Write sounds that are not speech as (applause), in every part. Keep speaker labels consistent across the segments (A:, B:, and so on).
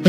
A: Vous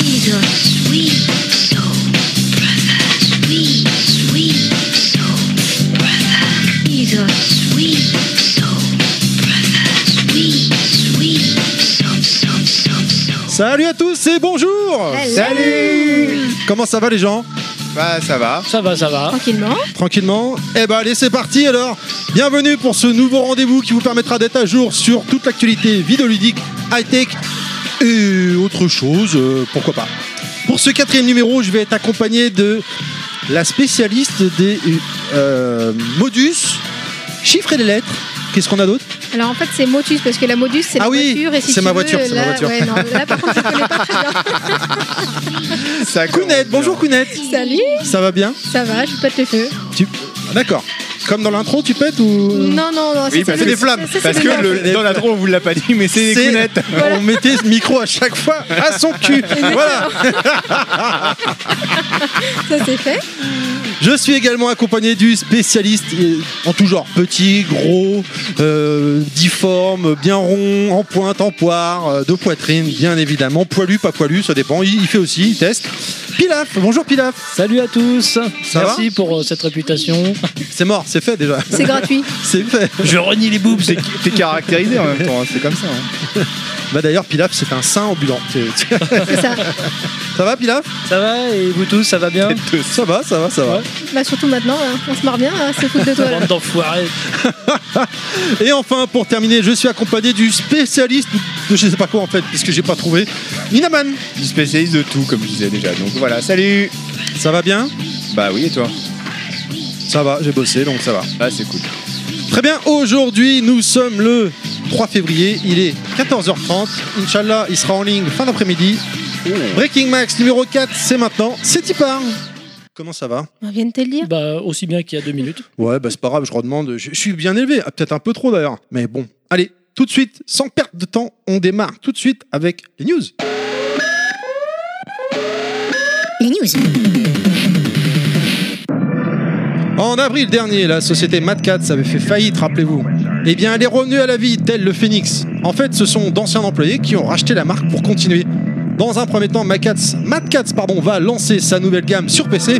B: He's a sweet soul, brother. Sweet, sweet soul, brother. He's a sweet soul, brother. Sweet, sweet soul, soul, soul, soul.
C: Salut à tous et bonjour
D: Salut
C: Comment ça va les gens
D: Bah ça va.
E: Ça va, ça va.
F: Tranquillement.
C: Tranquillement Eh bah allez c'est parti alors Bienvenue pour ce nouveau rendez-vous qui vous permettra d'être à jour sur toute l'actualité vidéoludique, high-tech et autre chose, euh, pourquoi pas. Pour ce quatrième numéro, je vais être accompagné de la spécialiste des euh, modus, chiffres et les lettres. Qu'est-ce qu'on a d'autre
F: Alors en fait, c'est Motus parce que la Modus, c'est
C: Ah
F: la
C: oui,
F: voiture. et si
C: c'est
F: tu
C: ma
F: veux,
C: voiture, c'est ma
F: là-
C: voiture.
F: ouais, non,
C: (laughs)
F: là, par contre, je connais pas très bien.
D: Ça
C: Counette,
D: commence
C: bonjour Counette
F: Salut,
C: Ça va bien
F: ça va, je pète le feu.
C: Tu- Ah, D'accord. Comme dans l'intro, tu pètes ou...
F: Non, non, non, ça,
D: Oui,
F: c'est
D: parce
F: le-
D: que-
C: bah, des flammes,
F: ça, c'est
D: Parce
F: le
D: que
F: merde.
D: le, dans l'intro, on vous l'a pas dit, mais c'est des
C: C'est-
D: (laughs) counettes.
C: On mettait ce micro à chaque fois à son cul. voilà.
F: Ça, c'est fait.
C: Je suis également accompagné du spécialiste euh, en tout genre, petit, gros, euh, difforme, bien rond, en pointe, en poire, euh, de poitrine, bien évidemment, poilu, pas poilu, ça dépend. Il, il fait aussi, il teste. Pilaf, bonjour Pilaf.
E: Salut à tous. Merci
C: va
E: pour euh, cette réputation.
C: C'est mort, c'est fait déjà. (laughs)
F: C'est gratuit.
C: C'est fait.
E: (laughs) Je renie les boobs.
D: T'es t'es caractérisé en même temps, hein, c'est comme ça. hein.
C: Bah d'ailleurs, Pilaf, c'est un saint ambulant. C'est- (laughs)
F: C'est ça.
C: Ça va, Pilaf
E: Ça va et vous tous, ça va (laughs) bien
C: Ça va, ça va, ça va.
E: Ouais.
F: Bah, surtout maintenant, hein, on se marre bien, hein, c'est foutre de toi. là.
E: Bande d'enfoirés.
C: Et enfin, pour terminer, je suis accompagné du spécialiste de je sais pas quoi en fait, puisque j'ai pas trouvé. Inaman,
D: Du spécialiste de tout, comme je disais déjà. Donc voilà, salut
C: ça va bien
D: Bah oui, et toi
C: Ça va, j'ai bossé, donc ça va.
D: Ah, c'est cool.
C: Très bien, aujourd'hui nous sommes le 3 février, il est 14h30. Inch'Allah, il sera en ligne fin d'après-midi. Breaking Max numéro 4, c'est maintenant, c'est Tipar. Comment ça va
F: (laughs) On vient de te le dire.
E: Bah, aussi bien qu'il y a deux minutes.
C: Ouais, bah c'est pas grave, je redemande. Je, je suis bien élevé, ah, peut-être un peu trop d'ailleurs, mais bon. Allez, tout de suite, sans perte de temps, on démarre tout de suite avec les news.
A: Les news.
C: En avril dernier, la société Mad Cats avait fait faillite, rappelez-vous. Eh bien, elle est revenue à la vie, telle le phénix. En fait, ce sont d'anciens employés qui ont racheté la marque pour continuer. Dans un premier temps, Mad Cats, Mad Cats, pardon, va lancer sa nouvelle gamme sur PC,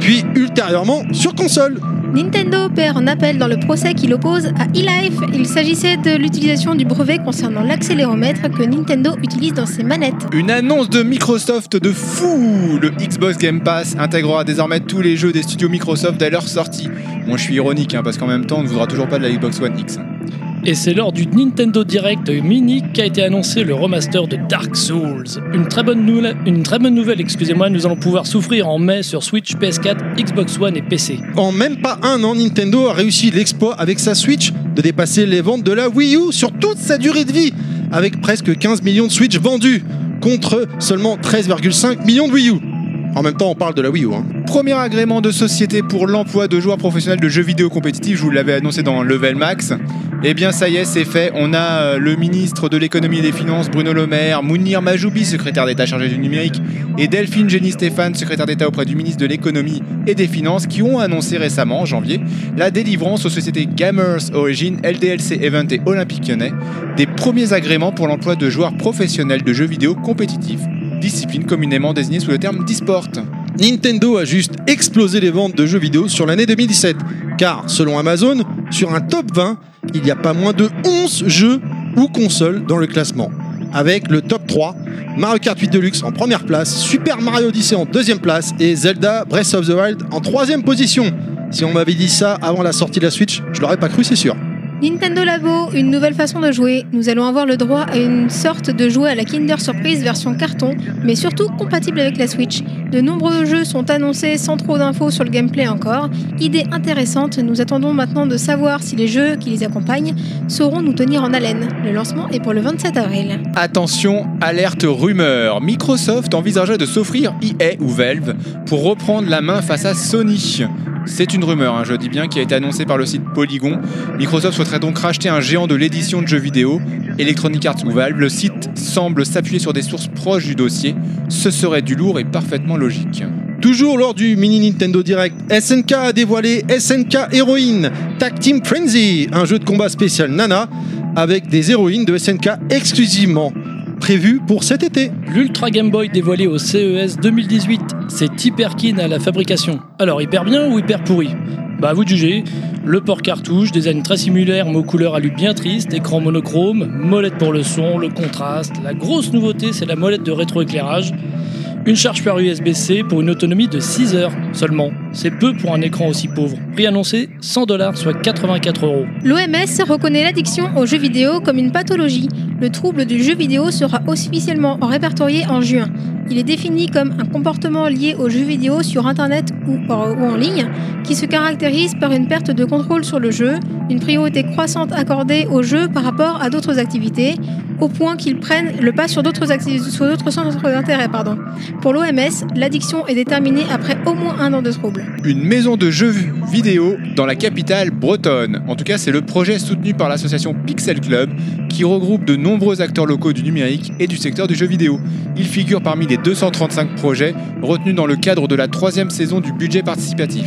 C: puis ultérieurement sur console.
F: Nintendo perd en appel dans le procès qu'il oppose à eLife. Il s'agissait de l'utilisation du brevet concernant l'accéléromètre que Nintendo utilise dans ses manettes.
D: Une annonce de Microsoft de fou Le Xbox Game Pass intégrera désormais tous les jeux des studios Microsoft à leur sortie. Bon, je suis ironique, hein, parce qu'en même temps, on ne voudra toujours pas de la Xbox One X. hein.
E: Et c'est lors du Nintendo Direct Mini qu'a été annoncé le remaster de Dark Souls. Une très bonne nouvelle, une très bonne nouvelle, excusez-moi, nous allons pouvoir souffrir en mai sur Switch, PS4, Xbox One et PC.
C: En même pas un an, Nintendo a réussi l'exploit avec sa Switch de dépasser les ventes de la Wii U sur toute sa durée de vie, avec presque 15 millions de Switch vendus, contre seulement 13,5 millions de Wii U. En même temps, on parle de la Wii U. Hein.
D: Premier agrément de société pour l'emploi de joueurs professionnels de jeux vidéo compétitifs, je vous l'avais annoncé dans Level Max. Eh bien ça y est, c'est fait, on a euh, le ministre de l'économie et des finances Bruno Le Maire, Mounir Majoubi, secrétaire d'État chargé du numérique, et Delphine Génie Stéphane, secrétaire d'État auprès du ministre de l'économie et des finances, qui ont annoncé récemment, en janvier, la délivrance aux sociétés Gamers Origin, LDLC Event et Olympique Lyonnais des premiers agréments pour l'emploi de joueurs professionnels de jeux vidéo compétitifs, discipline communément désignée sous le terme d'e-sport.
C: Nintendo a juste explosé les ventes de jeux vidéo sur l'année 2017, car selon Amazon, sur un top 20, il n'y a pas moins de 11 jeux ou consoles dans le classement. Avec le top 3, Mario Kart 8 Deluxe en première place, Super Mario Odyssey en deuxième place et Zelda Breath of the Wild en troisième position. Si on m'avait dit ça avant la sortie de la Switch, je l'aurais pas cru, c'est sûr.
F: Nintendo Labo, une nouvelle façon de jouer. Nous allons avoir le droit à une sorte de jouet à la Kinder Surprise version carton, mais surtout compatible avec la Switch. De nombreux jeux sont annoncés sans trop d'infos sur le gameplay encore. Idée intéressante, nous attendons maintenant de savoir si les jeux qui les accompagnent sauront nous tenir en haleine. Le lancement est pour le 27 avril.
D: Attention, alerte rumeur. Microsoft envisageait de s'offrir EA ou Valve pour reprendre la main face à Sony. C'est une rumeur, hein, je dis bien, qui a été annoncée par le site Polygon. Microsoft souhaiterait donc racheter un géant de l'édition de jeux vidéo, Electronic Arts ou Valve. Le site semble s'appuyer sur des sources proches du dossier. Ce serait du lourd et parfaitement logique.
C: Toujours lors du mini Nintendo Direct, SNK a dévoilé SNK Héroïne Tag Team Frenzy, un jeu de combat spécial Nana avec des héroïnes de SNK exclusivement prévu pour cet été.
E: L'Ultra Game Boy dévoilé au E CES 2018, c'est Hyperkin à la fabrication. Alors hyper bien ou hyper pourri Bah à vous de juger. Le port cartouche, design très similaire mais aux couleurs à lui bien triste, écran monochrome, molette pour le son, le contraste. La grosse nouveauté c'est la molette de rétroéclairage. Une charge par USB-C pour une autonomie de 6 heures seulement. C'est peu pour un écran aussi pauvre. Prix annoncé 100 dollars, soit 84 euros.
F: L'OMS reconnaît l'addiction aux jeux vidéo comme une pathologie. Le trouble du jeu vidéo sera officiellement répertorié en juin. Il est défini comme un comportement lié aux jeux vidéo sur Internet ou, euh, ou en ligne, qui se caractérise par une perte de contrôle sur le jeu, une priorité croissante accordée au jeu par rapport à d'autres activités, au point qu'ils prennent le pas sur d'autres acti- sur d'autres centres d'intérêt. Pardon. Pour l'OMS, l'addiction est déterminée après au moins un an de trouble.
D: Une maison de jeux vidéo dans la capitale bretonne. En tout cas, c'est le projet soutenu par l'association Pixel Club qui regroupe de nombreux acteurs locaux du numérique et du secteur du jeu vidéo. Il figure parmi les 235 projets retenus dans le cadre de la troisième saison du budget participatif.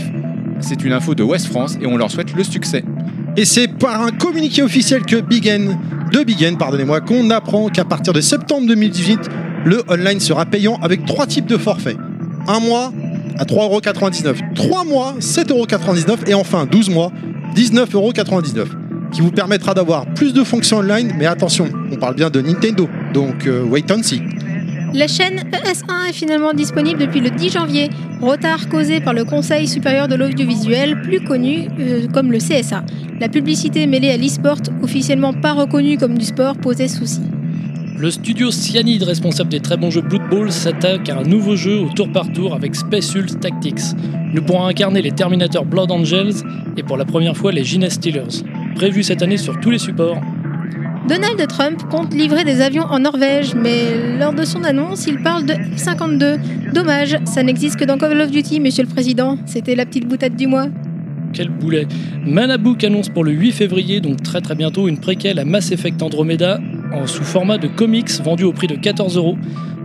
D: C'est une info de West France et on leur souhaite le succès.
C: Et c'est par un communiqué officiel que Big N, de Big N, pardonnez-moi, qu'on apprend qu'à partir de septembre 2018, le online sera payant avec trois types de forfaits. Un mois à 3,99€, 3 mois 7,99€ et enfin 12 mois 19,99€ qui vous permettra d'avoir plus de fonctions online, mais attention, on parle bien de Nintendo, donc euh, wait and see.
F: La chaîne ES1 est finalement disponible depuis le 10 janvier, retard causé par le Conseil supérieur de l'audiovisuel, plus connu euh, comme le CSA. La publicité mêlée à l'e-sport, officiellement pas reconnue comme du sport, posait souci.
E: Le studio Cyanide, responsable des très bons jeux Blood Bowl, s'attaque à un nouveau jeu au tour par tour avec Space Hulk Tactics. Nous pourrons incarner les Terminator Blood Angels et pour la première fois les Gina Steelers. Prévu cette année sur tous les supports.
F: Donald Trump compte livrer des avions en Norvège, mais lors de son annonce, il parle de F-52. Dommage, ça n'existe que dans Call of Duty, monsieur le président. C'était la petite boutade du mois.
E: Quel boulet Manabook annonce pour le 8 février, donc très très bientôt, une préquelle à Mass Effect Andromeda en sous format de comics vendu au prix de 14 euros.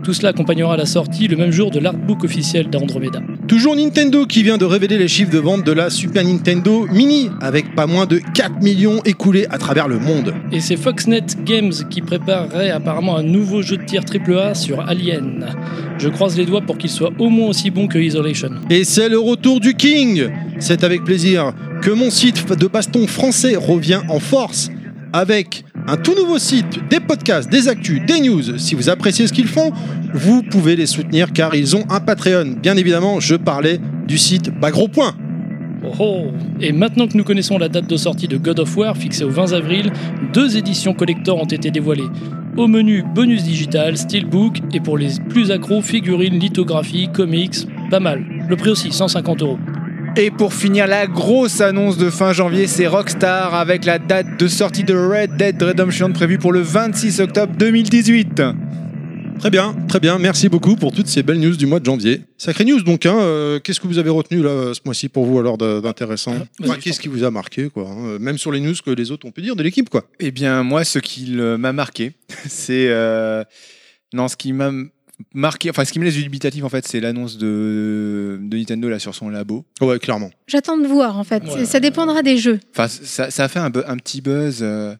E: Tout cela accompagnera la sortie le même jour de l'artbook officiel d'Andromeda.
C: Toujours Nintendo qui vient de révéler les chiffres de vente de la Super Nintendo Mini, avec pas moins de 4 millions écoulés à travers le monde.
E: Et c'est Foxnet Games qui préparerait apparemment un nouveau jeu de tir AAA sur Alien. Je croise les doigts pour qu'il soit au moins aussi bon que Isolation.
C: Et c'est le retour du King C'est avec plaisir que mon site de baston français revient en force avec un tout nouveau site, des podcasts, des actus, des news. Si vous appréciez ce qu'ils font, vous pouvez les soutenir car ils ont un Patreon. Bien évidemment, je parlais du site Bagro Point.
E: Oh oh. Et maintenant que nous connaissons la date de sortie de God of War, fixée au 20 avril, deux éditions collector ont été dévoilées. Au menu bonus digital, steelbook et pour les plus accros, figurines, lithographies, comics, pas mal. Le prix aussi, 150 euros.
D: Et pour finir, la grosse annonce de fin janvier, c'est Rockstar avec la date de sortie de Red Dead Redemption prévue pour le 26 octobre 2018.
C: Très bien, très bien. Merci beaucoup pour toutes ces belles news du mois de janvier. Sacré news donc. Hein, euh, qu'est-ce que vous avez retenu là ce mois-ci pour vous alors de- d'intéressant
E: vas-y,
C: Enfin,
E: je
C: Qu'est-ce
E: t'en
C: qui vous a marqué quoi hein, Même sur les news que les autres ont pu dire de l'équipe quoi.
D: Eh bien, moi, ce qui euh, m'a marqué, (laughs) c'est. euh, Non, ce qui m'a m- marqué, enfin, ce qui me laisse dubitatif, en fait, c'est l'annonce de... de Nintendo là sur son labo.
C: Ouais, clairement.
F: J'attends de voir en fait.
E: Ouais.
F: Ça dépendra des jeux.
D: Enfin, ça, ça a fait un, bu- un petit buzz. euh,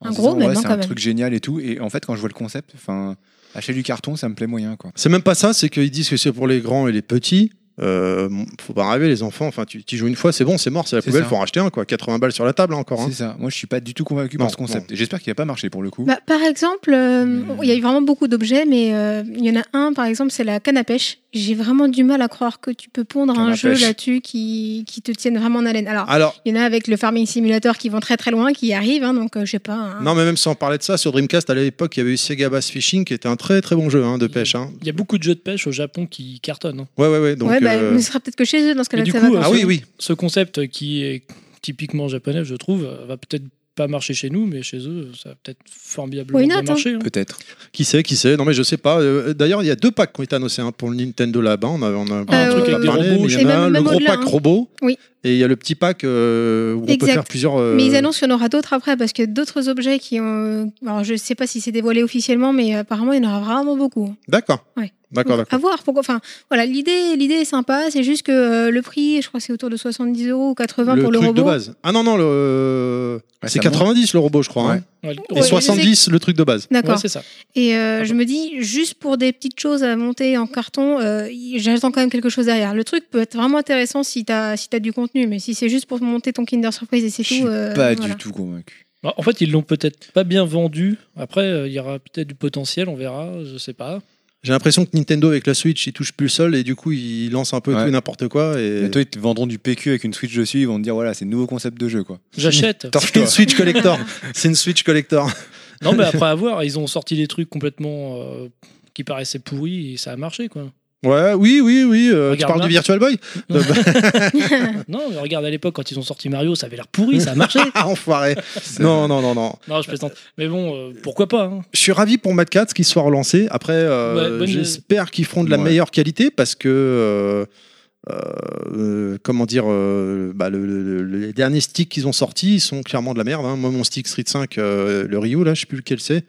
D: en
F: Un
D: se
F: gros
D: disant,
F: même,
D: ouais,
F: hein,
D: C'est
F: quand
D: un
F: même.
D: truc génial et tout. Et en fait, quand je vois le concept, enfin, acheter du carton, ça me plaît moyen, quoi.
C: C'est même pas ça, c'est qu'ils disent que c'est pour les grands et les petits. Euh, bon, faut pas rêver les enfants. Enfin, tu, tu joues une fois, c'est bon, c'est mort, c'est la
D: C'est
C: poubelle,
D: ça.
C: faut en racheter un quoi. 80 balles sur la table hein, encore. hein.
D: C'est ça. Moi, je suis pas du tout convaincu
C: Non,
D: par ce concept. J'espère qu'il a pas marché pour le coup.
F: Bah, par exemple, euh,
C: Hmm.
F: il y a eu vraiment beaucoup d'objets, mais euh, il y en a un, par exemple, c'est la canne à pêche. J'ai vraiment du mal à croire que tu peux pondre
D: Canne
F: un
D: à
F: jeu
D: pêche.
F: là-dessus qui, qui te tienne vraiment en haleine. Alors,
C: Alors,
F: il y en a avec le Farming Simulator qui vont très très loin, qui y arrivent, hein, donc euh, je sais pas. hein.
C: non, mais même sans parler de ça, sur Dreamcast à l'époque, il y avait eu Sega Bass Fishing qui était un très très bon jeu hein, de pêche. Hein.
E: Il y a beaucoup de jeux de pêche au Japon qui cartonnent. hein.
C: Ouais, ouais, ouais. Donc,
F: ouais, bah,
C: euh,
F: mais ce sera peut-être que chez eux dans ce cas-là,
E: Mais du
F: ça
E: coup,
F: va.
E: euh,
C: ah oui, oui.
E: Ce concept qui est typiquement japonais, je trouve, euh, va peut-être pas marcher chez nous, mais chez eux, ça va peut-être formidablement
F: Oui,
E: bien
F: note, hein.
E: marcher. hein.
D: Peut-être.
C: Qui sait, qui sait. Non, mais je sais pas. Euh, D'ailleurs, il y a deux packs qui ont été annoncés hein, pour le Nintendo là-bas. On a, on a
F: Ah,
C: on
F: truc
C: a
F: avec
E: des
C: parlé,
E: robots,
C: mais il y
F: Et
C: en a
F: même-
C: un, le
F: même
C: gros
F: au-delà,
C: pack
F: hein.
C: robot.
F: Oui.
C: Et il y a le petit pack euh, où on peut
F: Exact.
C: faire plusieurs. euh,
F: Mais ils annoncent qu'il y en aura d'autres après, parce que d'autres objets qui ont. euh, Alors, je sais pas si c'est dévoilé officiellement, mais apparemment, il y en aura vraiment beaucoup.
C: D'accord.
F: Ouais.
C: D'accord,
F: Donc,
C: d'accord.
F: à voir. Pourquoi Enfin, voilà, l'idée, l'idée est sympa. C'est juste que euh, le prix, je crois, que c'est autour de 70 euros ou 80 pour le
C: truc de
F: robot.
C: base. Ah non, non, le...
D: Ouais,
C: c'est
D: ça monte.
C: 90 le robot, je crois. hein.
E: Ouais,
C: Et
F: Ouais, je sais
C: 70 le truc de base.
E: ouais,
F: D'accord.
E: c'est ça.
F: Et euh, je me dis, juste pour des petites choses à monter en carton, euh, y- j'attends quand même quelque chose derrière. Le truc peut être vraiment intéressant si t'as si t'as du contenu, mais si c'est juste pour monter ton Kinder Surprise et c'est
D: Je suis
F: tout. euh,
D: pas
F: voilà.
D: du tout convaincu.
E: Bah, En fait, ils l'ont peut-être pas bien vendu. Après, euh, il y aura peut-être du potentiel, on verra, je sais pas.
C: J'ai l'impression que Nintendo avec la Switch, il touche plus le sol et du coup, il lance un peu
D: Ouais.
C: tout et n'importe quoi. Et...
D: Bientôt, ils te vendront du PQ avec une Switch dessus. Ils vont te dire voilà, c'est le nouveau concept de jeu quoi.
C: (laughs)
E: J'achète.
C: C'est une Switch
D: (laughs)
C: collector. c'est une Switch collector.
E: non, mais après à voir, ils ont sorti des trucs complètement euh, qui paraissaient pourris et ça a marché quoi.
C: Ouais, oui, oui, oui. euh, tu
E: Regarde
C: parles
E: là.
C: du Virtual Boy
E: Non, mais regarde à l'époque quand ils ont sorti Mario, ça avait l'air pourri, ça
C: (laughs)
E: a marché.
C: Ah,
D: (laughs)
C: enfoiré. non, non, non, non.
E: non, je plaisante. Mais bon, euh, pourquoi pas hein.
C: Je suis ravi pour Mad Catz qu'il soit relancé. Après, euh,
E: Ouais, bonne-
C: j'espère qu'ils feront de la
D: Ouais.
C: meilleure qualité parce que. euh, euh, comment dire, euh, bah, le- le- le- les derniers sticks qu'ils ont sortis ils sont clairement de la merde. hein. Moi, mon stick Street 5, euh, le Ryu, là, je sais plus lequel c'est,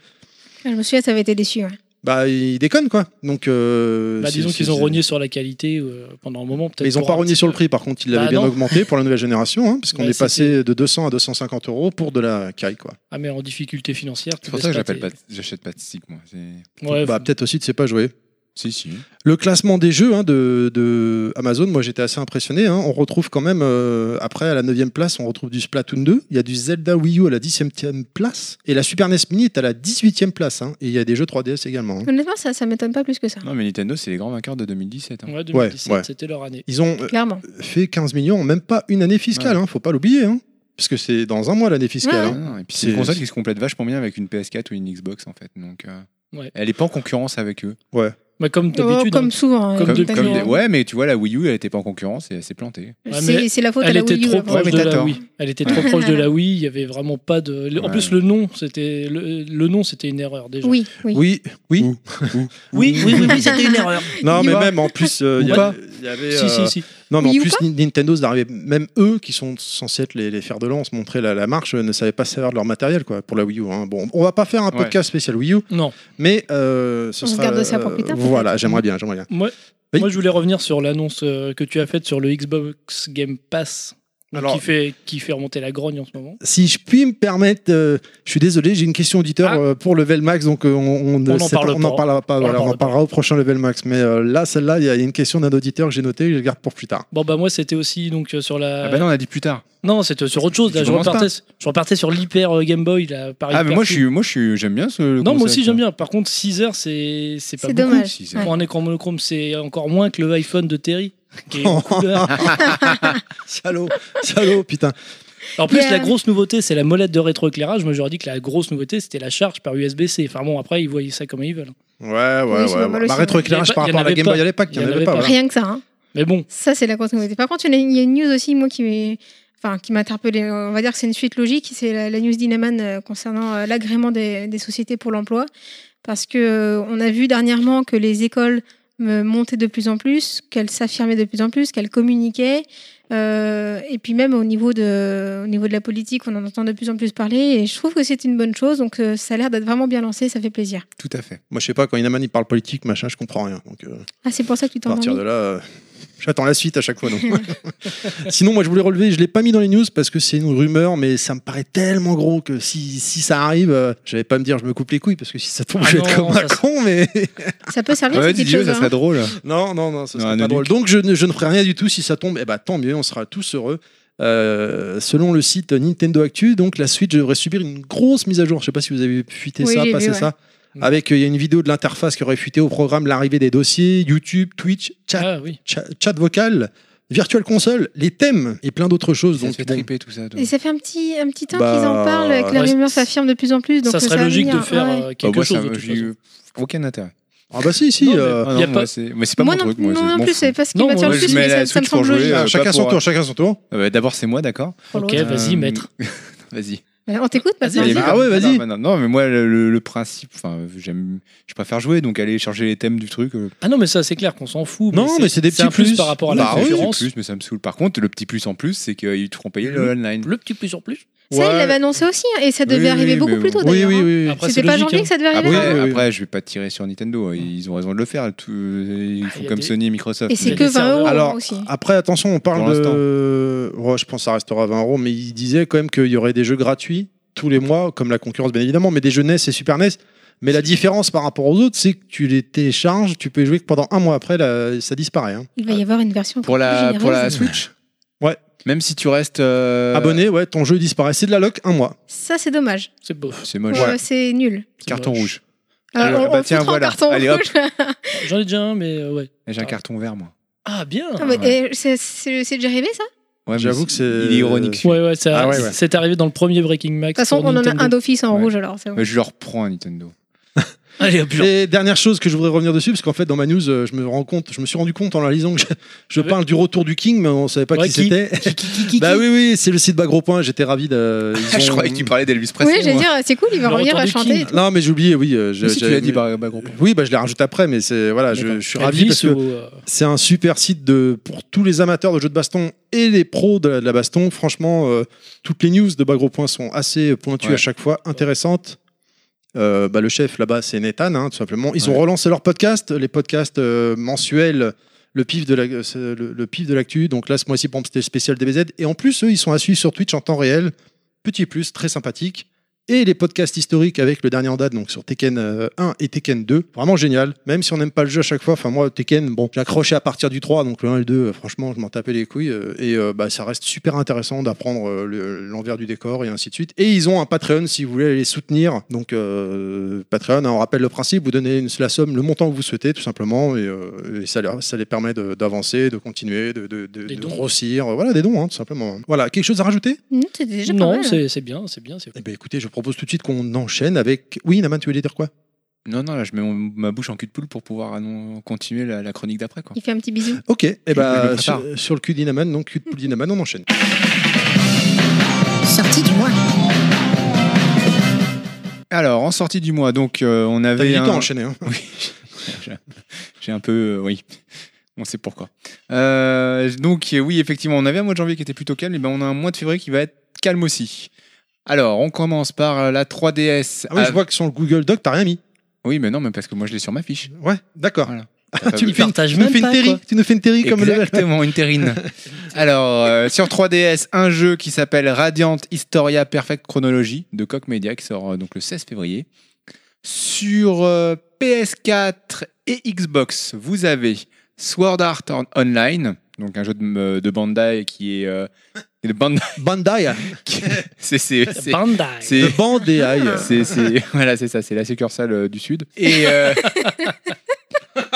F: Je me souviens, ça avait été déçu. ouais.
C: bah, il déconne quoi. Donc, euh,
E: Bah,
C: c'est-
E: disons
C: c'est-
E: qu'ils ont
C: c'est-
E: rogné sur la qualité euh, pendant un moment. peut-être
C: Mais ils n'ont
E: pour
C: pas
E: un
C: rogné
E: petit
C: sur le
E: peu.
C: prix, par contre, ils l'avaient
E: Bah,
C: bien
E: non.
C: augmenté pour la nouvelle génération, hein, parce qu'on
E: Ouais,
C: est passé de 200 à 250 euros pour de la caille quoi.
E: Ah, mais en difficulté financière. tu
D: C'est pour
E: laisses
D: ça que
E: tes-
D: j'appelle pas, j'achète pas de stick moi. C'est-
E: Ouais,
C: Bah,
E: faut-
C: peut-être aussi, tu sais pas jouer.
D: Si si.
C: Le classement des jeux hein, de, de Amazon, moi j'étais assez impressionné. hein. On retrouve quand même, euh, après à la 9 place, on retrouve du Splatoon 2. Il y a du Zelda Wii U à la 17 e place. Et la Super NES Mini est à la 18 e place. hein. Et il y a des jeux 3DS également. hein.
F: Honnêtement, ça, ça m'étonne pas plus que ça.
D: Non mais Nintendo, c'est les grands vainqueurs de 2017. hein.
E: ouais, 2017,
C: ouais.
E: c'était leur année.
C: Ils ont euh,
F: Clairement.
C: fait 15 millions en même pas une année fiscale, hein, faut pas l'oublier. hein. Parce que c'est dans un mois l'année fiscale.
F: Ouais,
D: Ah
C: hein.
D: non, et puis
C: C'est-
D: c'est une console qui se complète vachement bien avec une PS4 ou une Xbox en fait. Donc euh,
E: Ouais.
D: elle est pas en concurrence avec eux.
E: Bah, comme
F: Oh,
E: d'habitude.
F: comme
E: hein.
F: souvent. hein,
E: Comme
D: Comme,
E: depuis-
D: comme des-
F: Nintendo.
D: Ouais, mais tu vois la Wii U, elle était pas en concurrence et elle s'est plantée.
E: Ouais, mais
F: C'est c'est la faute à
E: Elle
F: la
E: était
F: Wii U.
E: trop
F: avant.
D: Ouais,
E: proche
D: mais
E: de
D: t'as
E: la
D: tort.
E: Wii. Elle était trop proche de la Wii. Il y avait vraiment pas de. En
D: Ouais.
E: plus, le nom, c'était le, le nom, c'était une erreur déjà.
F: Oui, oui.
C: Oui,
E: Euh,
C: oui.
D: Ouh.
E: oui, oui, oui, oui, c'était une erreur.
C: Non,
D: Il y
C: mais
D: va.
C: même en plus, euh, il y
D: Ou
C: a-
D: pas.
C: il y avait.
E: (laughs) si,
C: euh,
E: si, si.
C: Non, mais
F: Oui
C: en
F: ou
C: plus,
F: pas
C: Ni- Nintendo, n'arrivait- même eux, qui sont censés être les, les fers de lance, montrer la, la marche, euh, ne savaient pas servir de leur matériel quoi, pour la Wii U. hein. Bon, on va pas faire un
D: Ouais.
C: podcast spécial Wii U,
E: Non.
C: mais euh, ce
F: On se
C: sera.
F: garde ça pour plus tard, peut-être.
C: voilà, j'aimerais bien, j'aimerais bien. Oui.
E: Moi, je voulais revenir sur l'annonce euh, que tu as faite sur le Xbox Game Pass. donc,
C: Alors-
E: qui, fait, qui fait remonter la grogne en ce moment.
C: Si je puis me permettre, euh, je suis désolé, j'ai une question auditeur
E: Ah.
C: euh, pour Level Max, donc euh, on, ne
E: On en
C: sait
E: parle
C: pas- on
E: pas.
C: en parlera pas.
E: en
C: voilà, On
E: parle
C: en
E: pas.
C: parlera au prochain Level Max, mais euh, là, celle-là, il y a une question d'un auditeur que j'ai notée, je la garde pour plus tard. (laughs)
E: Bon, bah, moi, c'était aussi donc, euh, sur la.
D: Ah bah non, on a dit plus tard.
E: Non, c'était sur autre chose. Là,
D: Tu
E: je,
D: commences
E: repartais, je repartais sur l'hyper euh, Game Boy. Là, par
D: Ah mais
E: Hyper
D: moi je
E: Cube.
D: suis, moi je suis, j'aime bien ce. le
E: Non, moi
D: concept,
E: aussi,
D: hein.
E: j'aime bien. Par contre, 6 heures, c'est c'est pas
F: C'est
E: beaucoup.
F: dommage.
D: Si, c'est-
F: Ouais.
E: Pour un écran monochrome, c'est encore moins que le iPhone de Terry.
D: (laughs)
E: qui est en couleur.
C: Salaud, salaud, putain.
E: En plus,
F: Yeah.
E: la grosse nouveauté, c'est la molette de rétroéclairage. Moi, j'aurais dit que la grosse nouveauté, c'était la charge par USB-C. Enfin bon, après, ils voyaient ça comme ils veulent.
C: Ouais, ouais,
F: Oui, c'est
C: ouais.
F: normal
C: Bah,
F: aussi.
E: Il y
C: rétroéclairage
E: en
C: par rapport à
E: avait
C: la Game
E: pas.
C: Boy à l'époque, il n'y en avait pas. voilà.
F: Rien que ça. hein.
E: Mais bon,
F: Ça, c'est la continuité. Par contre, il y en a- il y a une news aussi, moi, qui m'est- Enfin, qui m'a interpellé. On va dire que c'est une suite logique. C'est la, la news d'Inaman euh, concernant euh, l'agrément des, des sociétés pour l'emploi. Parce que euh, on a vu dernièrement que les écoles euh, montaient de plus en plus, qu'elles s'affirmaient de plus en plus, qu'elles communiquaient. Euh, et puis même au niveau, de, au niveau de la politique, on en entend de plus en plus parler. Et je trouve que c'est une bonne chose. Donc euh, ça a l'air d'être vraiment bien lancé. Ça fait plaisir.
D: Tout à fait.
C: Moi, je sais pas, quand Inaman il parle politique, machin, je comprends rien. Donc, euh,
F: Ah, c'est pour ça que tu
C: à
F: t'en
C: partir de là. euh, J'attends la suite à chaque
E: (laughs)
C: fois. Donc. (laughs) Sinon, moi, je voulais relever, je l'ai pas mis dans les news parce que c'est une rumeur, mais ça me paraît tellement gros que si, si ça arrive, euh, j'allais pas me dire je me coupe les couilles parce que si ça tombe,
E: Ah
C: je vais être
E: non,
C: comme
E: ça
C: un
E: se-
C: con, mais.
F: Ça peut servir
D: Ouais,
F: cette petite
D: Didier,
F: chose.
D: ça
F: hein.
D: serait drôle.
C: Non, non, non, ça serait
D: Non, un
C: pas
D: eunuque.
C: drôle. Donc je ne, je ne ferai rien du tout si ça tombe. Eh ben tant mieux, on sera tous heureux. Euh, selon le site Nintendo Actu, donc la Switch devrait subir une grosse mise à jour. Je sais pas si vous avez fuité
F: Oui,
C: ça,
F: j'ai
C: passé
F: vu, ouais. Mm.
C: ça. Avec, euh, il y a une vidéo de l'interface qui aurait fuité au programme l'arrivée des dossiers, YouTube, Twitch, chat,
E: Ah oui.
C: cha- chat vocal, virtual console, les thèmes et plein d'autres choses.
D: Ça
C: Donc,
D: se fait
C: bon,
D: triper tout ça. donc.
F: Et ça fait un petit, un petit temps
C: Bah,
F: qu'ils en parlent, et que la
E: ouais,
F: rumeur
E: c'est-
F: s'affirme de plus en plus. Donc
E: ça serait
F: va
E: logique de
F: venir,
E: faire
F: ouais.
E: euh,
D: Bah,
E: quelque
D: moi,
E: chose.
D: ça
E: de
D: me-
E: toute
D: j'ai
E: façon.
D: eu aucun intérêt.
C: ah bah si, si.
E: Non, mais-
C: euh,
D: Ah
E: Y a
D: non,
E: pas-
D: moi, c'est- mais c'est pas
F: moi
D: mon
F: non,
D: truc. Moi,
F: moi
D: c'est-
F: non
D: m'en
F: plus,
D: fous.
F: c'est pas ce qui
E: Non,
F: m'attire
E: moi,
F: le
E: je
F: plus,
D: mets
F: mais
D: la
F: ça, ça me
D: Switch pour
F: semble
D: jouer,
E: hein.
F: logique.
D: euh,
C: ah, chacun
D: pas
C: son
D: pour-
C: tour, chacun son tour.
D: Euh, D'abord, c'est moi, d'accord
E: Ok,
F: Euh,
E: vas-y, maître.
D: Vas-y.
F: Bah, On t'écoute,
E: Vas-y,
F: maintenant.
E: vas-y.
C: Ah ouais, vas-y.
D: Non, non, non, mais moi, le, le- le principe, enfin, j'aime, je préfère jouer, donc aller chercher les thèmes du truc. euh,
E: Ah non, mais ça, c'est clair qu'on s'en fout. mais
C: Non, mais c'est des
E: un
C: petits
E: plus,
C: plus.
E: par rapport à
D: bah
E: la
D: oui,
E: concurrence.
D: le plus, mais ça me saoule. Par contre, le petit plus en plus, c'est qu'ils te feront payer le online.
E: Le petit plus en plus.
F: Ça, il l'avait annoncé aussi, hein, et ça devait
D: Oui,
F: arriver
D: oui,
F: beaucoup
D: mais
F: plus tôt
C: Oui,
F: d'ailleurs.
C: oui,
F: hein.
C: oui. oui.
E: Après, c'est
F: C'était pas
E: logique.
F: janvier
E: hein.
F: que ça devait arriver.
D: Après,
F: hein.
C: oui, oui.
D: après, je vais pas tirer sur Nintendo. hein. Ils ont raison de le faire. tout- euh, ils font
E: y a
D: comme
E: des-
D: Sony et Microsoft.
F: Et c'est
E: Mais
D: Mais-
F: que
E: les
F: 20 euros
C: Alors,
F: hein, aussi.
C: Après, attention, on
D: Pour
C: parle de. Ouais, je pense que ça restera 20 euros, mais il disait quand même qu'il y aurait des jeux gratuits tous les mois, comme la concurrence, bien évidemment, mais des jeux NES et Super NES. Mais la différence par rapport aux autres, c'est que tu les télécharges, tu peux y jouer que pendant un mois après, là, ça disparaît. hein.
F: Il va y avoir une version
D: Pour la, pour la Switch
C: Ouais.
D: Même si tu restes. euh,
C: Abonné, ouais, ton jeu disparaît. C'est de la loc, un mois.
F: Ça, c'est dommage.
E: C'est beau.
D: C'est moche.
F: Ouais, C'est nul.
E: C'est
D: Carton
C: Euh,
E: moche.
D: rouge.
F: Alors,
D: Ah
F: on-
D: bah
F: on
D: tiens,
F: foutra en
D: voilà.
F: carton
D: Allez, hop.
F: rouge.
E: J'en ai déjà un, mais euh, ouais.
D: J'ai un carton vert, moi.
E: Ah bien.
F: Ah, mais, eh, C'est c'est- c'est déjà arrivé ça De
D: Ouais, mais
C: J'avoue que c'est-
D: Il est ironique. celui-là.
E: Ouais, ouais, ça,
C: Ah ouais, ouais.
E: c'est arrivé dans le premier Breaking Max.
F: toute façon,
E: pour
F: on en a
E: Nintendo.
F: un d'office en
D: Ouais.
F: rouge alors. c'est bon.
D: Mais je leur prends un Nintendo.
E: Allez, hop, genre.
C: Et dernière chose que je voudrais revenir dessus, parce qu'en fait, dans ma news, euh, je me rends compte, je me suis rendu compte en analysant que je, je
E: Ouais.
C: parle du retour du King, mais on savait pas
E: Ouais,
C: qui,
E: qui
C: c'était. bah oui, oui, c'est le site Bagro Point, j'étais ravi de.
D: (laughs)
C: ils
D: (laughs) je
C: ont-
D: croyais que tu parlais d'Elvis
F: Oui,
D: Presley.
F: j'allais
D: moi.
F: dire, c'est cool, il va
E: Le
F: revenir
E: retour
F: à
E: du
F: chanter. et
E: King.
F: tout.
C: Non, mais j'ai oublié, oui. euh, je-
D: Mais si tu
C: j'avais-
D: l'as dit, bah, bah, gros.
C: Oui, bah, je les rajoute après, mais c'est voilà, je,
E: D'accord.
C: je suis ravi
E: Elvis
C: parce que
E: ou, euh,
C: c'est un super site de, pour tous les amateurs de jeux de baston et les pros de la, de la baston. Franchement, euh, toutes les news de Bagro Point sont assez pointues
D: Ouais.
C: à chaque fois, intéressantes. Euh, bah, le chef là-bas, c'est Nathan, hein, tout simplement. Ils ont
D: Ouais.
C: relancé leur podcast, les podcasts euh, mensuels, le pif de la- euh, c'est le, le pif de l'actu. Donc là, ce mois-ci, par exemple, c'était le spécial DBZ. Et en plus, eux, ils sont à suivre sur Twitch en temps réel. Petit plus, très sympathique. Et les podcasts historiques avec le dernier en date, donc sur Tekken euh, 1 et Tekken 2. Vraiment génial. Même si on n'aime pas le jeu à chaque fois, enfin moi, Tekken, bon, j'accrochais à partir du 3, donc le 1 et le 2, euh, franchement, je m'en tapais les couilles. euh, et euh, bah, ça reste super intéressant d'apprendre euh, le- l'envers du décor et ainsi de suite. Et ils ont un Patreon si vous voulez les soutenir. Donc euh, Patreon, hein, on rappelle le principe, vous donnez une- la somme, le montant que vous souhaitez, tout simplement, et, euh, et ça, leur- ça les permet de- d'avancer, de, continuer, de, de- de-
E: Des
C: de
E: dons.
C: grossir. Voilà, des dons, hein, tout simplement. Voilà, quelque chose à rajouter
F: Mmh, C'était déjà pas
E: Non,
F: mal.
E: c'est c'est bien, c'est bien. c'est-
C: eh ben, écoutez, je propose tout de suite qu'on enchaîne avec. Oui, Naman, tu voulais dire quoi
D: Non, non, là, je mets mon- ma bouche en cul de poule pour pouvoir annon- continuer la, la chronique d'après. quoi.
F: Il fait un petit bisou.
C: Ok, eh
D: Je me
C: ben,
D: prépare.
C: sur, sur le cul d'Inaman, donc cul de poule d'Inaman, on enchaîne.
A: Sortie du mois.
D: Alors, en sortie du mois, donc, euh, on
C: T'avais
D: avait.
C: du
D: un-
C: temps à enchaîner. Hein.
D: Oui, j'ai- j'ai un peu. euh, oui, (laughs) on sait pourquoi. Euh, donc, euh, oui, effectivement, on avait un mois de janvier qui était plutôt calme, et ben on a un mois de février qui va être calme aussi. Alors, on commence par euh, la 3DS.
C: Ah oui,
D: Ah,
C: je vois que sur le Google Doc, t'as rien mis.
D: oui, mais non, mais parce que moi, je l'ai sur ma fiche.
C: Ouais, d'accord.
D: Voilà.
C: Ah, tu me fais une,
E: partages
C: tu me
E: même
C: fais une
E: pas,
C: terry,
E: quoi.
C: tu nous fais une terry comme le.
D: Exactement, une terrine. (laughs) Alors, euh, sur 3DS, un jeu qui s'appelle Radiant Historia Perfect Chronology de Koch Media qui sort euh, donc le 16 février. Sur euh, PS4 et Xbox, vous avez Sword Art On- Online, donc un jeu de, de Bandai qui est. euh, de Bandai.
C: (laughs)
D: (laughs)
C: Bandai, hein.
D: qui- c'est- c'est- c'est-
E: Bandai.
D: c'est-
C: le
E: Ah,
C: Bandai.
D: c'est, c'est- voilà, c'est ça, c'est la succursale euh, du Sud. Et, euh,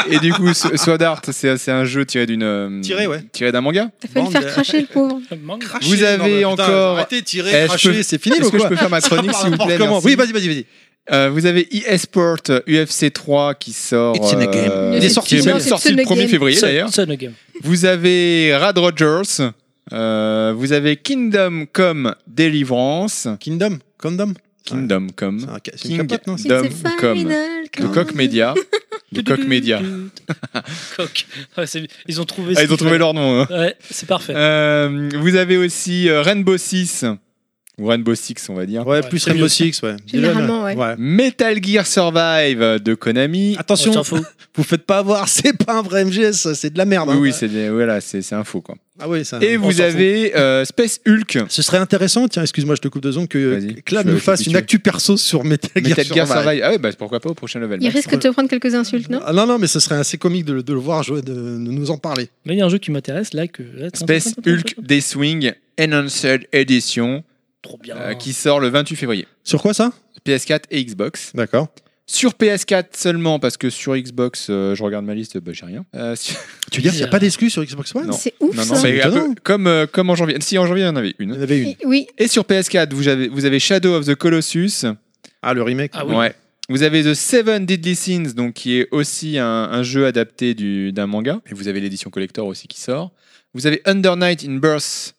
D: et du coup, So- Sword Art, c'est, c'est un jeu tiré d'une. euh,
C: Tiré, ouais.
D: Tiré d'un manga.
F: T'as failli le faire
C: Bande-
F: cracher le pauvre.
E: Manga.
C: Cracher,
D: Vous
C: non,
D: avez
C: mais putain,
D: encore-
C: Arrêtez,
D: Eh, je
C: tirer, cracher,
D: peux-
C: c'est fini
D: Est-ce
C: ou
D: que je
C: quoi Ah,
D: peux faire ma chronique, s'il vous plaît
C: Comment
D: Merci.
C: Oui, vas-y, vas-y, vas-y.
D: Euh, Vous avez eSport euh, UFC 3 qui sort.
C: It's in a game.
F: Il est
D: sorti,
F: sorti,
D: même
F: c'est
D: sorti
F: in
D: le
F: a
D: 1er
F: game.
D: février
E: Son-
D: d'ailleurs.
E: Son Again.
D: Vous avez Rad Rogers. euh, vous avez Kingdom Come Deliverance.
C: Kingdom, Condom.
D: Kingdom Come.
C: C'est un ca- c'est une
D: King
C: capote, non
F: It's a
D: Dom Come.
F: final
D: De Coq
C: (laughs)
F: call.
D: Media. De Coq Media.
E: (laughs) Coq. Ouais, c'est- ils ont trouvé.
D: Ah,
E: ce
D: ils ont
E: qu'il
D: trouvé leur nom. hein.
E: fallait. Ouais, c'est parfait.
D: Euh, vous avez aussi euh, Rainbow Six Ou Rainbow Six, on va dire.
C: Ouais, plus
E: c'est
C: Rainbow
E: mieux.
C: Six, ouais.
F: Généralement,
C: Déjà,
F: ouais.
D: Metal Gear Survive euh, de Konami.
E: On
C: Attention,
E: s'en fout.
C: vous faites pas avoir, c'est pas un vrai MGS, c'est de la merde.
D: Oui,
C: hein.
D: oui, c'est des- voilà, c'est c'est un faux quoi.
C: Ah oui, ça.
D: Et
C: on
D: vous
C: s'en fout.
D: avez euh, Space
C: (laughs)
D: Hulk.
C: Ce serait intéressant, tiens, excuse-moi, je te coupe deux secondes, que
D: Vas-y,
C: que Clad
D: je vais
C: nous
D: te
C: fasse une
D: pitié.
C: actu perso sur Metal Gear,
D: Metal Gear
C: Survive.
D: Survive. Ah ouais, bah pourquoi pas au prochain level.
F: Il risque de te prendre quelques insultes, non
C: Ah, non, non, mais ce serait assez comique de, le- de le voir jouer, de, de nous en parler.
E: Là, il y a un jeu qui m'intéresse, là, que... là, tiens,
D: Space
E: tiens, tiens, tiens,
D: Hulk Deathwing Enhanced Edition
E: Trop bien.
D: euh,
C: Oh.
D: qui sort le 28 février.
C: Sur quoi ça
D: PS4 et Xbox.
C: D'accord.
D: Sur PS4 seulement parce que sur Xbox, euh, je regarde ma liste, bah, j'ai rien. Euh, (laughs) sur-
C: Tu veux dire qu'il n'y a pas d'excuse sur Xbox One
D: Non.
F: C'est ouf,
D: non,
F: ça.
D: non, mais un
C: Étonnant.
D: peu comme, euh, comme en janvier. Si en janvier, il y en avait
C: Il y en
D: une.
C: avait une.
F: Oui,
D: Et sur PS4, vous avez, vous avez Shadow of the Colossus.
C: Ah, le remake.
E: Ah oui.
D: Ouais. Vous avez The Seven Deadly Sins, donc qui est aussi un, un jeu adapté du- d'un manga. Et vous avez l'édition collector aussi qui sort. Vous avez Under Night in Birth.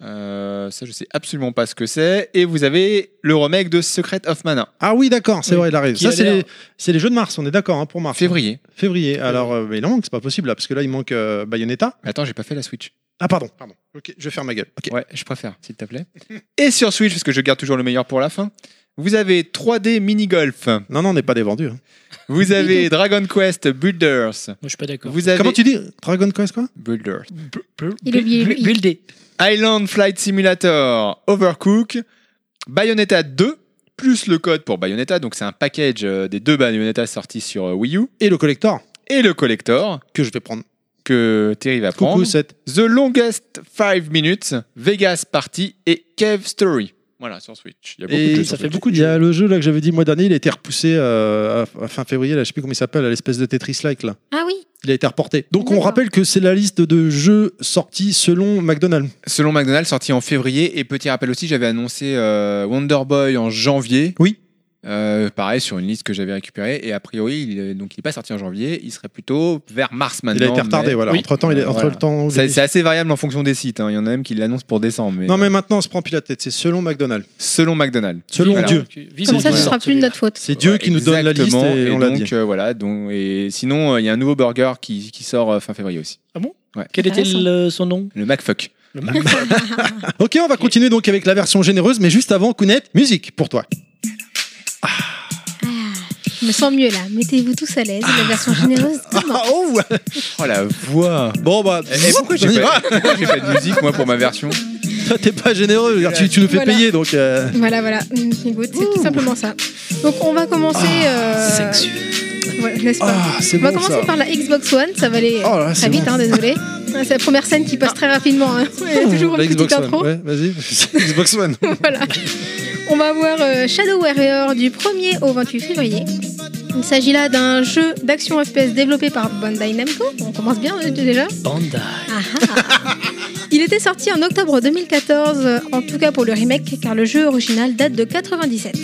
D: Euh, ça, je sais absolument pas ce que c'est. Et vous avez le remake de Secret of Mana,
C: Ah oui, d'accord, c'est
E: Oui.
C: vrai, il arrive.
E: Qui
C: Ça,
E: a
C: c'est
E: l'air-
C: les, c'est les jeux de mars, on est d'accord, hein, pour mars.
D: février.
C: Février. Alors, euh, mais non, c'est pas possible, là, parce que là, il manque euh, Bayonetta.
D: Mais attends, j'ai pas fait la Switch.
C: Ah, pardon, pardon. Ok, je vais faire ma gueule. Ok.
D: Ouais, je préfère, s'il te plaît. Et sur Switch, parce que je garde toujours le meilleur pour la fin, vous avez 3D Mini Golf.
C: Non, non, on n'est pas des vendus. hein.
D: Vous avez Dragon Quest Builders.
E: Moi, je suis pas d'accord.
D: Vous avez
C: Comment tu dis Dragon Quest, quoi
D: Builders.
F: il a oublié le i.
E: Buildé.
D: Island Flight Simulator, Overcook, Bayonetta 2, plus le code pour Bayonetta, donc c'est un package euh, des deux Bayonetta sortis sur euh, Wii U,
C: Et le collector,
D: et le collector
C: que je vais prendre.
D: que Terry va prendre,
C: Coucou, 7.
D: The Longest 5 Minutes, Vegas Party et Cave Story. Voilà, sur Switch. Il y a beaucoup de jeux
C: Et
D: sur
E: ça fait
D: Switch.
E: beaucoup de
C: il y a
E: jeux.
C: le jeu là que j'avais dit le mois dernier, il a été repoussé euh, à, à fin février, là, je sais plus comment il s'appelle, à l'espèce de Tetris-like là.
F: Ah oui,
C: Il a été reporté. Donc on
F: D'accord.
C: rappelle que c'est la liste de jeux sortis selon McDonald's.
D: Selon McDonald's, sorti en février, et petit rappel aussi, j'avais annoncé euh, Wonder Boy en janvier.
C: Oui.
D: Euh, pareil sur une liste que j'avais récupérée et a priori il est, donc il n'est pas sorti en janvier il serait plutôt vers mars maintenant
C: Il a été retardé,
D: mais-
C: voilà.
E: Oui.
C: Entre temps, il est,
D: Euh,
C: entre
D: voilà.
C: le temps. où il
D: Ça-
C: est-
D: C'est assez variable en fonction des sites. hein. Il y en a même qui l'annoncent pour décembre. Mais euh,
C: Non mais maintenant, on se prend plus la tête. C'est selon McDonald's.
D: Selon McDonald's.
C: Selon
D: Voilà. (laughs)
C: Dieu.
E: Vive
F: comme ça,
E: Zelda.
F: ce sera plus de notre faute.
C: C'est Dieu
D: Ouais,
C: qui nous donne la liste
D: exactement.
C: et, on l'a
D: donc,
C: dit.
D: euh, voilà, donc, et sinon, euh, il y a un nouveau burger qui, qui sort euh, fin février aussi.
E: Quel était le- son nom
D: Le McFuck.
E: Le
C: Ok, on va continuer donc avec la version généreuse, mais juste avant, Kounet, musique pour toi.
F: Je me sens mieux là. Mettez-vous tous à l'aise. La version généreuse
C: Ah,
F: demande.
C: oh ouais.
D: Oh la (laughs) voix
C: Bon bah,
D: Eh, Pourquoi j'ai
C: on y (laughs)
D: (laughs)
C: va.
D: pas, pourquoi j'ai pas de musique, moi, pour ma version
C: Toi, t'es pas généreux, regarde, tu, tu nous fais
F: Voilà.
C: payer donc. euh,
F: Voilà, voilà. Mm, Écoute, c'est tout simplement ça. Donc on va commencer. euh, voilà, n'est-ce pas
C: Ah, c'est
F: On va
C: bon
F: commencer
C: ça.
F: par la Xbox One. Ça va aller euh,
C: Oh là, c'est
F: très vite,
C: bon. (laughs)
F: hein, désolé. Ah, C'est la première scène qui passe très rapidement. hein. Il y a toujours
C: La
F: une petite
C: Xbox
F: intro.
C: One. Ouais,
D: (laughs)
C: vas-y. Xbox One.
F: (laughs) voilà. On va voir euh, Shadow Warrior du 1er au 28 février. Il s'agit là d'un jeu d'action FPS développé par Bandai Namco. On commence bien euh, déjà. Ah
E: Bandai.
F: Il était sorti en octobre 2014, euh, en tout cas pour le remake, car le jeu original date de 97.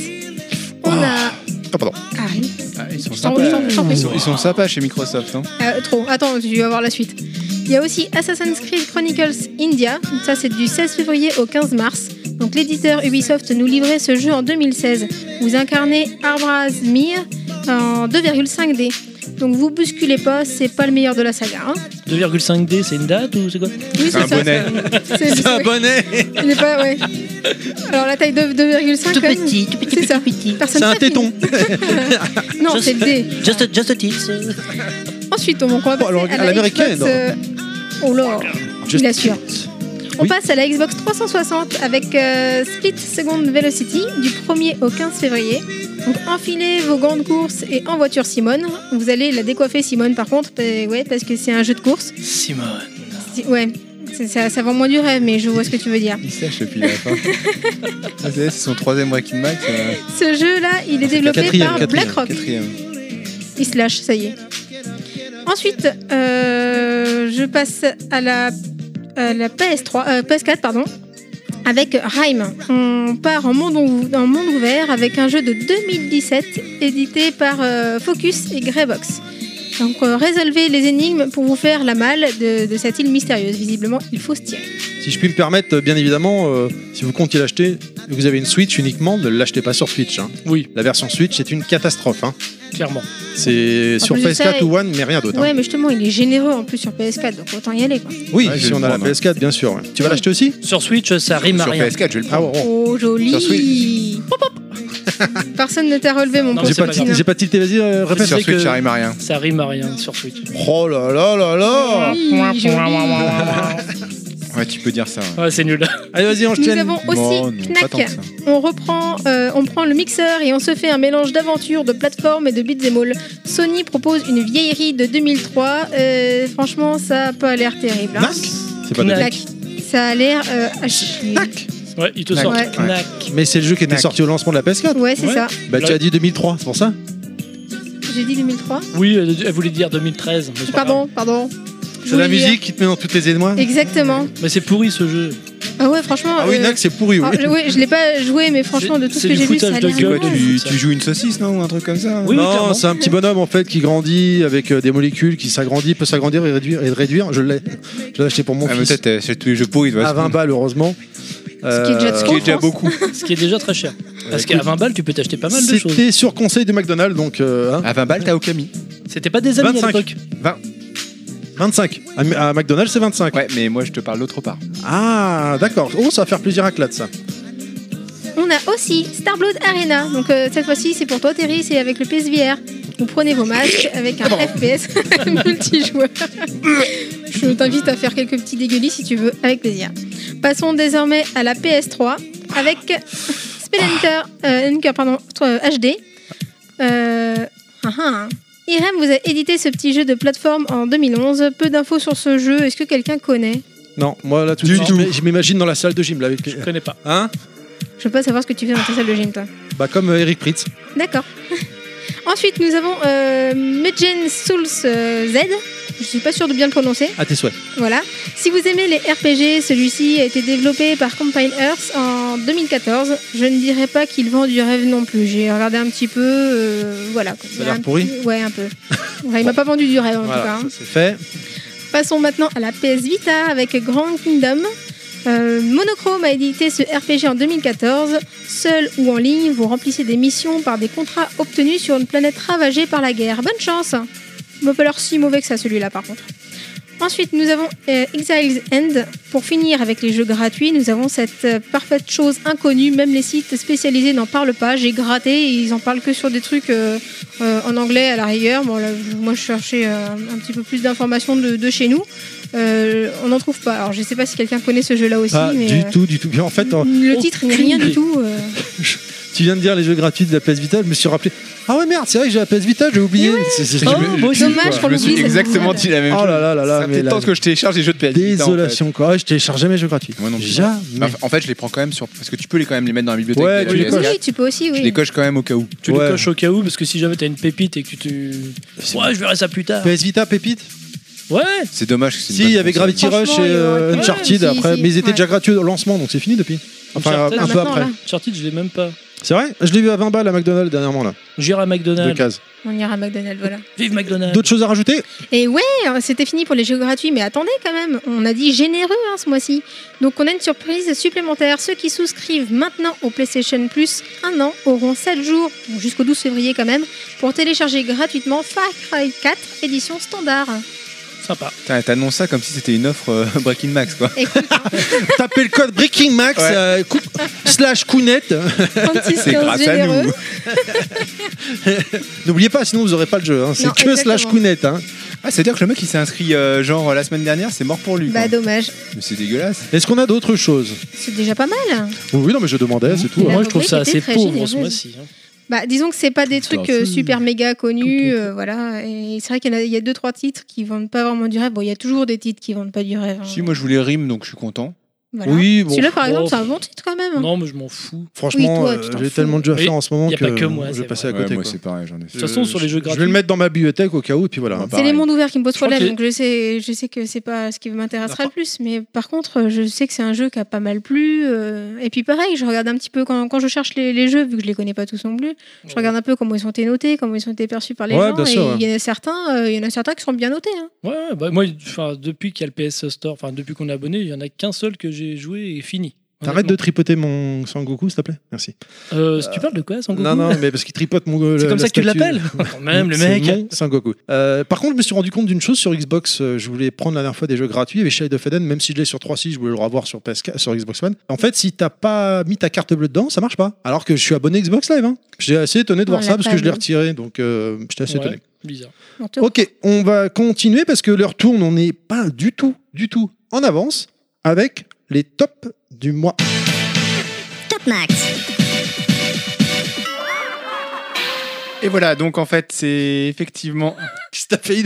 F: On a.
C: Ah, pardon.
F: Ah oui.
D: Ah, Ils sont
F: Je t'en- je t'en- je t'en prie.
D: Ils sont, ils sont sympas chez Microsoft. hein.
F: Euh, trop. Attends, tu vas voir la suite. Il y a aussi Assassin's Creed Chronicles India. Ça, c'est du 16 février au 15 mars. Donc, l'éditeur Ubisoft nous livrait ce jeu en 2016. Vous incarnez Arbraz Mir en 2,5D. Donc, vous bousculez pas, c'est pas le meilleur de la saga. hein.
E: 2,5D, c'est une date ou c'est quoi
F: Oui,
D: un
F: ça,
D: bonnet.
F: c'est- C'est c'est-
C: bonnet.
F: Il est pas, ouais. Alors, la taille de 2,5
A: Tout
F: quand même.
A: petit, tout petit,
F: C'est ça.
A: tout petit.
F: Personne
C: C'est un
F: sait,
C: téton.
F: (laughs) finalement. non, c'est le D.
A: Just a, just a tits.
F: Ensuite, on va passer
C: Oh, alors,
F: à
C: à
F: la
C: l'américaine.
F: Xbox. euh, Oh là, il assure. On
C: Oui.
F: passe à la Xbox 360 avec euh, Split Second Velocity du 1er au 15 février. Donc enfilez vos gants de course et en voiture Simone. Vous allez la décoiffer Simone par contre, euh, ouais, parce que c'est un jeu de course.
E: Simone.
F: Si- Ouais, c'est- ça, ça vend moins du rêve, mais je vois ce que tu veux dire.
D: Ils sèchent depuis la (laughs) fin. Ah, c'est c'est son troisième Wrecking Max. euh,
F: Ce jeu-là, il est développé
C: quatrième,
F: par
C: quatrième,
F: BlackRock.
D: quatrième.
F: Il se lâche, ça y est. Ensuite, euh, je passe à la, à la PS3, euh, PS4, pardon, avec Rhyme. On part en monde, ou- en monde ouvert avec un jeu de 2017 édité par euh, Focus et Greybox. Donc, euh, résolvez les énigmes pour vous faire la malle de, de cette île mystérieuse. Visiblement, il faut se tirer.
C: Si je puis me permettre, euh, bien évidemment, euh, si vous comptiez l'acheter, vous avez une Switch uniquement, ne l'achetez pas sur Switch. hein.
E: Oui.
C: La version Switch est une catastrophe. hein.
E: clairement.
C: C'est sur
F: plus de ça,
C: PS4 ou One, mais rien d'autre. hein.
F: Ouais, mais justement, il est généreux en plus sur PS4, donc autant y aller quoi.
C: Oui,
D: Ouais, je
C: si
D: vais
C: on
D: le
C: a la
D: prendre, hein.
C: PS4, bien sûr. ouais. Tu vas l'acheter aussi
E: Sur Switch, ça rime à
D: Sur
E: rien.
D: PS4, je vais le
C: Ah
D: prendre.
C: ouais, ouais.
F: Oh
D: Sur
F: joli Personne ne t'a relevé mon
E: Non,
F: pauvre
C: J'ai pas,
E: pas
F: petit
E: grave.
C: tilté- j'ai pas tilté, vas-y, euh, répète.
D: Sur
E: C'est
D: Switch,
E: que-
D: ça rime à rien.
E: Ça rime à rien sur Switch.
C: Oh là là là là
F: nain. Oui, joli.
D: Ouais, tu peux dire ça. ouais.
E: Ouais, c'est nul. (laughs)
C: Allez, vas-y, on
F: Nous
C: tienne.
F: avons
D: Bon,
F: aussi
D: non, pas tant que
F: Knack.
D: ça.
F: On reprend, euh, on prend le mixeur et on se fait un mélange d'aventure, de plateforme et de beat'em all. Sony propose une vieillerie de 2003. euh, franchement, ça a pas l'air terrible. hein.
C: Knack C'est pas
E: Knack.
C: Knack.
F: Knack. Ça a l'air. euh, à chier.
E: Ouais, il te sort
F: Ouais.
E: Knack.
C: Mais c'est le jeu qui était
D: Knack.
C: sorti au lancement de la PS4.
F: Ouais, c'est
E: Ouais.
F: ça.
C: Bah, tu
E: Là-
C: as dit 2003, c'est pour ça
F: J'ai dit 2003.
E: Oui, euh, elle voulait dire 2013. mais c'est pas grave.
F: Pardon, pardon. Je
C: C'est la
F: voulais dire.
C: musique qui te met dans toutes les émois
F: Exactement.
E: Mais c'est pourri ce jeu.
F: Ah ouais, franchement.
C: Ah oui,
F: euh,
C: Knack, c'est pourri, oui.
F: ah, je- ouais, je l'ai pas joué, mais franchement, de tout
E: C'est-
F: ce que
E: c'est
F: j'ai
E: du
F: vu, ça a
E: foutage de
F: l'air.
E: gueule.
D: Quoi,
E: Ouais,
F: bien.
D: tu,
E: ça.
D: tu joues une saucisse, non Ou un truc comme ça
E: Oui,
C: non,
E: clairement.
C: c'est un petit bonhomme en fait qui grandit avec euh, des molécules qui s'agrandit, peut s'agrandir et réduire. Et réduire. Je l'ai je l'ai acheté pour mon
D: Ah, mais
C: fils
D: peut-être, euh, c'est tous les jeux pourris, tu vois.
C: à 20 balles, heureusement. Euh,
F: Ce qui est déjà
D: Ce qui
F: trop. en
D: est déjà
F: France.
D: beaucoup.
E: Ce qui est déjà très cher. Parce qu'à 20 balles, tu peux t'acheter pas mal de choses.
C: C'était sur conseil de McDonald's, donc euh, hein,
D: À 20 balles, t'as Okami.
E: C'était pas des amis
C: 25.
E: à l'époque.
C: 25. À, M- à McDonald's, c'est 25.
D: Ouais, mais moi, je te parle l'autre part.
C: Ah, d'accord. Oh, ça va faire plaisir à Clad, ça.
F: On a aussi Starblood Arena. Donc euh, cette fois-ci, c'est pour toi, Terry, c'est avec le PSVR. Vous prenez vos masques avec un FPS (laughs) multijoueur. (laughs) Je t'invite à faire quelques petits dégueulis si tu veux, avec plaisir. Passons désormais à la PS3 avec Spelunker euh, Hunker, pardon, euh, HD. Euh, ah, ah. Irem vous a édité ce petit jeu de plateforme en 2011. Peu d'infos sur ce jeu. Est-ce que quelqu'un connaît
C: Non, moi là tout
D: Du
C: de suite,
D: tout.
C: je m- je m'imagine dans la salle de gym là avec.
E: Je connais pas.
C: Hein
F: Je veux pas savoir ce que tu fais dans ta salle de gym, toi.
C: Bah comme euh, Eric Pritz.
F: D'accord. (laughs) Ensuite, nous avons euh, Megen Souls euh, Z. Je suis pas sûre de bien le prononcer.
C: À tes souhaits.
F: Voilà. Si vous aimez les RPG, celui-ci a été développé par Compile Earth en 2014. Je ne dirais pas qu'il vend du rêve non plus. J'ai regardé un petit peu. euh, voilà. quoi.
C: Ça a l'air
F: Un
C: pourri.
F: petit- Ouais,
C: (laughs)
F: un peu. Enfin, il m'a pas vendu du rêve en tout cas.
C: Voilà,
F: hein.
C: ça, c'est fait.
F: Passons maintenant à la PS Vita avec Grand Kingdom. Euh, Monochrome a édité ce RPG en 2014. Seul ou en ligne, vous remplissez des missions par des contrats obtenus sur une planète ravagée par la guerre. Bonne chance Il m'a pas l'air si mauvais que ça celui-là par contre. Ensuite, nous avons euh, Exile's End. Pour finir avec les jeux gratuits, nous avons cette euh, parfaite chose inconnue. Même les sites spécialisés n'en parlent pas. J'ai gratté et ils en parlent que sur des trucs euh, euh, en anglais à la rigueur. Bon, là, je- moi, je cherchais euh, un petit peu plus d'informations de, de chez nous. Euh, on n'en trouve pas. Alors, je ne sais pas si quelqu'un connaît ce jeu-là aussi,
C: Pas
F: mais
C: Ah, du
F: euh,
C: tout, du tout. Mais en fait, en-
F: le titre, il n'y a
E: Aucune
F: rien du
E: idée.
F: tout. euh.
C: tu viens de dire les jeux gratuits de la PS Vita, je me suis rappelé. Ah ouais merde, c'est vrai que j'ai la PS Vita, j'ai oublié. C'est- c'est-
D: Je
E: Oh,
D: me-
E: moi aussi,
F: dommage
E: quoi.
F: qu'on
D: Je me suis
F: l'oublie, cette
D: exactement
F: bousculade.
D: dit la même chose.
C: Oh là là là là,
D: Ça
C: mais
D: fait
C: la
D: tant que je télécharge les jeux de PS Vita, en fait.
C: désolation quoi. Ouais, je télécharge jamais les jeux gratuits.
D: Moi non plus.
C: Jamais.
D: Bah, En fait, je les prends quand même sur. Parce que tu peux les quand même les mettre dans la bibliothèque.
C: Ouais,
D: de la
C: tu les
D: PS4.
C: coches.
F: Oui, tu peux aussi,
D: Je
F: oui.
D: les coche quand même au cas où.
E: Tu
C: Ouais.
E: les coches au cas où, parce que si jamais t'as une pépite et que tu te.
C: C'est
E: Ouais, je verrai ça plus tard.
C: PS Vita pépite
E: Ouais,
D: C'est dommage. que c'est une
C: Si,
D: bonne
C: il y avait
D: console.
C: Gravity
F: Franchement,
C: Rush et
F: il y aurait-
C: euh,
F: Ouais,
C: Uncharted
F: si,
C: après,
F: si.
C: mais ils étaient
F: Ouais.
C: déjà gratuits au lancement donc c'est fini depuis. Enfin,
E: Uncharted,
C: un peu
F: maintenant,
C: après.
F: là,
E: Uncharted, je l'ai même pas.
C: C'est vrai Je l'ai vu à 20 balles à McDonald's dernièrement là,
E: J'irai à
C: de
E: McDonald's.
C: case.
F: on ira à McDonald's, voilà.
E: Vive McDonald's.
C: D'autres choses à rajouter
F: Et ouais, euh, c'était fini pour les jeux gratuits, mais attendez quand même, on a dit généreux hein, ce mois-ci. Donc on a une surprise supplémentaire. Ceux qui souscrivent maintenant au PlayStation Plus un an auront 7 jours, bon, jusqu'au 12 février quand même, pour télécharger gratuitement Far Cry 4 édition standard.
E: Sympa.
D: Putain, T'annonces ça comme si c'était une offre euh, (laughs) Breaking Max, quoi.
F: Écoute,
C: Tapez le code Breaking Max
D: Ouais.
C: euh, coup- slash Kounet. (laughs)
F: 36
D: C'est
F: 15
D: grâce à
F: généreux.
D: nous.
C: N'oubliez pas, sinon vous n'aurez pas le jeu. hein. C'est
F: Non,
C: que slash
F: exactement.
C: Kounet. hein.
D: Ah, c'est-à-dire que le mec, il s'est inscrit euh, genre la semaine dernière, c'est mort pour lui. quoi.
F: Bah dommage,
D: Mais c'est dégueulasse.
C: Est-ce qu'on a d'autres choses
F: c'est déjà pas mal.
C: Oui, Oui, non, mais je demandais, c'est tout. hein.
F: La
E: Moi, je trouve
F: rubrique
E: ça
F: était
E: assez
F: très
E: pauvre
F: généreuse.
E: ce mois-ci. hein.
F: Bah disons que c'est pas des trucs
C: c'est-
F: euh, super méga connus, euh, voilà. Et c'est vrai qu'il y en a- il y, a deux trois titres qui vendent pas vraiment du rêve. Bon, il y a toujours des titres qui vendent pas du rêve. hein.
D: Si, moi, je voulais rime, donc je suis content.
F: Voilà.
C: Oui, bon,
F: Celui-là, par exemple,
E: Oh.
F: c'est un bon titre quand même. hein.
E: Non, mais je m'en fous.
C: franchement,
F: Oui, toi,
C: euh,
F: tu t'en
C: j'ai
F: fous.
C: tellement de jeux à
E: Oui,
C: faire en ce moment
E: y a
C: que
E: pas que moi,
C: je vais
E: c'est
C: passer à
D: Ouais,
C: côté.
D: moi,
C: quoi.
D: c'est pareil, j'en ai
E: toute façon, sur les jeux
C: Je vais
E: gratuits-
C: le mettre dans ma bibliothèque au cas où, et puis voilà.
D: Ouais,
F: C'est
D: Pareil.
F: les mondes ouverts qui me posent
E: Je crois
F: problème,
E: que-
F: donc je sais, je sais que c'est pas ce qui m'intéressera le plus, mais par contre, je sais que c'est un jeu qui a pas mal plu. euh, Et puis pareil, je regarde un petit peu quand, quand je cherche les, les jeux, vu que je les connais pas tous non plus, je regarde un peu comment ils ont été notés, comment ils ont été perçus par les
C: Ouais,
F: gens,
C: bien
F: et
C: sûr, ouais.
F: il y en a certains, euh, il y en a certains qui sont bien notés. hein.
E: Ouais, ouais, bah, moi, enfin, depuis qu'il y a le PS Store, enfin, depuis qu'on est abonné, il y en a qu'un seul que j'ai joué et fini.
C: T'arrêtes de tripoter mon Sangoku, s'il te plaît Merci.
E: Euh, tu parles de quoi, Sangoku
C: Non, non, mais parce qu'il tripote mon. euh,
E: (laughs) C'est
C: la-
E: comme
C: la
E: ça que tu
C: statue. (laughs)
E: l'appelles Quand même, le
C: C'est
E: mec
C: mon Sangoku. Euh, par contre, je me suis rendu compte d'une chose sur Xbox. euh, Je voulais prendre la dernière fois des jeux gratuits. Il y avait Child of Eden, même si je l'ai sur 3.6, je voulais le revoir sur, PS4 sur Xbox One. En fait, si t'as pas mis ta carte bleue dedans, ça marche pas. Alors que je suis abonné Xbox Live. Hein. J'étais assez étonné de
F: On
C: voir ça
F: l'a
C: parce
F: pas
C: que je l'ai
F: vu.
C: retiré. Donc, euh, j'étais assez
E: Ouais,
C: étonné.
E: Bizarre.
F: Honteux.
C: Ok, on va continuer parce que l'heure tourne, on n'est pas du tout, du tout en avance avec les tops du mois. (laughs)
A: Top Max.
D: Et voilà, donc en fait, c'est
C: (laughs)
D: effectivement.
C: Qu'est-ce que t'as fait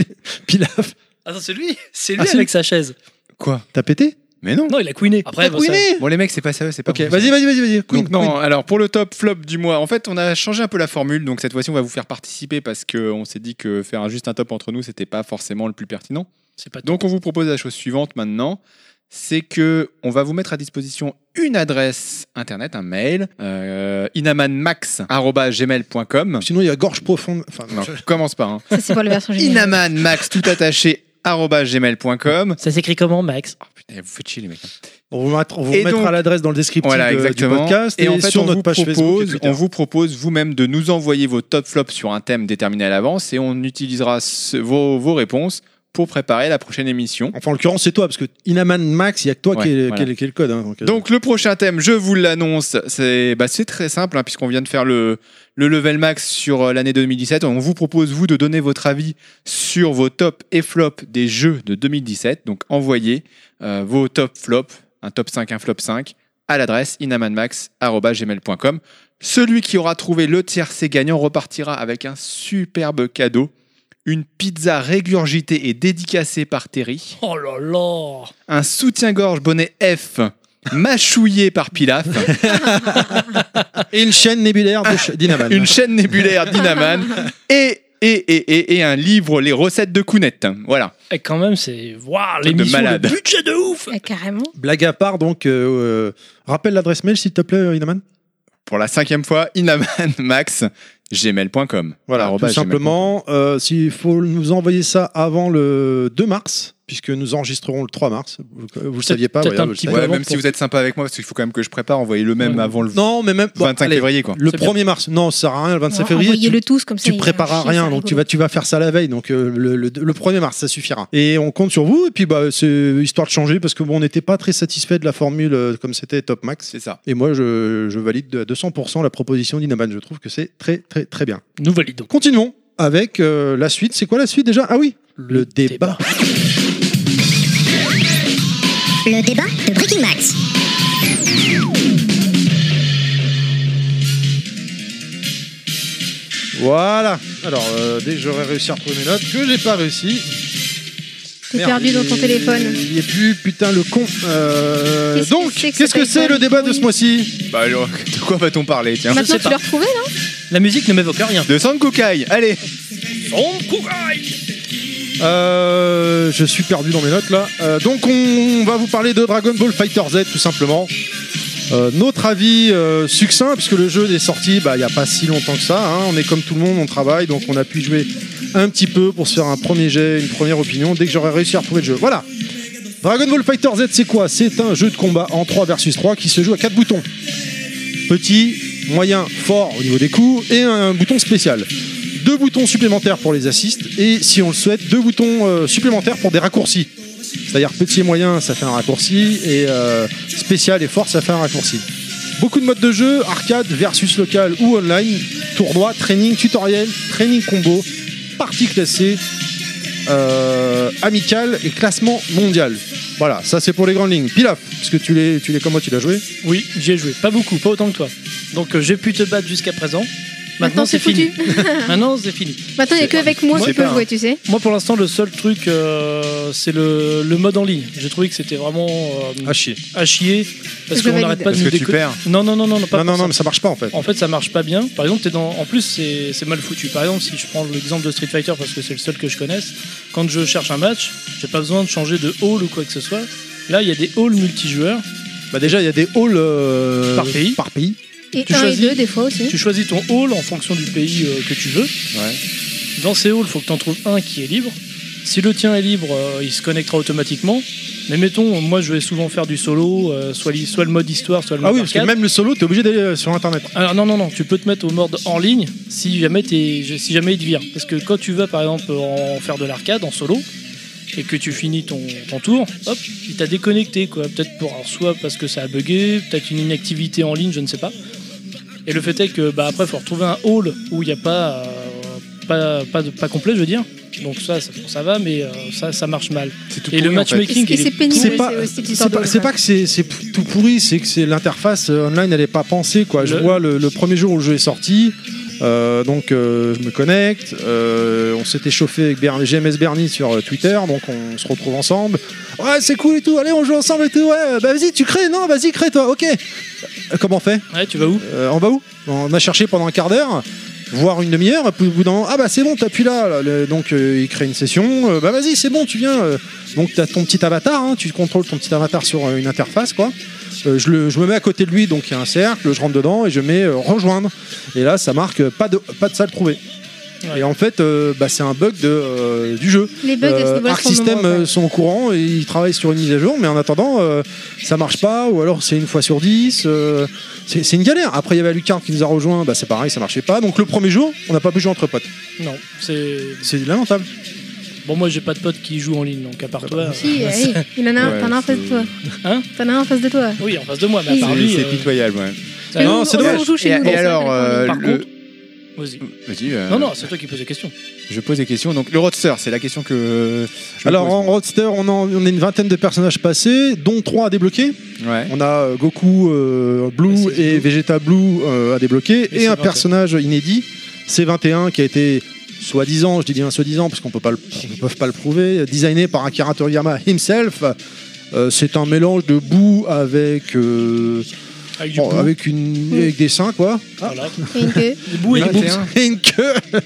C: Pilaf
E: Attends, c'est lui C'est
C: Ah,
E: lui
C: c'est
E: avec sa chaise.
D: Quoi
C: T'as pété
D: Mais non
E: Non, il a queené. Après,
D: bah,
C: T'as
E: bon, ça-
C: couiné
D: Bon, les mecs, c'est pas sérieux, c'est pas
C: Ok,
D: possible.
C: vas-y, vas-y, vas-y, vas-y. Queen,
D: Donc, non, euh,
C: Queen.
D: alors pour le top flop du mois, en fait, on a changé un peu la formule. Donc cette fois-ci, on va vous faire participer parce qu'on s'est dit que faire un- juste un top entre nous, c'était pas forcément le plus pertinent.
E: c'est pas
D: Donc on vous propose la chose suivante maintenant, c'est que on va vous mettre à disposition une adresse internet, un mail, euh, inamanmax@gmail.com.
C: Sinon, il y a gorge profonde. Enfin,
D: Non,
C: je-
D: je commence pas. Hein.
F: Ça, c'est pour la
C: (laughs)
F: version générale.
D: Inamanmax tout attaché @gmail.com.
E: Ça s'écrit comment, Max
D: Ah, putain, vous faites chier les mecs.
C: on vous mettra, on vous
D: Et
C: mettra
D: donc-
C: l'adresse dans le descriptif
D: Voilà,
C: de- du
D: exactement.
C: podcast et,
D: en fait,
C: sur
D: on
C: notre
D: vous
C: page Facebook. et
D: propose,
C: Twitter.
D: on vous propose vous-même de nous envoyer vos top flops sur un thème déterminé à l'avance et on utilisera ce- vos, vos réponses pour préparer la prochaine émission.
C: Enfin, en l'occurrence, c'est toi parce que Inaman Max, il y a que toi
D: Ouais,
C: qui, est,
D: voilà.
C: qui est- qui est le code. hein, donc, euh,
D: Donc le prochain thème, je vous l'annonce, c'est bah, c'est très simple hein, puisqu'on vient de faire le, le level max sur euh, l'année 2017. On vous propose vous de donner votre avis sur vos tops et flops des jeux de 2017. Donc envoyez euh, vos top flops, un top 5, un flop 5 à l'adresse inamanmax@gmail.com. Celui qui aura trouvé le tiercé gagnant repartira avec un superbe cadeau, une pizza régurgitée et dédicacée par Terry
E: Oh là là
D: un soutien-gorge bonnet F mâchouillé par Pilaf,
C: et une chaîne nébulaire de ch- d'Inaman.
D: (laughs) une chaîne nébulaire Dynaman et, et, et, et, et un livre Les recettes de Counette. Voilà.
E: Et Eh, quand même, c'est. Waouh,
D: de
E: l'émission, le
D: malade.
E: budget de ouf
F: Ah, carrément.
C: Blague à part, donc, euh, euh, rappelle l'adresse mail, s'il te plaît, Inaman.
D: Pour la cinquième fois, inamanmax.gmail.com.
C: Voilà, tout
D: Arrobas
C: simplement. Euh, S'il faut nous envoyer ça avant le 2 mars, puisque nous enregistrerons le 3 mars. Vous, vous le saviez pas,
E: peut-être
C: voilà,
E: un
C: vous le
D: gmail.com.
E: petit
C: savez.
D: Ouais,
E: Avant
D: même
E: pour-
D: si vous êtes sympa avec moi, parce qu'il faut quand même que je prépare, envoyez-le même
E: Ouais.
D: avant le
C: Non, mais même. bon,
D: 25
C: allez,
D: février. Quoi.
C: Le
E: C'est bien.
C: 1er mars. Non, ça sert à rien, le 25
F: Non,
C: février.
F: Envoyez-le hein,
C: Tu,
F: tous comme ça.
C: tu
F: il va
C: prépares à
F: chier,
C: rien,
F: ça
C: donc
F: rigole.
C: tu vas, tu vas faire ça la veille. Donc euh, le, le, le 1er mars, ça suffira. Et on compte sur vous. Et puis, bah, c'est histoire de changer, parce que bon, on n'était pas très satisfait de la formule euh, comme c'était Top Max.
D: C'est ça.
C: Et moi, je, je valide à 200% la proposition d'Inaman. Je trouve que c'est très, très, très bien.
E: Nous validons.
C: Continuons avec euh, la suite. C'est quoi la suite déjà Ah oui, le, débat.
A: Le débat de Breaking Max.
C: Voilà. Alors, euh, dès que j'aurai réussi à retrouver mes notes, que j'ai pas réussi.
F: T'es
C: Merde,
F: perdu dans ton
C: il-
F: téléphone.
C: Il n'y a plus, putain, le con. Euh,
F: Qu'est-ce que
C: donc,
F: c'est que
C: qu'est-ce que
F: cet
C: c'est le
F: iPhone
C: débat de ce
F: Oui.
C: mois-ci
D: Bah, alors, de quoi va-t-on parler tiens
E: sais
F: Maintenant, tu
E: pas.
F: l'as retrouvé là
E: La musique ne m'évoque rien.
D: De Sankukai Allez
C: Euh, Je suis perdu dans mes notes là. Euh, donc, on va vous parler de Dragon Ball Fighter Z tout simplement. Euh, notre avis euh, succinct, puisque le jeu est sorti bah, il n'y a pas si longtemps que ça. hein. On est comme tout le monde, on travaille, donc on a pu jouer un petit peu pour se faire un premier jet, une première opinion, dès que j'aurai réussi à retrouver le jeu. Voilà Dragon Ball Fighter Z, c'est quoi C'est un jeu de combat en 3 versus 3 qui se joue à 4 boutons. Petit, moyen, fort au niveau des coups et un bouton spécial. Deux boutons supplémentaires pour les assists et si on le souhaite, deux boutons euh, supplémentaires pour des raccourcis. C'est-à-dire petit et moyen, ça fait un raccourci et euh, spécial et fort, ça fait un raccourci. Beaucoup de modes de jeu, arcade versus local ou online, tournoi, training, tutoriel, training combo, partie classée, euh, amical et classement mondial. Voilà, ça c'est pour les grandes lignes. Pilaf, parce que tu l'es, tu l'es comment tu l'as joué
E: Oui, j'y ai joué. Pas beaucoup, pas autant que toi. Donc euh, j'ai pu te battre jusqu'à présent. Maintenant,
F: Maintenant,
E: c'est
F: c'est
E: fini.
F: foutu. (laughs)
E: Maintenant, c'est fini.
F: Maintenant, il n'y a que avec
D: Moi,
F: moi qui
D: c'est pas,
F: peux
D: hein.
F: jouer, tu sais.
E: Moi, pour l'instant, le seul truc, euh, c'est le, le mode en ligne. J'ai trouvé que c'était vraiment euh,
C: Ah chier.
E: à chier. Parce
F: Je
E: qu'on
F: valide.
E: n'arrête pas de
D: Parce
E: nous
D: que tu
E: déconner.
D: perds.
E: Non, non, non, non, non,
C: Non,
E: pas
C: non,
E: pour ça.
C: non, mais ça marche pas en fait.
E: En fait, ça marche pas bien. Par exemple, t'es dans. En plus, c'est c'est mal foutu. Par exemple, si je prends l'exemple de Street Fighter parce que c'est le seul que je connaisse, quand je cherche un match, j'ai pas besoin de changer de hall ou quoi que ce soit. Là, il y a des halls multijoueurs.
C: Bah déjà, il y a des halls euh,
E: Par pays.
C: Par pays.
F: Et
E: Tu
F: un
E: choisis-
F: et deux, des fois aussi.
E: Tu choisis ton hall en fonction du pays euh, que tu veux.
D: Ouais.
E: Dans ces halls, faut que t'en trouves un qui est libre. Si le tien est libre, euh, il se connectera automatiquement. Mais mettons, moi je vais souvent faire du solo, euh, soit, li- soit le mode histoire, soit le mode
C: Ah oui, parce que
E: arcade.
C: même le solo, t'es obligé d'aller euh, sur internet.
E: Alors non, non, non, tu peux te mettre au mode en ligne si jamais, t'es- si jamais il te vire. Parce que quand tu vas par exemple en faire de l'arcade en solo et que tu finis ton, ton tour, hop, il t'a déconnecté quoi. Peut-être pour alors, soit parce que ça a bugué, peut-être une inactivité en ligne, je ne sais pas. Et le fait est que bah, après, faut retrouver un hall où il n'y a pas, euh, pas, pas, de- pas complet, je veux dire. Donc ça, ça, ça va, mais euh, ça, ça marche mal.
D: C'est tout
E: Et le
D: pourri, en fait.
E: matchmaking,
F: Est-ce que
E: il
F: c'est
E: est-
F: pénible
C: C'est pas,
F: c'est- cette
C: c'est
F: histoire de
C: pas, c'est pas que c'est c'est p- tout pourri, c'est que c'est l'interface euh, online, elle est pas pensée quoi. Je
E: Le-
C: vois le, le premier jour où le jeu est sorti, euh, donc euh, je me connecte. euh, on s'était chauffé avec Ber- GMS Bernie sur euh, Twitter, donc on se retrouve ensemble. Ouais, c'est cool et tout. Allez, on joue ensemble et tout. Ouais, bah vas-y, tu crées, non, vas-y, crée toi. Ok. Euh, Comment on fait
E: Ouais, tu vas où
C: Euh, En bas où On a cherché pendant un quart d'heure voire une demi-heure, puis au bout d'un moment, ah bah c'est bon, t'appuies là, là, le- donc euh, il crée une session, euh, bah vas-y c'est bon, tu viens, euh, donc t'as ton petit avatar, hein, tu contrôles ton petit avatar sur euh, une interface quoi, Euh, je, le- je me mets à côté de lui, donc il y a un cercle, je rentre dedans et je mets euh, rejoindre, et là ça marque euh, pas de, pas de salle trouvée.
E: Ouais.
C: Et en fait, euh, bah, c'est un bug de, euh, du jeu.
F: Les bugs à ce
C: Euh,
F: niveau-là
C: Arc
F: sont nombreux,
C: System
F: quoi.
C: euh, sont au courant et ils travaillent sur une mise à jour, mais en attendant, euh, ça marche pas, ou alors c'est une fois sur dix. euh, c'est c'est une galère. Après, il y avait Lucard qui nous a rejoint, bah, c'est pareil, ça marchait pas. Donc le premier jour, on n'a pas pu jouer entre potes.
E: Non, c'est
C: C'est lamentable.
E: bon. Moi, j'ai pas de potes qui jouent en ligne, donc à
D: Ah
E: part
D: bah.
E: toi. euh,
F: Si, eh, oui, il en a un,
D: Ouais,
F: t'en as un en face de toi.
E: Hein
F: T'en as un en face de toi.
E: Oui, en face de moi, mais à
F: Oui.
E: part
D: C'est
E: lui,
D: c'est
E: euh,
D: pitoyable, ouais.
E: ça-
D: Oh,
C: Non, c'est
F: On
C: dommage.
F: joue chez
D: Et,
F: nous,
D: et
F: dans
D: alors,
F: le salon,
D: euh,
E: Par
D: le-
E: contre, vas-y.
D: Vas-y, euh,
E: Non, non, c'est toi qui poses la question.
D: je pose des questions. Donc, le roadster, c'est la question que. euh, je me
C: Alors en
D: pose.
C: Roadster, on a, on a une vingtaine de personnages passés, dont trois à débloquer.
D: Ouais.
C: On a euh, Goku euh, Blue
E: Merci,
C: et
E: Goku.
C: Vegeta Blue euh, à débloquer,
E: Et
C: et,
E: c'est
C: un
E: 21.
C: personnage inédit, C21, qui a été soi-disant, je dis bien soi-disant, parce qu'on peut pas le- ils ne peuvent pas le prouver, euh, designé par Akira Toriyama himself. Euh, c'est un mélange de boue avec, euh,
E: Avec du
C: bon,
E: bout.
C: avec, une,
F: Mm.
C: avec des seins, quoi.
E: Voilà.
F: Et une queue.
E: Du bout et du bout.
D: 21.
C: Et une queue
E: Oui,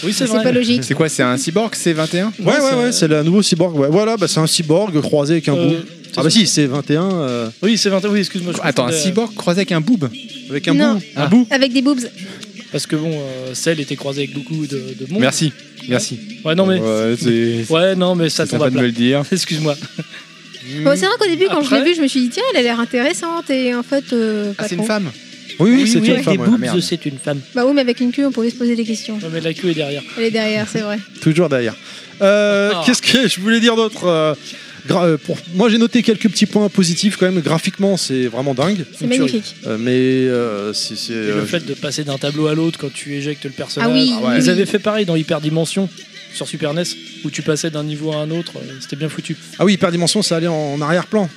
E: c'est
F: C'est
E: vrai.
F: pas logique.
D: C'est quoi C'est un cyborg C21
C: Ouais, ouais,
E: c'est-
C: ouais, c'est le nouveau cyborg. ouais. Voilà, bah, c'est un cyborg croisé avec un
E: Euh,
C: bout. Ah bah si, c'est 21 euh,
E: Oui, c'est 21. Oui, excuse-moi. je
D: Attends, un
E: confondais, euh,
D: cyborg croisé avec un boob
C: avec un
F: Non.
C: bout.
D: Ah.
C: Un bout
F: Avec des boobs.
E: Parce que bon, euh, Cell était croisé avec beaucoup de, de monde.
D: Merci, merci.
E: Ouais, non mais,
D: Ouais, c'est.
E: (laughs) ouais, non mais ça
D: C'est
E: tombe à
D: sympa de me
E: plat.
D: le dire.
E: (laughs) Excuse-moi.
F: Bon, c'est vrai qu'au début, quand je l'ai
E: Après-
F: vu, je me suis dit, tiens, elle a l'air intéressante. Et en fait, euh, pas
D: Ah, c'est
F: trop.
D: une femme
C: Oui, oui, c'est une
E: avec
C: femme.
E: des
C: ouais.
E: boobs,
D: merde.
E: c'est une femme.
F: Bah oui, mais avec une queue, on pouvait se poser des questions.
E: Non mais la queue est derrière.
F: Elle est derrière, c'est vrai.
C: Toujours derrière. Euh,
E: Ah.
C: Qu'est-ce que je voulais dire d'autre Euh, gra- euh, pour... Moi, j'ai noté quelques petits points positifs quand même. Graphiquement, c'est vraiment dingue.
F: C'est magnifique.
C: Euh, mais euh, c'est. c'est,
E: Et le
C: euh,
E: fait de passer d'un tableau à l'autre quand tu éjectes le personnage.
F: Ah oui,
D: Ah ouais.
E: Ils
F: oui.
E: avaient fait pareil dans Hyperdimension sur Super NES où tu passais d'un niveau à un autre. euh, C'était bien foutu.
C: Ah oui, Hyperdimension, ça allait en arrière-plan.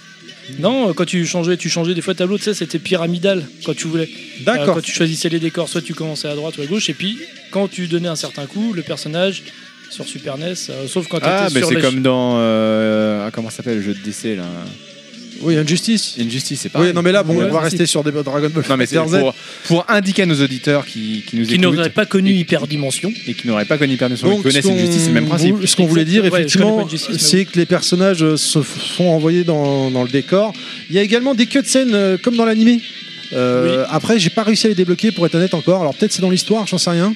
E: Non, euh, quand tu changeais, tu changeais des fois de tableau. Tu sais, c'était pyramidal quand tu voulais. Euh,
C: D'accord.
E: quand tu choisissais les décors, soit tu commençais à droite ou à gauche, et puis quand tu donnais un certain coup, le personnage sur Super NES, euh, sauf quand tu
D: Ah, mais
E: sur
D: c'est
E: la-
D: comme dans. euh, ah, comment ça s'appelle le jeu de décès là
C: Oui, Injustice.
D: Injustice, c'est pas.
C: Oui, non, mais là, bon,
E: Ah, Ouais,
C: on va
E: si.
C: rester sur des Dragon Ball.
D: Non, mais c'est
C: FighterZ.
D: pour, pour indiquer à nos auditeurs qui, qui nous
E: qui
D: écoutent
E: n'aurait pas connu Hyperdimension.
D: et qui n'auraient pas connu Hyperdimension,
C: Donc,
D: ils connaissent
C: ce qu'on
D: Injustice, c'est le même principe.
C: voulait- Ce qu'on voulait dire,
E: Ouais, je connais
C: effectivement,
E: pas Injustice, mais
C: c'est que les personnages euh, se font envoyer dans, dans le décor. Il y a également des cutscenes euh, comme dans l'animé. Euh, Après, j'ai pas réussi à les débloquer pour être honnête encore. Alors peut-être c'est dans l'histoire, j'en sais rien.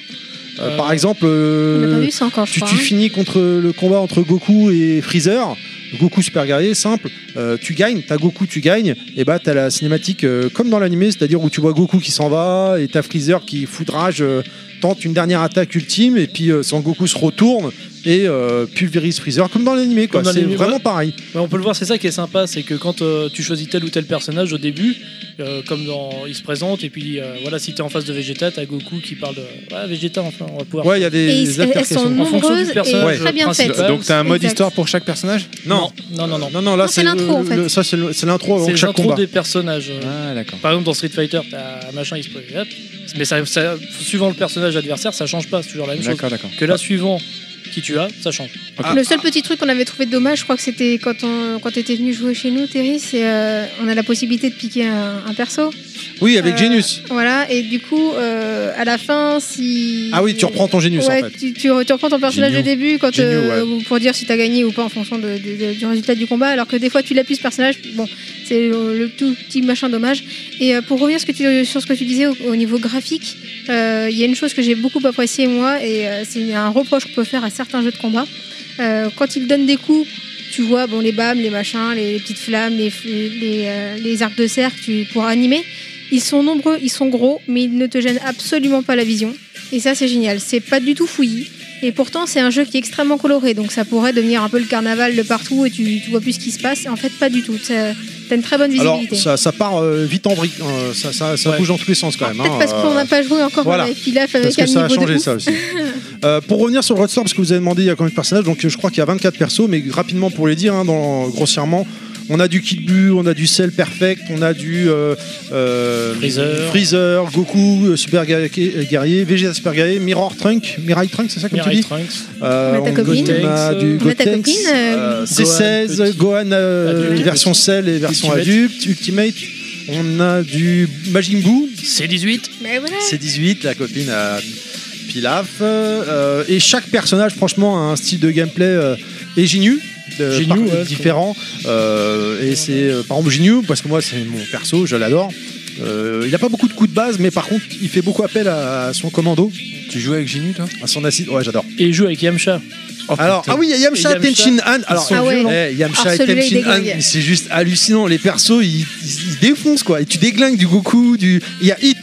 C: Euh,
E: Euh,
C: Par exemple,
F: On
C: euh,
F: n'a pas vu ça encore, je
C: tu,
F: crois.
C: tu
F: hein.
C: finis contre le combat entre Goku et Freezer. Goku super guerrier, simple. Euh, tu gagnes, t'as Goku, tu gagnes. Et bah t'as la cinématique euh, comme dans l'animé, c'est-à-dire où tu vois Goku qui s'en va et t'as Freezer qui foudrage euh, tente une dernière attaque ultime et puis euh, Son Goku se retourne et euh, pulvérise Freezer comme dans l'animé. quoi.
E: Comme dans
C: C'est
E: l'animé,
C: vraiment
E: ouais.
C: pareil.
E: Mais on peut le voir, c'est ça qui est sympa, c'est que quand euh, tu choisis tel ou tel personnage au début, euh, comme dans, il se présente, et puis euh, voilà, si t'es en face de Vegeta, t'as Goku qui parle de ouais, Vegeta, enfin, on va pouvoir.
C: Ouais, il y a
F: Et
C: des
F: ils- elles sont
E: En fonction du
F: nombreuses et
E: personnage
F: très bien
E: principal.
F: faites.
E: Ouais,
D: Donc, t'as un mode
F: exact.
D: histoire pour chaque personnage
C: Non.
E: non, non, non.
C: Non, non, là
F: Non, c'est
C: le-
F: l'intro, en fait.
C: le- Ça c'est le- c'est l'intro avant
E: C'est
C: chaque
E: l'intro
C: combat.
E: des personnages. euh,
D: Ah, d'accord.
E: Par exemple, dans Street Fighter, t'as un machin, il se pose, hop. Mais ça, ça- suivant le personnage adversaire, ça change pas, c'est toujours la même chose.
D: D'accord, d'accord.
E: Que là, suivant qui tu as, ça change.
C: Ah.
F: Le seul petit truc qu'on avait trouvé dommage, je crois que c'était quand on quand t'étais venu jouer chez nous, Terry, c'est euh, on a la possibilité de piquer un, un perso.
C: Oui, avec
F: Euh,
C: Genius.
F: Voilà, et du coup, euh, à la fin, si
C: Ah oui, tu reprends ton Genius
F: euh, Ouais,
C: en fait.
F: tu, tu re- tu reprends ton personnage
D: Géniaux.
F: au début quand,
D: Géniaux,
F: euh, pour dire si t'as gagné ou pas en fonction de- de- de- du résultat du combat, alors que des fois tu l'appuies ce personnage. Bon, c'est le, le tout petit machin dommage. Et euh, pour revenir ce que tu- sur ce que tu disais au, au niveau graphique, euh, il y a une chose que j'ai beaucoup appréciée moi, et euh, c'est un reproche qu'on peut faire à certains jeux de combat. Euh, quand il donne des coups, tu vois bon les bams, les machins, les, les petites flammes, les, les, euh, les arcs de cercle tu, pour animer. Ils sont nombreux, ils sont gros, mais ils ne te gênent absolument pas la vision. Et ça, c'est génial. C'est pas du tout fouillis. Et pourtant, c'est un jeu qui est extrêmement coloré, donc ça pourrait devenir un peu le carnaval de partout et tu, tu vois plus ce qui se passe. En fait, pas du tout. Ça- T'as une très bonne
C: Alors,
F: visibilité.
C: ça, ça part euh, vite en brique, hein, ça, ça, ça
D: Ouais.
C: bouge dans tous les sens quand même.
F: Ah, Peut-être
C: hein,
F: parce qu'on
C: euh,
F: n'a pas joué encore
C: voilà.
F: avec Pilaf
C: parce
F: avec un
C: que ça a
F: niveau de
C: changé
F: ouf.
C: ça
F: (laughs)
C: aussi. Euh, pour revenir sur le Roadstorm, parce que vous avez demandé il y a combien de personnages, donc euh, je crois qu'il y a 24 persos, mais rapidement pour les dire, hein, dans, grossièrement, on a du Kidbu, on a du Cell Perfect, on a du euh, euh,
E: Freezer.
C: Freezer, Goku, euh, Super Guerrier- euh, Guerrier, Vegeta Super Guerrier, Mirror Trunk, Mirai Trunk, c'est ça comme
E: Mirai
C: tu dis
E: Trunks.
C: Euh,
F: On a ta copine.
C: on a du
E: On a
F: ta
C: Gotenks,
F: copine, euh,
C: euh, C16,
E: Gohan, petit.
C: Gohan, euh,
E: Adulte.
C: version Cell et version
E: Ultimate.
C: adulte, Ultimate. On a du Majin Buu,
E: C'est 18
F: Mais voilà.
C: c'est 18, la copine à Pilaf. Euh, et chaque personnage, franchement, a un style de gameplay euh, et Ginyu. de-
E: Ginyu,
C: par-
E: ouais,
C: différent Euh, et c'est euh, par exemple Ginyu parce que moi c'est mon perso je l'adore Euh, il n'a pas beaucoup de coups de base mais par contre il fait beaucoup appel à, à son commando
D: Tu jouais avec Ginny, toi
C: à son acide ouais j'adore
E: et il joue avec Yamcha.
C: alors ah oui il y a Yamcha,
E: Et Yamcha,
C: Tenchin Han alors
E: sont
F: Ah ouais. violents.
C: eh, Yamcha
F: Alors,
C: et
F: celui-là, il
C: Tenchin Han
F: déglingue.
C: mais c'est juste hallucinant les persos ils, ils, ils défoncent quoi et tu déglingues du Goku du il y a Hit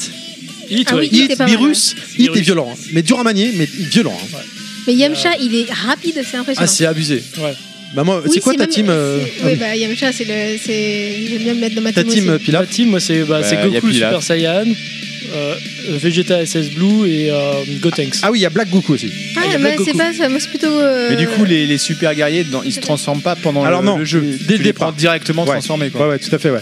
E: Hit,
F: Ah
E: ouais.
F: oui,
E: Hit.
F: Hit est
C: Hit,
F: pas mal,
C: virus, Hit est
E: Virus.
C: violent, hein. mais dur à manier, mais violent. hein.
F: Mais Yamcha, il est rapide, c'est impressionnant.
C: Euh, Ah, c'est abusé.
E: Ouais.
C: Bah, moi,
F: Oui,
C: c'est quoi ta
F: même-
C: team euh,
F: c'est- Oui, bah Yamcha, c'est le. c'est- J'aime bien me mettre dans ma
C: Ta
F: team.
C: team euh,
F: aussi.
E: La
C: Pilaf
E: team, moi, c'est bah,
D: Bah,
E: c'est
D: y a
E: Goku
D: Pilaf.
E: Super Saiyan, euh, Vegeta SS Blue et euh, Gotenks.
C: Ah oui, il y a Black Goku aussi.
E: Ah, il
F: Ah,
E: y a
F: bah,
E: Black
F: c'est
E: Goku.
F: pas ça, moi c'est plutôt. euh,
D: Mais du coup, les, les super guerriers, dans- ils se transforment pas pendant
C: Alors
D: le,
C: non,
D: le jeu.
C: dès le
D: tu les
C: départ.
D: prends directement
C: Ouais.
D: transformés.
C: Ouais,
D: Quoi.
C: ouais, tout à fait, ouais.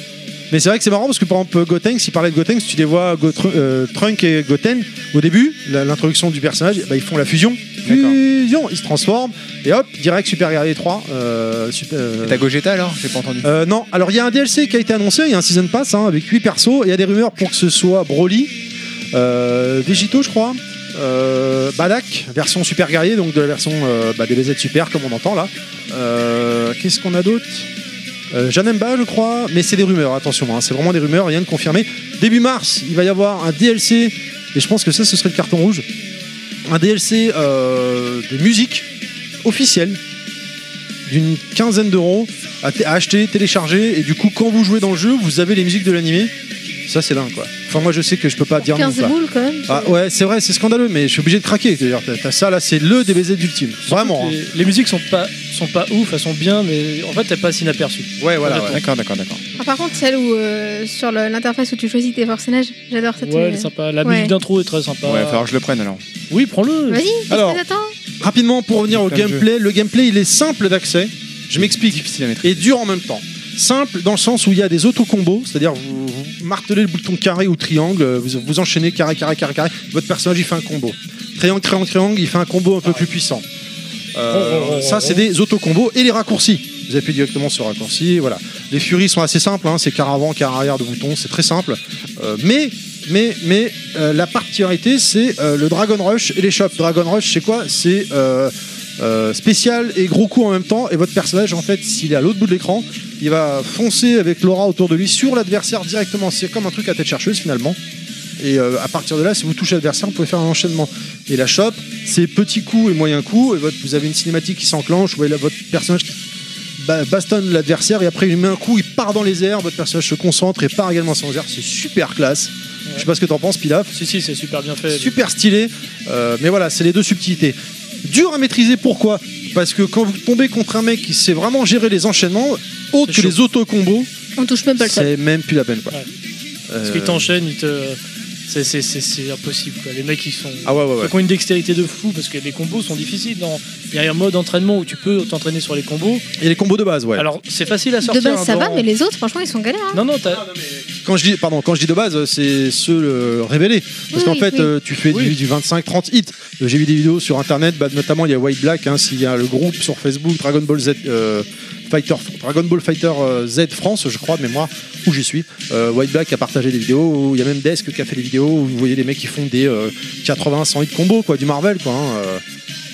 C: Mais c'est vrai que c'est marrant parce que par exemple Gotenks, il parlait de Gotenks, tu les vois Gotru- euh, Trunk et Goten au début, la- l'introduction du personnage, bah, ils font la fusion,
D: D'accord.
C: fusion, ils se transforment et hop, direct Super Guerrier 3. euh, super, euh,
D: Et T'as Gogeta alors J'ai pas entendu.
C: Euh, non, alors il y a un DLC qui a été annoncé, il y a un season pass hein, avec 8 persos, il y a des rumeurs pour que ce soit Broly, euh, Vegito je crois, euh, Badak, version super guerrier, donc de la version euh, bah, DBZ Super comme on entend là. Euh, Qu'est-ce qu'on a d'autre euh, Janemba je crois, mais c'est des rumeurs, attention, hein, c'est vraiment des rumeurs, rien de confirmé. Début mars, il va y avoir un DLC, et je pense que ça ce serait le carton rouge, un DLC euh, de musique officielle d'une quinzaine d'euros à, t- à acheter, télécharger, et du coup, quand vous jouez dans le jeu, vous avez les musiques de l'animé. Ça, c'est dingue, quoi. Enfin, moi, je sais que je peux pas
F: pour
C: dire non.
F: 15
C: quoi.
F: boules quand même.
C: Ah, ouais, c'est vrai, c'est scandaleux, mais je suis obligé de craquer. D'ailleurs, t'as- t'as ça, là, c'est le DBZ d'ultime. Vraiment. hein.
E: Les, les musiques sont pas, sont pas ouf, elles sont bien, mais en fait, elles passent inaperçues.
C: Ouais, voilà.
E: Honnêtement.
C: ouais.
D: D'accord, d'accord, d'accord.
F: Ah, par contre, celle où euh, sur le- l'interface où tu choisis tes personnages, j'adore cette.
E: Ouais,
F: euh,
E: elle est sympa. La
F: Ouais.
E: musique d'intro est très sympa.
D: Ouais, il va falloir que je le prenne alors.
E: Oui, prends-le.
F: Vas-y, qu'est-ce
C: Alors.
F: que t'attends
C: Rapidement, pour revenir au
D: Comme jeu.
C: gameplay, le gameplay, il est simple d'accès. Je m'explique.
D: Difficile à maîtriser.
C: et dur en même temps. Simple dans le sens où il y a des auto-combos, c'est-à-dire vous, vous martelez le bouton carré ou triangle, euh, vous, vous enchaînez carré, carré, carré, carré, votre personnage il fait un combo. Triangle, triangle, triangle, il fait un combo un peu plus puissant. Euh,
E: Ron, ron, ron,
C: ça, c'est
E: ron.
C: des auto-combos et les raccourcis. Vous appuyez directement sur raccourci, voilà. Les furies sont assez simples, hein, c'est car avant, car arrière de boutons, c'est très simple. Euh, mais, mais, mais, euh, la particularité, c'est euh, le Dragon Rush et les shops. Dragon Rush, c'est quoi C'est euh, euh, spécial et gros coup en même temps. Et votre personnage, en fait, s'il est à l'autre bout de l'écran, il va foncer avec l'aura autour de lui sur l'adversaire directement. C'est comme un truc à tête chercheuse finalement. Et euh, à partir de là, si vous touchez l'adversaire, vous pouvez faire un enchaînement. Et la chope, c'est petit coup et moyen coup. Et votre- vous avez une cinématique qui s'enclenche. Vous voyez là, votre personnage qui ba- bastonne l'adversaire et après il met un coup, il part dans les airs. Votre personnage se concentre et part également sans airs. C'est super classe. Je sais pas ce que t'en penses, Pilaf.
E: Si, si, c'est super bien fait.
C: Super stylé. Euh, mais voilà, c'est les deux subtilités. Dur à maîtriser, pourquoi Parce que quand vous tombez contre un mec qui sait vraiment gérer les enchaînements, autre
E: C'est
C: que
E: chaud.
C: les auto-combos,
F: On touche même pas le sol.
C: c'est même plus la peine. Quoi.
E: Ouais.
C: Euh,
E: Parce qu'ils t'enchaînent, ils te. c'est- c'est- C'est c'est impossible, quoi. Les mecs, ils sont.
C: Ah ouais, ouais, ouais.
E: Ils ont une dextérité de fou parce que les combos sont difficiles. dans- Il y a un mode entraînement où tu peux t'entraîner sur les combos.
C: Et les combos de base, ouais.
E: Alors c'est facile à
F: De
E: sortir.
F: base, ça
E: hein,
F: va,
E: dans-
F: mais les autres, franchement, ils sont galères. hein.
E: Non, non, t'as-
C: Quand je dis, pardon, quand je dis de base, c'est ceux euh, révélés. Parce
F: Oui,
C: qu'en
F: oui,
C: fait,
F: oui.
C: euh, tu fais du-
E: Oui.
C: du, 25-30 hits. Euh, J'ai vu des vidéos sur internet, bah, notamment il y a White Black, hein, s'il y a le groupe sur Facebook Dragon Ball Z. euh, Fighter, Dragon Ball Fighter euh, Z France, je crois, de mémoire, où j'y suis. Euh, White Black a partagé des vidéos, où il y a même Desk qui a fait des vidéos où vous voyez les mecs qui font des 80-100 hits combo, quoi, du Marvel, quoi. hein, euh,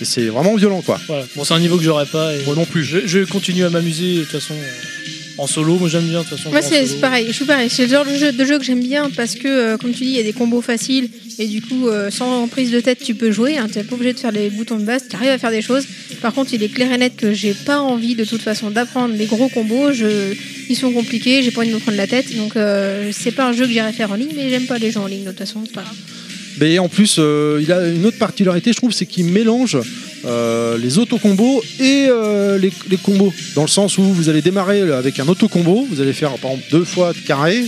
C: et c'est vraiment violent, quoi.
E: voilà. Bon, c'est un niveau que j'aurais pas. Et...
C: Moi non plus.
E: Je, je continue à m'amuser de toute façon. euh, En solo, moi j'aime bien de toute façon.
F: Moi,
E: jouer en
F: c'est
E: solo.
F: c'est pareil, je suis pareil. C'est le genre de jeu, de jeu que j'aime bien parce que, euh, comme tu dis, il y a des combos faciles et du coup, euh, sans prise de tête, tu peux jouer. hein. T'es pas obligé de faire les boutons de base, t'arrives à faire des choses. Par contre, il est clair et net que j'ai pas envie de toute façon d'apprendre les gros combos. Je... Ils sont compliqués, j'ai pas envie de me prendre la tête. Donc, euh, c'est pas un jeu que j'irai faire en ligne, mais j'aime pas les jeux en ligne de toute façon. c'est pas grave.
C: Mais en plus, euh, il a une autre particularité, je trouve, c'est qu'il mélange euh, les autocombos et euh, les, les combos. Dans le sens où vous allez démarrer euh, avec un autocombo, vous allez faire par exemple deux fois de carré,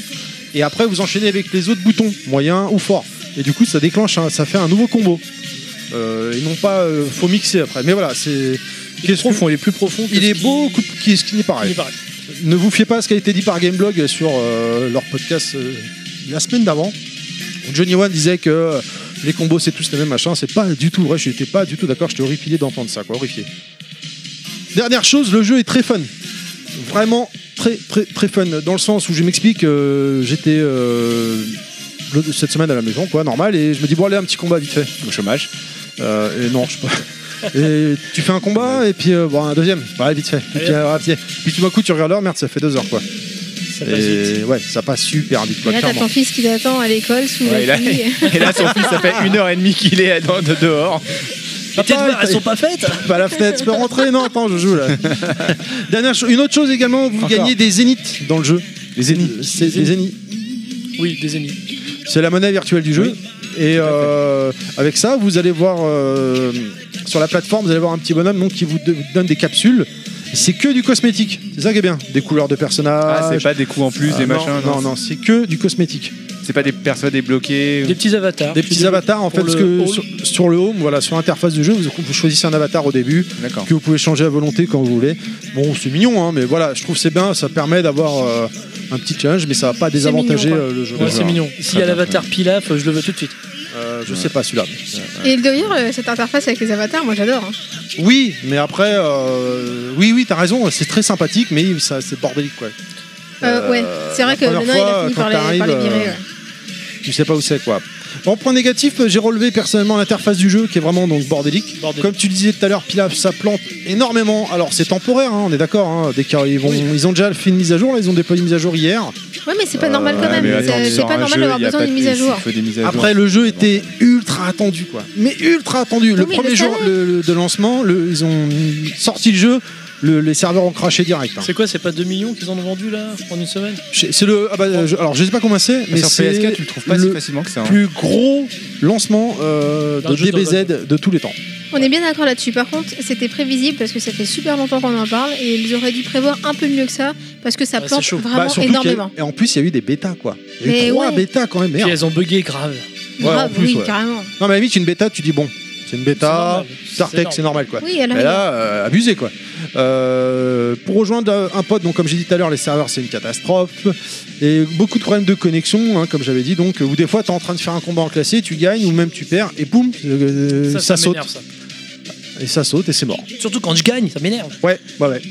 C: et après vous enchaînez avec les autres boutons, moyen ou fort. Et du coup, ça déclenche, un- ça fait un nouveau combo. Euh, et non pas, euh, faut mixer après. Mais voilà, c'est.
E: Il est
C: qu'est-ce que-
E: profond, il est plus profond. que
C: Il
E: ce
C: est
E: qui-
C: beau, coup- qui- ce qui n'est pas
E: Il est
C: pareil.
E: pareil.
C: Ne vous fiez pas à ce qui a été dit par Gameblog sur euh, leur podcast euh, la semaine d'avant. Johnny One disait que euh, les combos c'est tous les mêmes machins. C'est pas du tout vrai. Je n'étais pas du tout d'accord. J'étais horrifié d'entendre ça, quoi. Horrifié. Dernière chose, le jeu est très fun. Vraiment très très très fun dans le sens où je m'explique. euh, J'étais euh, le- cette semaine à la maison, quoi, normal, et je me dis bon allez un petit combat vite fait.
D: Au chômage.
C: Euh, et non, je sais pas. Et tu fais un combat et puis euh, bon, un deuxième, ouais, vite fait. Puis,
E: Allez,
C: puis, euh, vite fait. Puis tout d'un coup, tu regardes l'heure, merde, ça fait deux heures quoi.
E: Ça passe vite.
C: Et ouais, ça passe super vite quoi,
F: Et là, t'as
C: clairement.
F: ton fils qui t'attend à l'école sous
D: Ouais,
C: (laughs)
D: là-
F: la pluie.
D: Et là, son fils, ça fait une heure et demie qu'il est dans- de- dehors.
E: Les
C: Papa,
E: devoirs,
C: Ah, il-
E: elles sont pas faites
C: Pas la fenêtre, je peux rentrer Non, attends, je joue là. Dernière chose, une autre chose également, vous
D: Encore.
C: gagnez des zéniths dans le jeu. Les zéniths. C'est les zéniths.
E: Oui, des ennemis.
C: C'est la monnaie virtuelle du jeu. Et euh, avec ça, vous allez voir euh, sur la plateforme, vous allez voir un petit bonhomme donc, qui vous de- donne des capsules. C'est que du cosmétique. C'est ça qui est bien. Des couleurs de personnages.
D: Ah, c'est pas des coups en plus,
C: Ah,
D: des
C: non,
D: machins.
C: Non, non, c'est que du cosmétique.
D: C'est pas des persos débloqués.
E: Des petits avatars.
C: Des
E: Hein, Tu
C: petits
E: dis-
C: avatars, en fait,
E: pour
C: parce
E: le
C: que
E: hall.
C: sur, sur le home, voilà, sur l'interface du jeu, vous, vous choisissez un avatar au début
D: D'accord.
C: que vous pouvez changer à volonté quand vous voulez. Bon, c'est mignon, hein, mais voilà, je trouve que c'est bien, ça permet d'avoir euh, un petit challenge, mais ça va pas désavantager
F: mignon, quoi.
C: euh, le jeu.
E: Ouais, c'est mignon. S'il y a
D: Très bien,
E: l'avatar Pilaf, je le veux tout de suite.
C: Euh, je sais pas celui-là.
F: Et d'ailleurs, euh, cette interface avec les avatars, moi j'adore. hein.
C: Oui, mais après, euh, oui, oui, t'as raison, c'est très sympathique, mais ça, c'est bordélique, quoi.
F: Euh, ouais, c'est
C: la
F: vrai que
C: première
F: maintenant il
C: fois,
F: a fini
C: quand
F: par les, par les
C: t'arrives,
F: virer.
C: euh,
F: ouais.
C: Tu sais pas où c'est, quoi. En point négatif, euh, j'ai relevé personnellement l'interface du jeu qui est vraiment donc bordélique.
E: Bordel.
C: Comme tu le disais tout à l'heure, Pilaf, ça plante énormément. Alors c'est temporaire, hein, on est d'accord. hein. Dès qu'ils vont, ils ont déjà fait une mise à jour, là, ils ont déployé une mise à jour hier.
F: Ouais, mais c'est
C: Euh,
F: pas normal quand
D: Ouais,
F: même.
D: mais attends,
F: C'est-
D: tu
F: C'est
D: sors
F: pas
D: un
F: normal
D: jeu,
F: d'avoir
D: y a
F: besoin
D: pas
F: d'une
D: de-
F: mise à
D: s'il
F: jour.
D: faut des mises à jour.
C: Après, le jeu était ultra attendu, quoi. Mais ultra attendu. Le
F: mais
C: premier
F: le
C: jour
F: savait.
C: le- le- de lancement, le- ils ont sorti le jeu. le- les serveurs ont craché direct. hein.
E: C'est quoi, c'est pas 2 millions qu'ils en ont vendu là en une semaine
C: C'est c'est le. ah bah, je- alors, je sais pas comment c'est, mais
D: Bah, sur
C: c'est
D: PS4, tu le trouves pas si
C: le
D: facilement que ça. hein.
C: plus gros lancement euh,
E: D'un
C: de
E: jeu sur
C: DBZ de tous les temps.
F: On est bien d'accord là-dessus. Par contre, c'était prévisible parce que ça fait super longtemps qu'on en parle et ils auraient dû prévoir un peu mieux que ça parce que ça
E: Ouais,
F: plante
E: c'est chaud.
F: vraiment
C: Bah, surtout qu'il y a-
F: énormément.
C: et en plus, il y a eu des bêtas, quoi. Il y a eu
F: Mais
C: trois
F: ouais.
C: bêtas quand même,
E: Puis
C: merde.
E: elles ont bugué grave.
C: Ouais,
F: Grave,
C: en plus,
F: oui,
C: ouais. Non,
F: carrément.
C: mais à la limite, une bêta, tu dis bon, c'est une
E: C'est
C: bêta,
E: normal.
C: Star Trek, c'est normal, quoi.
F: Oui, alors.
C: Mais là, euh, abusé quoi. Euh, pour rejoindre euh, un pote, donc comme j'ai dit tout à l'heure, les serveurs c'est une catastrophe et beaucoup de problèmes de connexion, hein, comme j'avais dit. Donc, ou des fois t'es en train de faire un combat en classé, tu gagnes ou même tu perds et boum, euh, ça, saute
E: m'énerve, ça.
C: et ça saute et c'est mort.
E: Surtout quand je gagne, ça m'énerve.
C: Ouais, ouais, ouais.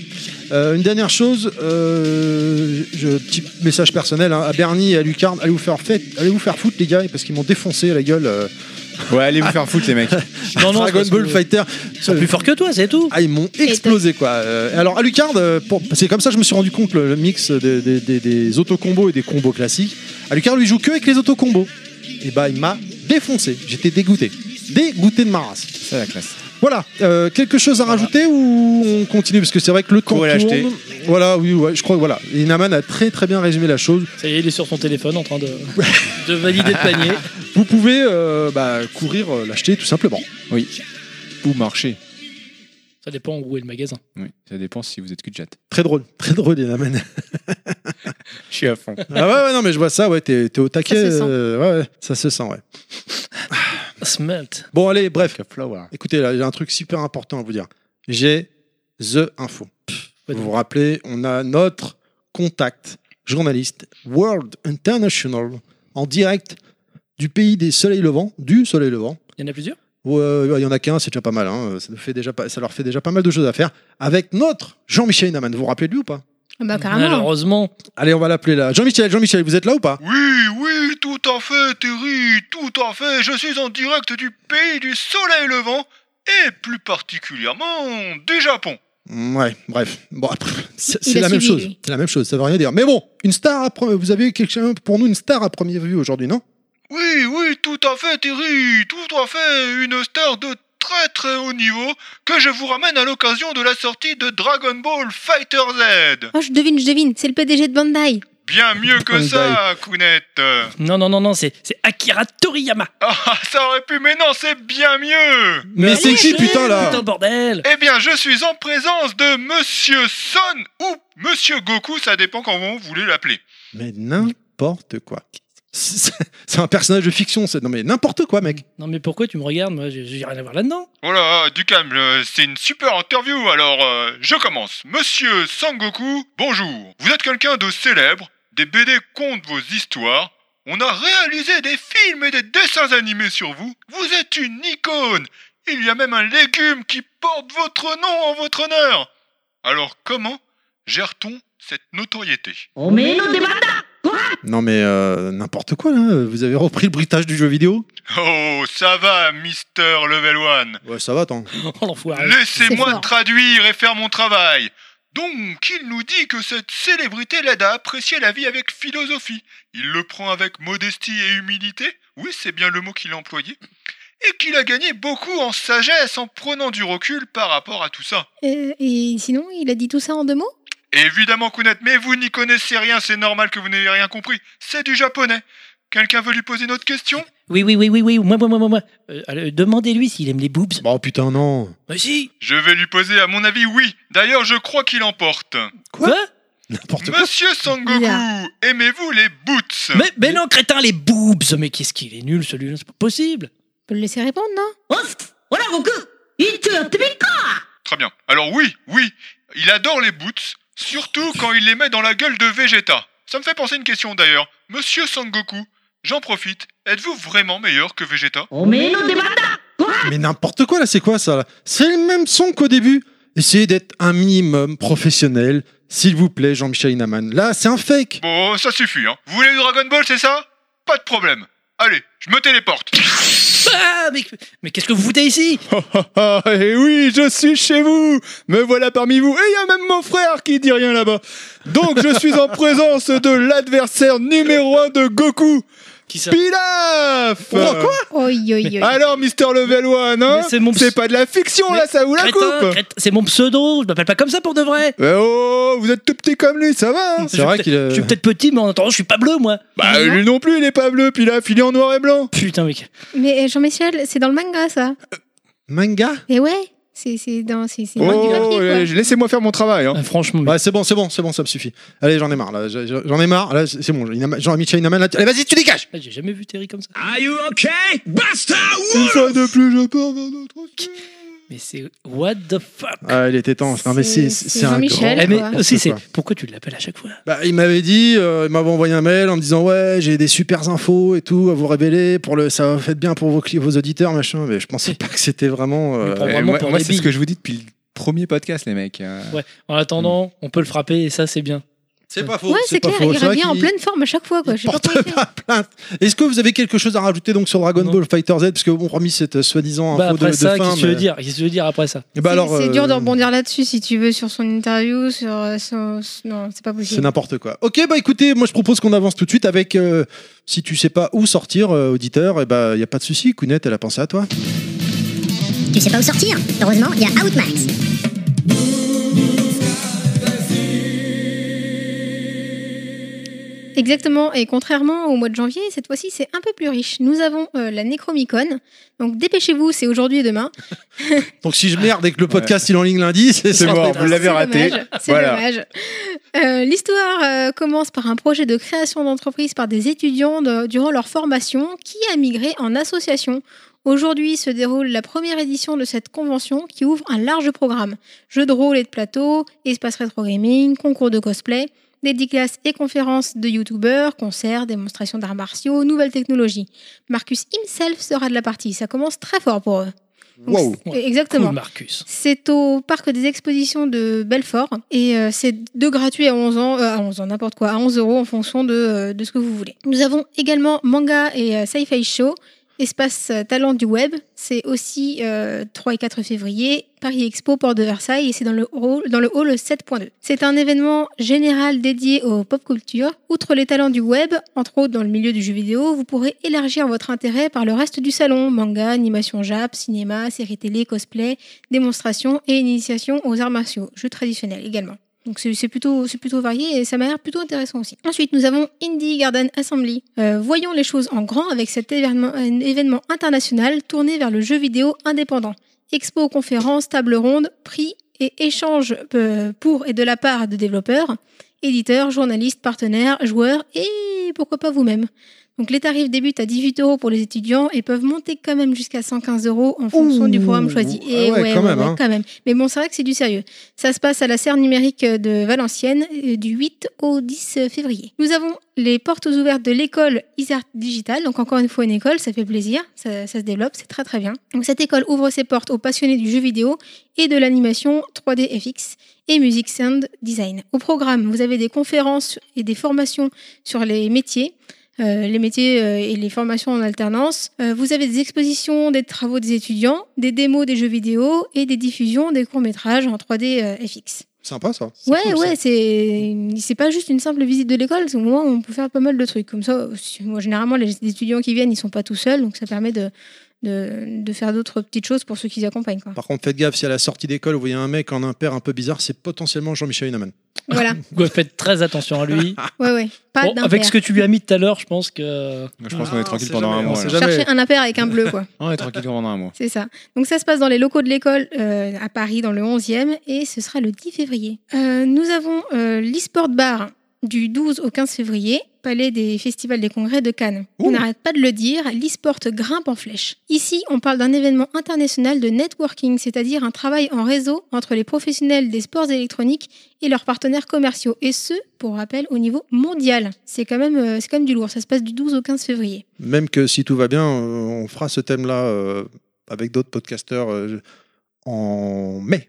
C: Euh, une dernière chose, euh, je, petit message personnel hein, à Bernie et à Lucarne, allez vous faire fête, allez vous faire foutre les gars parce qu'ils m'ont défoncé la gueule. euh,
D: Ouais, allez vous faire foutre, les mecs.
E: Non, non, c'est
C: Dragon
E: parce
C: Ball
E: que-
C: Fighter.
E: Ils sont plus forts que toi, c'est tout.
C: Ah, ils m'ont explosé quoi. Euh, alors, Alucard, euh, pour- c'est comme ça que je me suis rendu compte le, le mix des, des, des, des autocombos et des combos classiques. Alucard lui joue que avec les autocombos. Et bah, il m'a défoncé. J'étais dégoûté. Dégoûté de ma race.
D: C'est la classe.
C: Voilà, euh, quelque chose à rajouter ou on continue Parce que c'est vrai que le temps
D: Courez l'acheter.
C: tourne. Voilà, oui, ouais, je crois, voilà. Et Naman a très très bien résumé la chose.
E: Ça y est, il est sur son téléphone en (laughs) train de, de valider le (laughs) panier.
C: Vous pouvez euh, bah, courir euh, l'acheter tout simplement.
D: Oui. Ou marcher.
E: Ça dépend où est le magasin.
D: Oui, ça dépend si vous êtes que de jatte.
C: Très drôle, très drôle, Naman.
D: Je suis à fond.
C: ah ouais, ouais, non, mais je vois ça, ouais, t'es t'es au taquet.
F: se sent.
C: euh, ouais, ouais, ça se sent, ouais.
E: Smelt.
C: Bon, allez, bref.
D: Like a flower.
C: Écoutez, là, j'ai un truc super important à vous dire. J'ai The Info.
E: ouais,
C: vous vous rappelez, on a notre contact journaliste World International en direct du pays des soleils levants, du soleil levant.
E: Il y en a plusieurs
C: Où, euh, Il y en a qu'un, c'est déjà pas mal. hein. Ça, nous fait déjà pas- ça leur fait déjà pas mal de choses à faire. Avec notre Jean-Michel Naman. Vous vous rappelez de lui ou pas
F: Ah bah, carrément.
E: Malheureusement.
C: Allez, on va l'appeler là. Jean-Michel, Jean-Michel, vous êtes là ou pas
G: Oui, oui, tout à fait, Terry, tout à fait. Je suis en direct du pays du soleil levant et plus particulièrement du Japon.
C: Ouais, bref. Bon, pff, c'est
F: Il
C: c'est
F: a
C: la même
F: suivi,
C: chose.
F: lui.
C: C'est la même chose, ça veut rien dire. Mais bon, une star à pre- vous avez quelqu'un pour nous une star à première vue aujourd'hui, non
G: Oui, oui, tout à fait, Terry, tout à fait, une star de très très haut niveau que je vous ramène à l'occasion de la sortie de Dragon Ball Fighter Z.
F: Oh, je devine, je devine, c'est le PDG de Bandai.
G: Bien mieux que ça, Kounette. (laughs)
E: Non, non, non, non, c'est c'est Akira Toriyama.
G: Ah, ça aurait pu, mais non, c'est bien mieux.
C: Mais c'est qui, putain, là
E: Putain, bordel
G: Eh bien, je suis en présence de Monsieur Son ou Monsieur Goku, ça dépend comment vous voulez l'appeler.
C: Mais n'importe quoi. C'est c'est un personnage de fiction, c'est non mais n'importe quoi, mec.
E: Non, mais pourquoi tu me regardes Moi, j'ai j'ai rien à voir là-dedans. (laughs)
G: Voilà, Oh du calme, euh, c'est une super interview, alors euh, je commence. Monsieur Sangoku, bonjour. Vous êtes quelqu'un de célèbre, des BD comptent vos histoires, on a réalisé des films et des dessins animés sur vous, vous êtes une icône, il y a même un légume qui porte votre nom en votre honneur. Alors comment gère-t-on cette notoriété
C: Non mais euh, n'importe quoi là. Vous avez repris le bruitage du jeu vidéo
G: Oh, ça va, Mister Level One.
C: Ouais, ça va, attends.
E: Oh, l'enfoiré.
F: C'est
G: Laissez-moi
F: fort.
G: traduire et faire mon travail. Donc, il nous dit que cette célébrité l'aide à apprécier la vie avec philosophie. Il le prend avec modestie et humilité. Oui, c'est bien le mot qu'il a employé. Et qu'il a gagné beaucoup en sagesse en prenant du recul par rapport à tout ça.
F: Euh, et sinon, il a dit tout ça en deux mots
G: Évidemment, Kounet, mais vous n'y connaissez rien, c'est normal que vous n'ayez rien compris. C'est du japonais. Quelqu'un veut lui poser une autre question
E: Oui, oui, oui, oui, oui, moi, moi, moi, moi, moi. Euh, allez, Demandez-lui s'il aime les boobs.
C: Bon Oh, putain non.
E: Bah si
G: Je vais lui poser, à mon avis, oui. D'ailleurs, je crois qu'il emporte.
E: Quoi,
C: N'importe quoi.
G: Monsieur Sangoku,
F: Yeah.
G: aimez-vous les boots
E: mais, mais non, crétin, les boobs Mais qu'est-ce qu'il est nul, celui-là, c'est pas possible
F: On peut le laisser répondre, non
G: Très bien. Alors oui, oui, il adore les boots, surtout quand il les met dans la gueule de Vegeta. Ça me fait penser une question d'ailleurs. Monsieur Sangoku, j'en profite, êtes-vous vraiment meilleur que Vegeta
C: Mais n'importe quoi là, c'est quoi ça là C'est le même son qu'au début. Essayez d'être un minimum professionnel, s'il vous plaît, Jean-Michel Inaman. Là, c'est un fake.
G: Bon, ça suffit, hein. Vous voulez du Dragon Ball, c'est ça Pas de problème. Allez, je me téléporte.
E: Ah, mais, mais qu'est-ce que vous foutez ici
D: (laughs) Ah, et oui, je suis chez vous Me voilà parmi vous, et il y a même mon frère qui dit rien là-bas Donc je suis en
E: (laughs)
D: présence de l'adversaire numéro 1 de Goku,
E: Qui ça
D: Pilaf
F: Oi, oi, oi.
D: Alors, Mister Level 1, hein
E: Mais c'est mon
D: C'est pas de la fiction,
E: Mais
D: là, ça vous la
E: Crétin,
D: coupe
E: crétin, C'est mon pseudo, je m'appelle pas comme ça pour de vrai
D: Eh Oh, vous êtes tout petit comme lui, ça va hein
C: C'est vrai qu'il. euh,
E: Je suis peut-être petit, mais en attendant, je suis pas bleu, moi
D: Bah, lui non plus, il est pas bleu, Pilaf, il est en noir et blanc
E: Putain, mec.
F: Mais euh, Jean-Michel, c'est dans le manga, ça
C: Manga
F: Et ouais, c'est c'est dans c'est c'est loin du
D: Oh,
F: papier, quoi.
D: euh, laissez-moi faire mon travail, hein
E: Ah, franchement, mais-
C: Ouais, c'est bon, c'est bon, c'est bon, ça me suffit. Allez, j'en ai marre, là. j'ai- J'en ai marre, là, c'est c'est bon. Inama- Jean-Michel Inaman, là, tu- Allez, vas-y, tu dégages
E: j'ai jamais vu Terry comme ça.
D: Une fois de plus, je pars vers notre
E: Mais c'est what the fuck
C: Ah, il était temps. Non, mais c'est
F: C'est-
C: c'est-
F: c'est
C: c'est un
F: Jean-Michel,
C: grand-
E: Eh, mais
F: quoi.
E: aussi, c'est
C: Pourquoi
E: pourquoi tu l'appelles à chaque fois
C: Bah, il m'avait dit, euh, il m'avait envoyé un mail en me disant ouais j'ai des super infos et tout à vous révéler pour le ça fait bien pour vos cli- vos auditeurs machin mais je pensais pas que c'était vraiment euh,
E: Mais pour-
D: Eh,
E: Vraiment
D: moi,
E: pour
D: moi,
E: des
D: c'est ce
E: billes.
D: que je vous dis depuis le premier podcast, les mecs. euh.
E: Ouais. En attendant,
C: Hmm.
E: on peut le frapper et ça, c'est bien.
C: c'est pas faux
F: Ouais, c'est
C: pas
F: clair,
C: faux.
F: il
C: C'est vrai
F: revient en
C: qu'il-
F: pleine forme à chaque fois, quoi.
C: il
F: Je sais
C: (laughs)
F: pas
C: porte
F: comment il fait.
C: pas plainte. Est-ce que vous avez quelque chose à rajouter donc sur Dragon
E: Non.
C: Ball Fighter Z parce que bon remis cette euh, soi-disant info
E: bah, après
C: de, de fin
E: ça, qu'est-ce que tu veux
C: mais-
E: dire Qu'est-ce que tu veux dire après ça
C: Eh ben
F: C'est-
C: alors,
F: c'est
C: euh,
F: dur de rebondir là-dessus si tu veux sur son interview, sur euh, son, non, c'est pas
C: C'est
F: possible.
C: n'importe quoi. Ok, bah écoutez, moi je propose qu'on avance tout de suite avec. euh, si tu sais pas où sortir, euh, auditeur, et bah y a pas de souci. Kounet, elle a pensé à toi.
A: Tu sais pas où sortir Heureusement, il y a Outmax.
F: Exactement, et contrairement au mois de janvier, cette fois-ci c'est un peu plus riche. Nous avons euh, la Necromicon, donc dépêchez-vous, c'est aujourd'hui et demain.
C: Donc si je merde et que le podcast il est en ligne lundi, c'est
D: C'est
C: ça.
D: mort, vous l'avez
F: C'est
D: raté.
F: dommage, C'est
D: Voilà.
F: dommage. Euh, L'histoire euh, commence par un projet de création d'entreprise par des étudiants de- durant leur formation qui a migré en association. Aujourd'hui se déroule la première édition de cette convention qui ouvre un large programme. Jeux de rôle et de plateau, espace rétro gaming, concours de cosplay, dédicaces et conférences de youtubeurs, concerts, démonstrations d'arts martiaux, nouvelles technologies. Marcus himself sera de la partie. Ça commence très fort pour eux. Donc,
C: Wow.
F: c'est- Exactement.
E: Cool, Marcus.
F: C'est au parc des expositions de Belfort et euh, c'est de gratuit à 11 ans, euh, à 11 ans, n'importe quoi, à 11 euros en fonction de, euh, de ce que vous voulez. Nous avons également manga et euh, sci-fi show Espace euh, Talent du Web, c'est aussi euh, 3 et 4 février, Paris Expo, Port de Versailles, et c'est dans le hall, dans le hall 7.2. C'est un événement général dédié aux pop culture. Outre les talents du web, entre autres dans le milieu du jeu vidéo, vous pourrez élargir votre intérêt par le reste du salon manga, animation jap, cinéma, séries télé, cosplay, démonstrations et initiation aux arts martiaux, jeux traditionnels également. Donc c'est c'est plutôt, c'est plutôt varié et ça m'a l'air plutôt intéressant aussi. Ensuite, nous avons Indie Garden Assembly. Euh, voyons les choses en grand avec cet événement, un événement international tourné vers le jeu vidéo indépendant. Expo, conférences, table ronde, prix et échanges euh, pour et de la part de développeurs, éditeurs, journalistes, partenaires, joueurs et pourquoi pas vous-même. Donc les tarifs débutent à 18 euros pour les étudiants et peuvent monter quand même jusqu'à 115 euros en fonction du programme choisi.
C: Ah ouais, quand même, hein.
F: quand même. Mais bon, c'est vrai que c'est du sérieux. Ça se passe à la serre numérique de Valenciennes euh, du 8 au 10 février. Nous avons les portes ouvertes de l'école Isart Digital. Donc encore une fois une école, ça fait plaisir, ça, ça se développe, c'est très très bien. Donc cette école ouvre ses portes aux passionnés du jeu vidéo et de l'animation 3D FX et music sound design. Au programme, vous avez des conférences et des formations sur les métiers. euh, les métiers euh, et les formations en alternance. Euh, vous avez des expositions des travaux des étudiants, des démos des jeux vidéo et des diffusions des courts-métrages en 3D euh, FX.
C: Sympa ça. C'est
F: Ouais,
C: cool, ça.
F: ouais, c'est c'est pas juste une simple visite de l'école, c'est au moins on peut faire pas mal de trucs. Comme ça, si- moi, généralement, les étudiants qui viennent, ils sont pas tout seuls, donc ça permet de, de, de faire d'autres petites choses pour ceux qui les accompagnent. Quoi.
C: Par contre, faites gaffe, si à la sortie d'école, vous voyez un mec en impair un peu bizarre, c'est potentiellement Jean-Michel Inaman. (laughs)
F: Voilà,
E: Ouais, faites très attention à lui.
F: ouais, ouais. (laughs) Pas
E: Bon, avec ce que tu lui as mis tout à l'heure, je pense que.
D: Je pense qu'on
C: Ah,
D: est tranquille
C: on
D: pendant
C: sait
D: un
C: jamais, on
D: mois.
C: sait
D: là.
C: jamais.
F: Chercher un impair avec un bleu, quoi.
D: On est tranquille pendant un mois.
F: C'est ça. Donc ça se passe dans les locaux de l'école euh, à Paris dans le 11e et ce sera le 10 février. Euh, nous avons euh, l'e-sport bar du 12 au 15 février, palais des festivals des congrès de Cannes.
C: Ouh.
F: On n'arrête pas de le dire, l'e-sport grimpe en flèche. Ici, on parle d'un événement international de networking, c'est-à-dire un travail en réseau entre les professionnels des sports électroniques et leurs partenaires commerciaux, et ce, pour rappel, au niveau mondial. C'est quand même, euh, c'est quand même du lourd, ça se passe du 12 au 15 février.
C: Même que si tout va bien, euh, on fera ce thème-là euh, avec d'autres podcasteurs euh, en mai.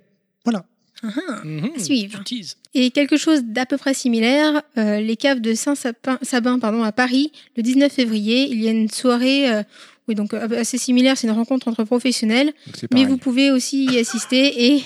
F: Ah ah.
E: Mhm.
F: suivre.
E: Tu teases.
F: Et quelque chose d'à peu près similaire, euh, les caves de Saint-Sabin pardon, à Paris, le 19 février, il y a une soirée euh, oui, donc, euh, assez similaire, c'est une rencontre entre professionnels,
D: Donc c'est
F: mais
D: pareil.
F: vous pouvez aussi y assister et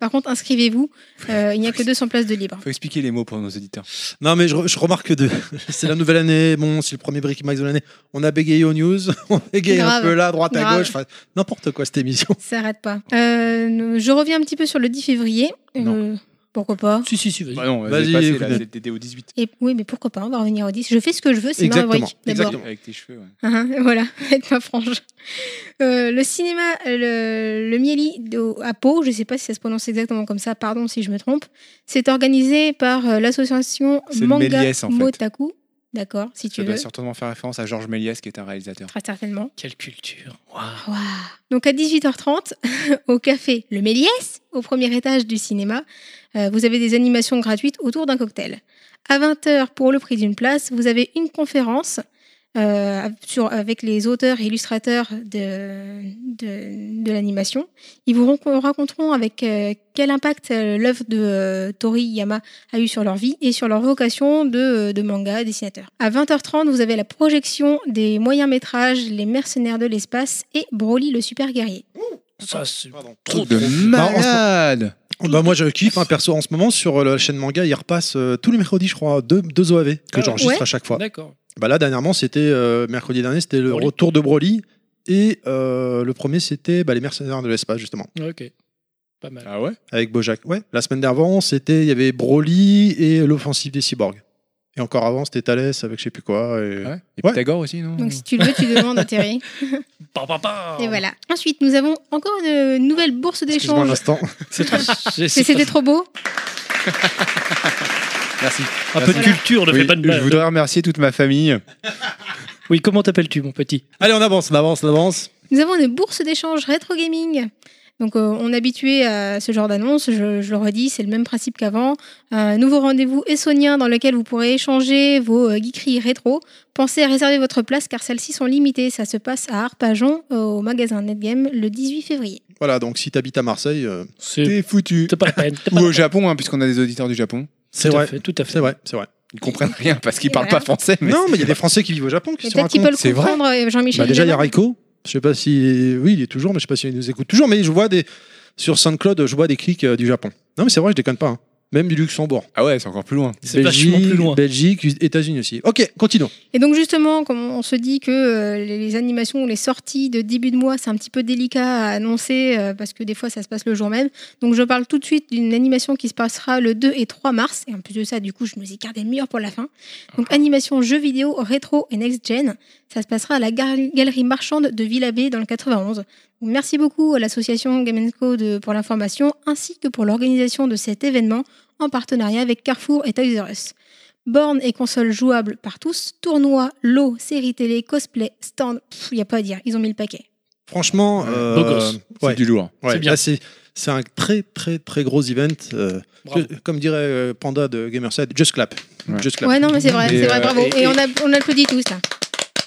F: par contre inscrivez-vous, Euh, il n'y a que 200 places de libre.
D: Faut expliquer les mots pour nos auditeurs.
C: Non, mais je, re- je remarque que de- (laughs) c'est la nouvelle année. Bon, c'est le premier Brick Max de l'année. On a bégayé aux news, (laughs) on bégaye un
F: Grave.
C: peu là, droite à
F: Grave.
C: gauche. Enfin, n'importe quoi cette émission. (laughs)
F: Ça s'arrête pas. Euh, je reviens un petit peu sur le 10 février.
D: Non.
F: Euh, pourquoi pas
E: Si, si, si, vas-y.
D: Bah non,
C: Vas-y,
D: vas-y, passé,
C: écoute.
D: là, c'était au 18.
F: et, Oui, mais pourquoi pas, on va revenir au 10. Je fais ce que je veux, c'est ma
C: Exactement.
F: rubrique d'abord.
C: Exactement.
D: Avec tes cheveux. ouais.
F: Hein, (laughs) voilà, être ma frange. Euh, le cinéma, le, le Mieli de- à Pau, je ne sais pas si ça se prononce exactement comme ça, pardon si je me trompe, c'est organisé par euh, l'association
D: C'est le
F: Manga
D: Méliès, en fait.
F: Motaku. D'accord, si
D: Ça
F: tu
D: doit
F: veux.
D: certainement faire référence à Georges Méliès, qui est un réalisateur.
F: Très certainement.
E: Quelle culture. Waouh.
F: Waouh. Donc à 18h30, (laughs) au café Le Méliès, au premier étage du cinéma, euh, vous avez des animations gratuites autour d'un cocktail. À 20h, pour le prix d'une place, vous avez une conférence euh, sur, avec les auteurs et illustrateurs de, de, de l'animation. Ils vous ren- raconteront avec euh, quel impact euh, l'œuvre de euh, Tori Yama a eu sur leur vie et sur leur vocation de, de manga dessinateur. À 20h30, vous avez la projection des moyens métrages Les Mercenaires de l'espace et Broly le super guerrier.
E: Ça, c'est
C: Ah, Pardon.
E: trop
D: De
E: trop-
D: malade
C: Bah, moi, je kiffe, hein, perso, en ce moment, sur la chaîne manga, il repasse euh, tous les mercredis, je crois, deux, deux OAV que
E: Ah ouais.
C: j'enregistre
F: Ouais.
C: à chaque fois.
E: D'accord.
C: Bah là, dernièrement, c'était euh, mercredi dernier, c'était le
E: Broly.
C: retour de Broly. Et euh, le premier, c'était bah, les mercenaires de l'espace, justement,
E: Ok. Pas mal.
D: Ah ouais
C: avec Bojack. Ouais, la semaine d'avant, c'était il y avait Broly et l'offensive des cyborgs. Et encore avant, c'était Thales avec je sais plus quoi. Et...
D: Ouais. Et
C: Ouais.
D: Pythagore aussi, non
F: Donc si tu le veux, tu demandes à Terry.
C: Ah.
E: Pa, pa, pa.
F: Et voilà. Ensuite, nous avons encore une nouvelle bourse
C: Excuse-moi un
F: d'échange.
C: instant.
E: C'est trop- c'est-
F: C'est-
E: c'est
F: C'était
E: pas-
F: trop beau.
D: Merci.
E: Un peu de
D: Merci.
E: culture ne
D: Oui,
E: fait pas de
D: je
E: mal.
D: voudrais remercier toute ma famille.
E: Oui, comment t'appelles-tu, mon petit
C: Allez, on avance, on avance, on avance.
F: Nous avons une bourse d'échange rétro gaming. Donc, euh, on est habitué à ce genre d'annonce, je, je le redis, c'est le même principe qu'avant. Un nouveau rendez-vous estonien dans lequel vous pourrez échanger vos euh, geekeries rétro. Pensez à réserver votre place car celles-ci sont limitées. Ça se passe à Arpajon, euh, au magasin Netgame, le 18 février.
C: Voilà, donc si t'habites à Marseille, euh,
E: C'est
D: T'es foutu.
E: c'est pas la peine. c'est
D: Ou
E: pas la
D: au
E: peine.
D: Japon, hein, puisqu'on a des auditeurs du Japon.
C: c'est
E: Tout à
C: vrai.
E: fait, Tout à fait.
C: C'est vrai, c'est vrai.
D: Ils comprennent rien parce qu'ils
F: Et
D: parlent
F: voilà.
D: pas français. Mais
C: Non, mais il y a des Français qui vivent au Japon qui
F: Mais
C: se
F: Peut-être qu'ils
C: racontent.
F: peuvent le
D: c'est vrai
F: comprendre, euh,
C: Bah,
F: Jean-Michel.
C: déjà, il y a
F: Jarre.
C: Raiko. Je sais pas si. Oui, il est toujours, mais je sais pas s'il nous écoute toujours. Mais je vois des. Sur SoundCloud, je vois des clics euh, du Japon. Non, mais c'est vrai, je déconne pas. hein. Même du Luxembourg.
D: Ah ouais, c'est encore plus loin.
E: C'est vachement plus loin.
C: Belgique, États-Unis aussi. Ok, continuons.
F: Et donc justement, comme on se dit que euh, les- les animations ou les sorties de début de mois, c'est un petit peu délicat à annoncer euh, parce que des fois ça se passe le jour même. Donc je parle tout de suite d'une animation qui se passera le 2 et 3 mars. Et en plus de ça, du coup, je me suis gardé le meilleur pour la fin. Donc animation jeux vidéo rétro et next gen. Ça se passera à la gar- galerie marchande de Villabé dans le 91. Donc, Merci beaucoup à l'association Game Co de- pour l'information ainsi que pour l'organisation de cet événement en partenariat avec Carrefour et Toys R Us bornes et consoles jouables par tous, tournois, lots, séries télé, cosplay, stand, il n'y a pas à dire, ils ont mis le paquet.
C: Franchement, euh,
E: beau gosse.
D: C'est
C: ouais,
D: du lourd.
C: ouais,
E: C'est bien.
C: là, c'est c'est un très très très gros event. euh,
E: Bravo.
C: que- comme dirait euh, Panda de Gamerside, just clap.
D: Ouais.
C: Just clap.
F: Ouais, non, mais c'est vrai,
D: Et,
F: c'est vrai,
D: euh,
F: bravo.
D: et-
F: Et, on, a, on applaudit tous, là.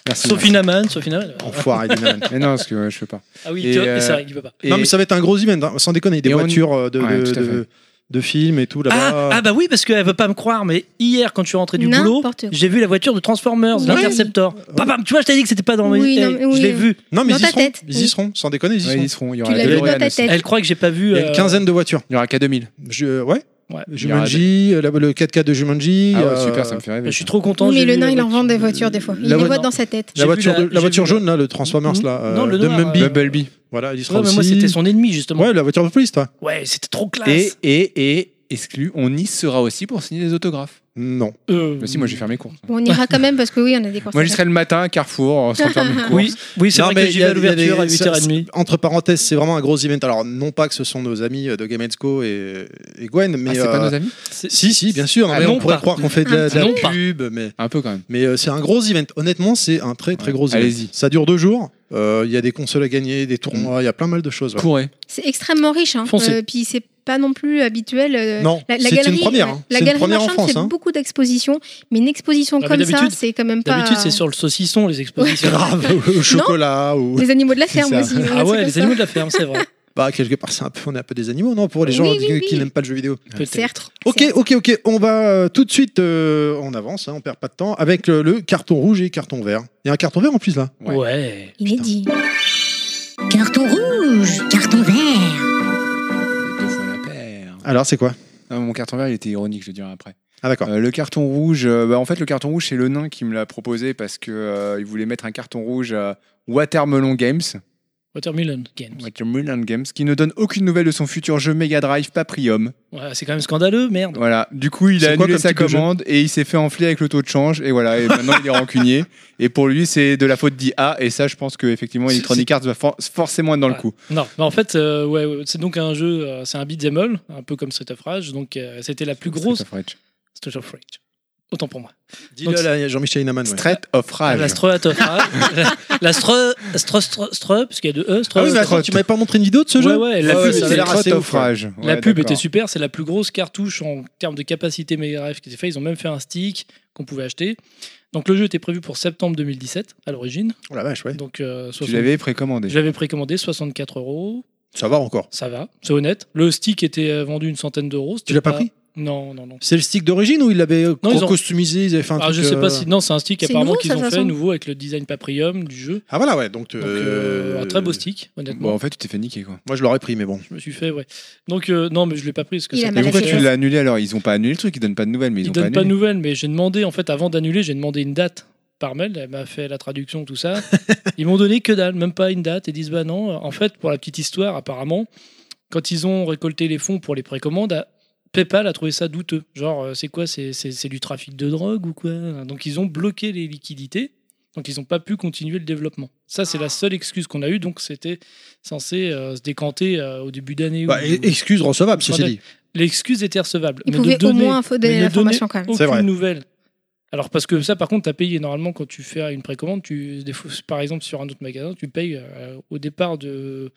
D: Merci.
E: Sophie Naman, Sophie Naman. (laughs)
C: Enfoiré, Dylan.
D: merci. Mais non, parce que ouais, je peux pas.
E: Ah oui,
D: Et,
E: tu vois,
D: euh,
E: c'est vrai qu'il peut pas.
D: Et-
C: Non, mais ça va être un gros event, hein, sans déconner. Des
D: Et on-
C: voitures euh, de,
D: Ouais,
C: de,
D: tout à fait.
C: de- de films et tout
E: Ah,
C: là-bas.
E: ah bah oui, parce qu'elle veut pas me croire, mais hier, quand je suis rentré du boulot,
F: N'importe quoi.
E: j'ai vu la voiture de Transformers,
F: Oui.
E: l'Interceptor. Pam, pam, tu vois, je t'ai dit que c'était pas dans mes.
F: Oui,
E: Eh,
F: non, mais
E: je
F: oui,
E: l'ai
F: oui.
E: vu.
C: non, mais
F: Dans
C: ils y
F: ta
C: seront.
F: tête,
C: Ils
F: oui.
C: y seront, sans déconner, ils y
D: Ouais,
C: seront.
D: ils seront. Il y
F: Tu
D: aura
F: l'as
D: la
F: vu dans
D: DeLorean
F: ta
D: aussi.
F: tête.
E: Elle croit que j'ai pas vu.
C: Il y a une
E: euh,
C: quinzaine de voitures.
D: Il y aura K2000.
C: Je, ouais.
E: Ouais.
C: Jumanji, euh, la- le 4K de Jumanji.
D: Ah ouais,
C: euh,
D: super, ça me fait rêver.
E: Je suis trop content.
F: Oui, mais
E: j'ai
F: le
E: vu
F: nain,
E: la
F: il en
E: voiture.
F: vend des voitures, des fois. Il
C: la
F: les
C: voit-
F: voit
E: non.
F: dans sa tête.
E: J'ai
C: La voiture,
E: vu la-
C: de- la
E: j'ai
C: voiture
E: vu-
C: jaune, là, le Transformers, là. euh,
E: Non, le
C: de
E: noir,
C: Mumby.
E: euh,
D: Bumblebee.
C: Voilà, il y sera
E: Ouais, mais moi,
C: aussi.
E: c'était son ennemi,
D: Mm.
E: justement. Ouais,
C: Ouais, la voiture de police, toi.
E: c'était trop classe.
D: Et, et, et, exclu, on y sera aussi pour signer des autographes.
C: Non.
E: Euh,
D: Bah si, moi, je vais faire mes courses.
F: Bon, on ira quand même parce que oui, on a des courses.
D: Moi,
F: à
D: j'y
F: faire.
D: serai le matin à Carrefour, euh, sans faire (laughs)
F: Ah.
D: mes courses.
E: Oui, oui c'est
C: Non,
E: vrai
C: mais
E: que
C: il
E: j'y
C: y
E: vais
C: a- il
E: à
C: y
E: l'ouverture
C: a
E: à
C: des- ça-
E: 8h30.
C: c'est- Entre parenthèses, c'est vraiment un gros event. Alors, non pas que ce sont nos amis euh, de Gamesco et, et Gwen, mais.
D: Ah, c'est
C: euh,
D: pas nos amis
C: Si, si, bien sûr. Non,
E: Ah,
C: mais
E: non
C: on pourrait
E: pas.
C: croire qu'on fait de la, de
E: Ah,
C: la
E: non pas.
C: pub, mais.
D: Un peu quand même.
C: Mais euh, c'est un gros event. Honnêtement, c'est un très très
D: Ouais,
C: gros event.
D: allez-y.
C: Ça dure deux jours. Euh, Il y a des consoles à gagner, des tournois, il y a plein mal de choses. ouais.
D: Courez.
F: C'est extrêmement riche, hein.
E: Foncez.
F: Euh, puis c'est pas non plus habituel. euh,
C: Non,
F: la, la
C: c'est une
F: galerie,
C: première, hein.
F: La
C: C'est une
F: galerie
C: première en
F: marchande,
C: France,
F: c'est
C: hein.
F: beaucoup d'expositions, mais une exposition
E: Ah, mais
F: comme ça,
E: d'habitude-
F: c'est quand même pas.
E: D'habitude, c'est sur le saucisson, les expositions.
C: (laughs) Grave, au chocolat ou.
F: Les animaux de la ferme
D: ça.
F: aussi.
E: Ah
F: c'est
E: ouais,
F: comme
E: les
F: ça.
E: animaux de la ferme,
C: (laughs)
E: c'est vrai.
C: Bah, quelque part, c'est un peu, on est un peu des animaux, non Pour les
F: Oui,
C: gens
F: oui,
C: qui, qui
F: oui.
C: n'aiment pas le jeu vidéo.
E: Peut-être.
F: Certes.
C: Ok,
F: certes.
C: ok, ok. On va euh, tout de suite, euh, on avance, hein, on perd pas de temps, avec euh, le carton rouge et carton vert. Il y a un carton vert en plus là.
D: Ouais.
E: Ouais.
F: Inédit.
B: Carton rouge, carton vert,
D: Deux fois la paire.
C: Alors, c'est quoi
D: Ah, mon carton vert, il était ironique, je le dirai après.
C: Ah, d'accord.
D: Euh, le carton rouge, euh, bah, en fait, le carton rouge, c'est le nain qui me l'a proposé parce que euh, il voulait mettre un carton rouge à Watermelon Games,
E: Watermelon Games.
D: Watermelon Games, qui ne donne aucune nouvelle de son futur jeu Mega Drive Paprium.
E: Ouais, c'est quand même scandaleux, merde.
D: Voilà. Du coup, il a
C: C'est quoi
D: annulé
C: comme
D: sa
C: type de jeu
D: commande et il s'est fait enfler avec le taux de change et voilà. Et maintenant, il est rancunier. Et pour lui, c'est de la faute d'IA et ça, je pense que effectivement, Electronic Arts va for- forcément être dans
C: Ah,
E: Ouais.
D: le coup.
E: Non, mais en fait, euh, ouais, ouais, c'est donc un jeu, euh, c'est un beat'em all, un peu comme Street of Rage. Donc, euh, c'était la plus grosse
D: Street of Rage.
E: Street of Rage. Autant pour moi.
C: Dis-le
E: Donc,
C: là, Jean-Michel Inaman. ouais.
D: Street of
C: Ah,
D: Rage.
E: la Street of Rage. la- la Stre, Stre, Stre, Stre, parce qu'il y a deux E, Stre.
C: Ah oui, mais attends,
D: Trotte.
C: tu m'avais pas montré une vidéo de ce
E: Ouais,
C: jeu
E: ouais, la
C: Ah
E: pub,
C: ça
E: c'est-
C: avait l'air assez ouf, ouais.
E: La
D: Ouais,
E: pub
D: d'accord.
E: était super, c'est la plus grosse cartouche en termes de capacité Mega Drive qui s'est fait. Ils ont même fait un stick qu'on pouvait acheter. Donc le jeu était prévu pour septembre 2017 à l'origine.
C: Oh la vache, ouais.
E: Donc euh,
D: Tu
E: 60
D: l'avais précommandé.
E: je l'avais précommandé 64 euros.
C: Ça va encore.
E: Ça va, c'est honnête. Le stick était euh, vendu une centaine d'euros.
C: Tu l'as pas pris
E: Non, non, non.
C: C'est le stick d'origine ou ils l'avaient euh,
E: Non, ils ont-
C: customisé Ils avaient fait un
E: Ah,
C: truc.
E: je sais
C: euh,
E: pas si non, c'est un stick
F: C'est
E: apparemment
F: nouveau,
E: qu'ils
F: ça, de
E: ont
F: toute
E: fait
F: façon.
E: nouveau avec le design Paprium du jeu.
C: Ah voilà, ouais. Donc,
E: Donc euh,
C: euh,
E: un très beau stick, honnêtement.
D: Bon, en fait, tu t'es fait niquer quoi.
C: Moi, je l'aurais pris, mais bon.
E: Je me suis fait, ouais. Donc euh, non, mais je l'ai pas pris parce que
F: Il
C: Ah,
E: ça
F: a
E: coûte
F: mal
D: Mais
F: la
D: pourquoi
E: cher.
D: tu l'as annulé alors Ils ont pas annulé le truc, ils donnent pas de nouvelles, mais ils,
E: Ils
D: ont pas
E: donnent pas de
D: annulé.
E: nouvelles, mais j'ai demandé, en fait, avant d'annuler, j'ai demandé une date par mail. Elle m'a fait la traduction,
D: (laughs)
E: tout ça. ils m'ont donné que dalle, même pas une date. Ils disent, bah non, en fait, pour la petite histoire, apparemment, quand ils ont récolté les fonds pour les précommandes, à- PayPal a trouvé ça douteux. Genre, euh, c'est quoi C'est c'est- c'est du trafic de drogue ou quoi Donc, ils ont bloqué les liquidités. Donc, ils n'ont pas pu continuer le développement. Ça, c'est
D: Ah.
E: la seule excuse qu'on a eue. Donc, c'était censé euh, se décanter euh, au début d'année.
C: Bah,
E: ou-
C: e- excuse recevable, ceci
E: Attendez.
C: dit.
E: L'excuse était recevable.
F: Ils
E: mais de
F: pouvaient au
E: donner-
F: moins info-
E: mais
F: donner
E: de
F: l'information quand même.
C: C'est
E: aucune
C: vrai.
E: nouvelle. Alors parce que ça, par contre, t'as payé normalement quand tu fais une précommande. Tu, des fois, par exemple, sur un autre magasin, tu payes euh, au départ de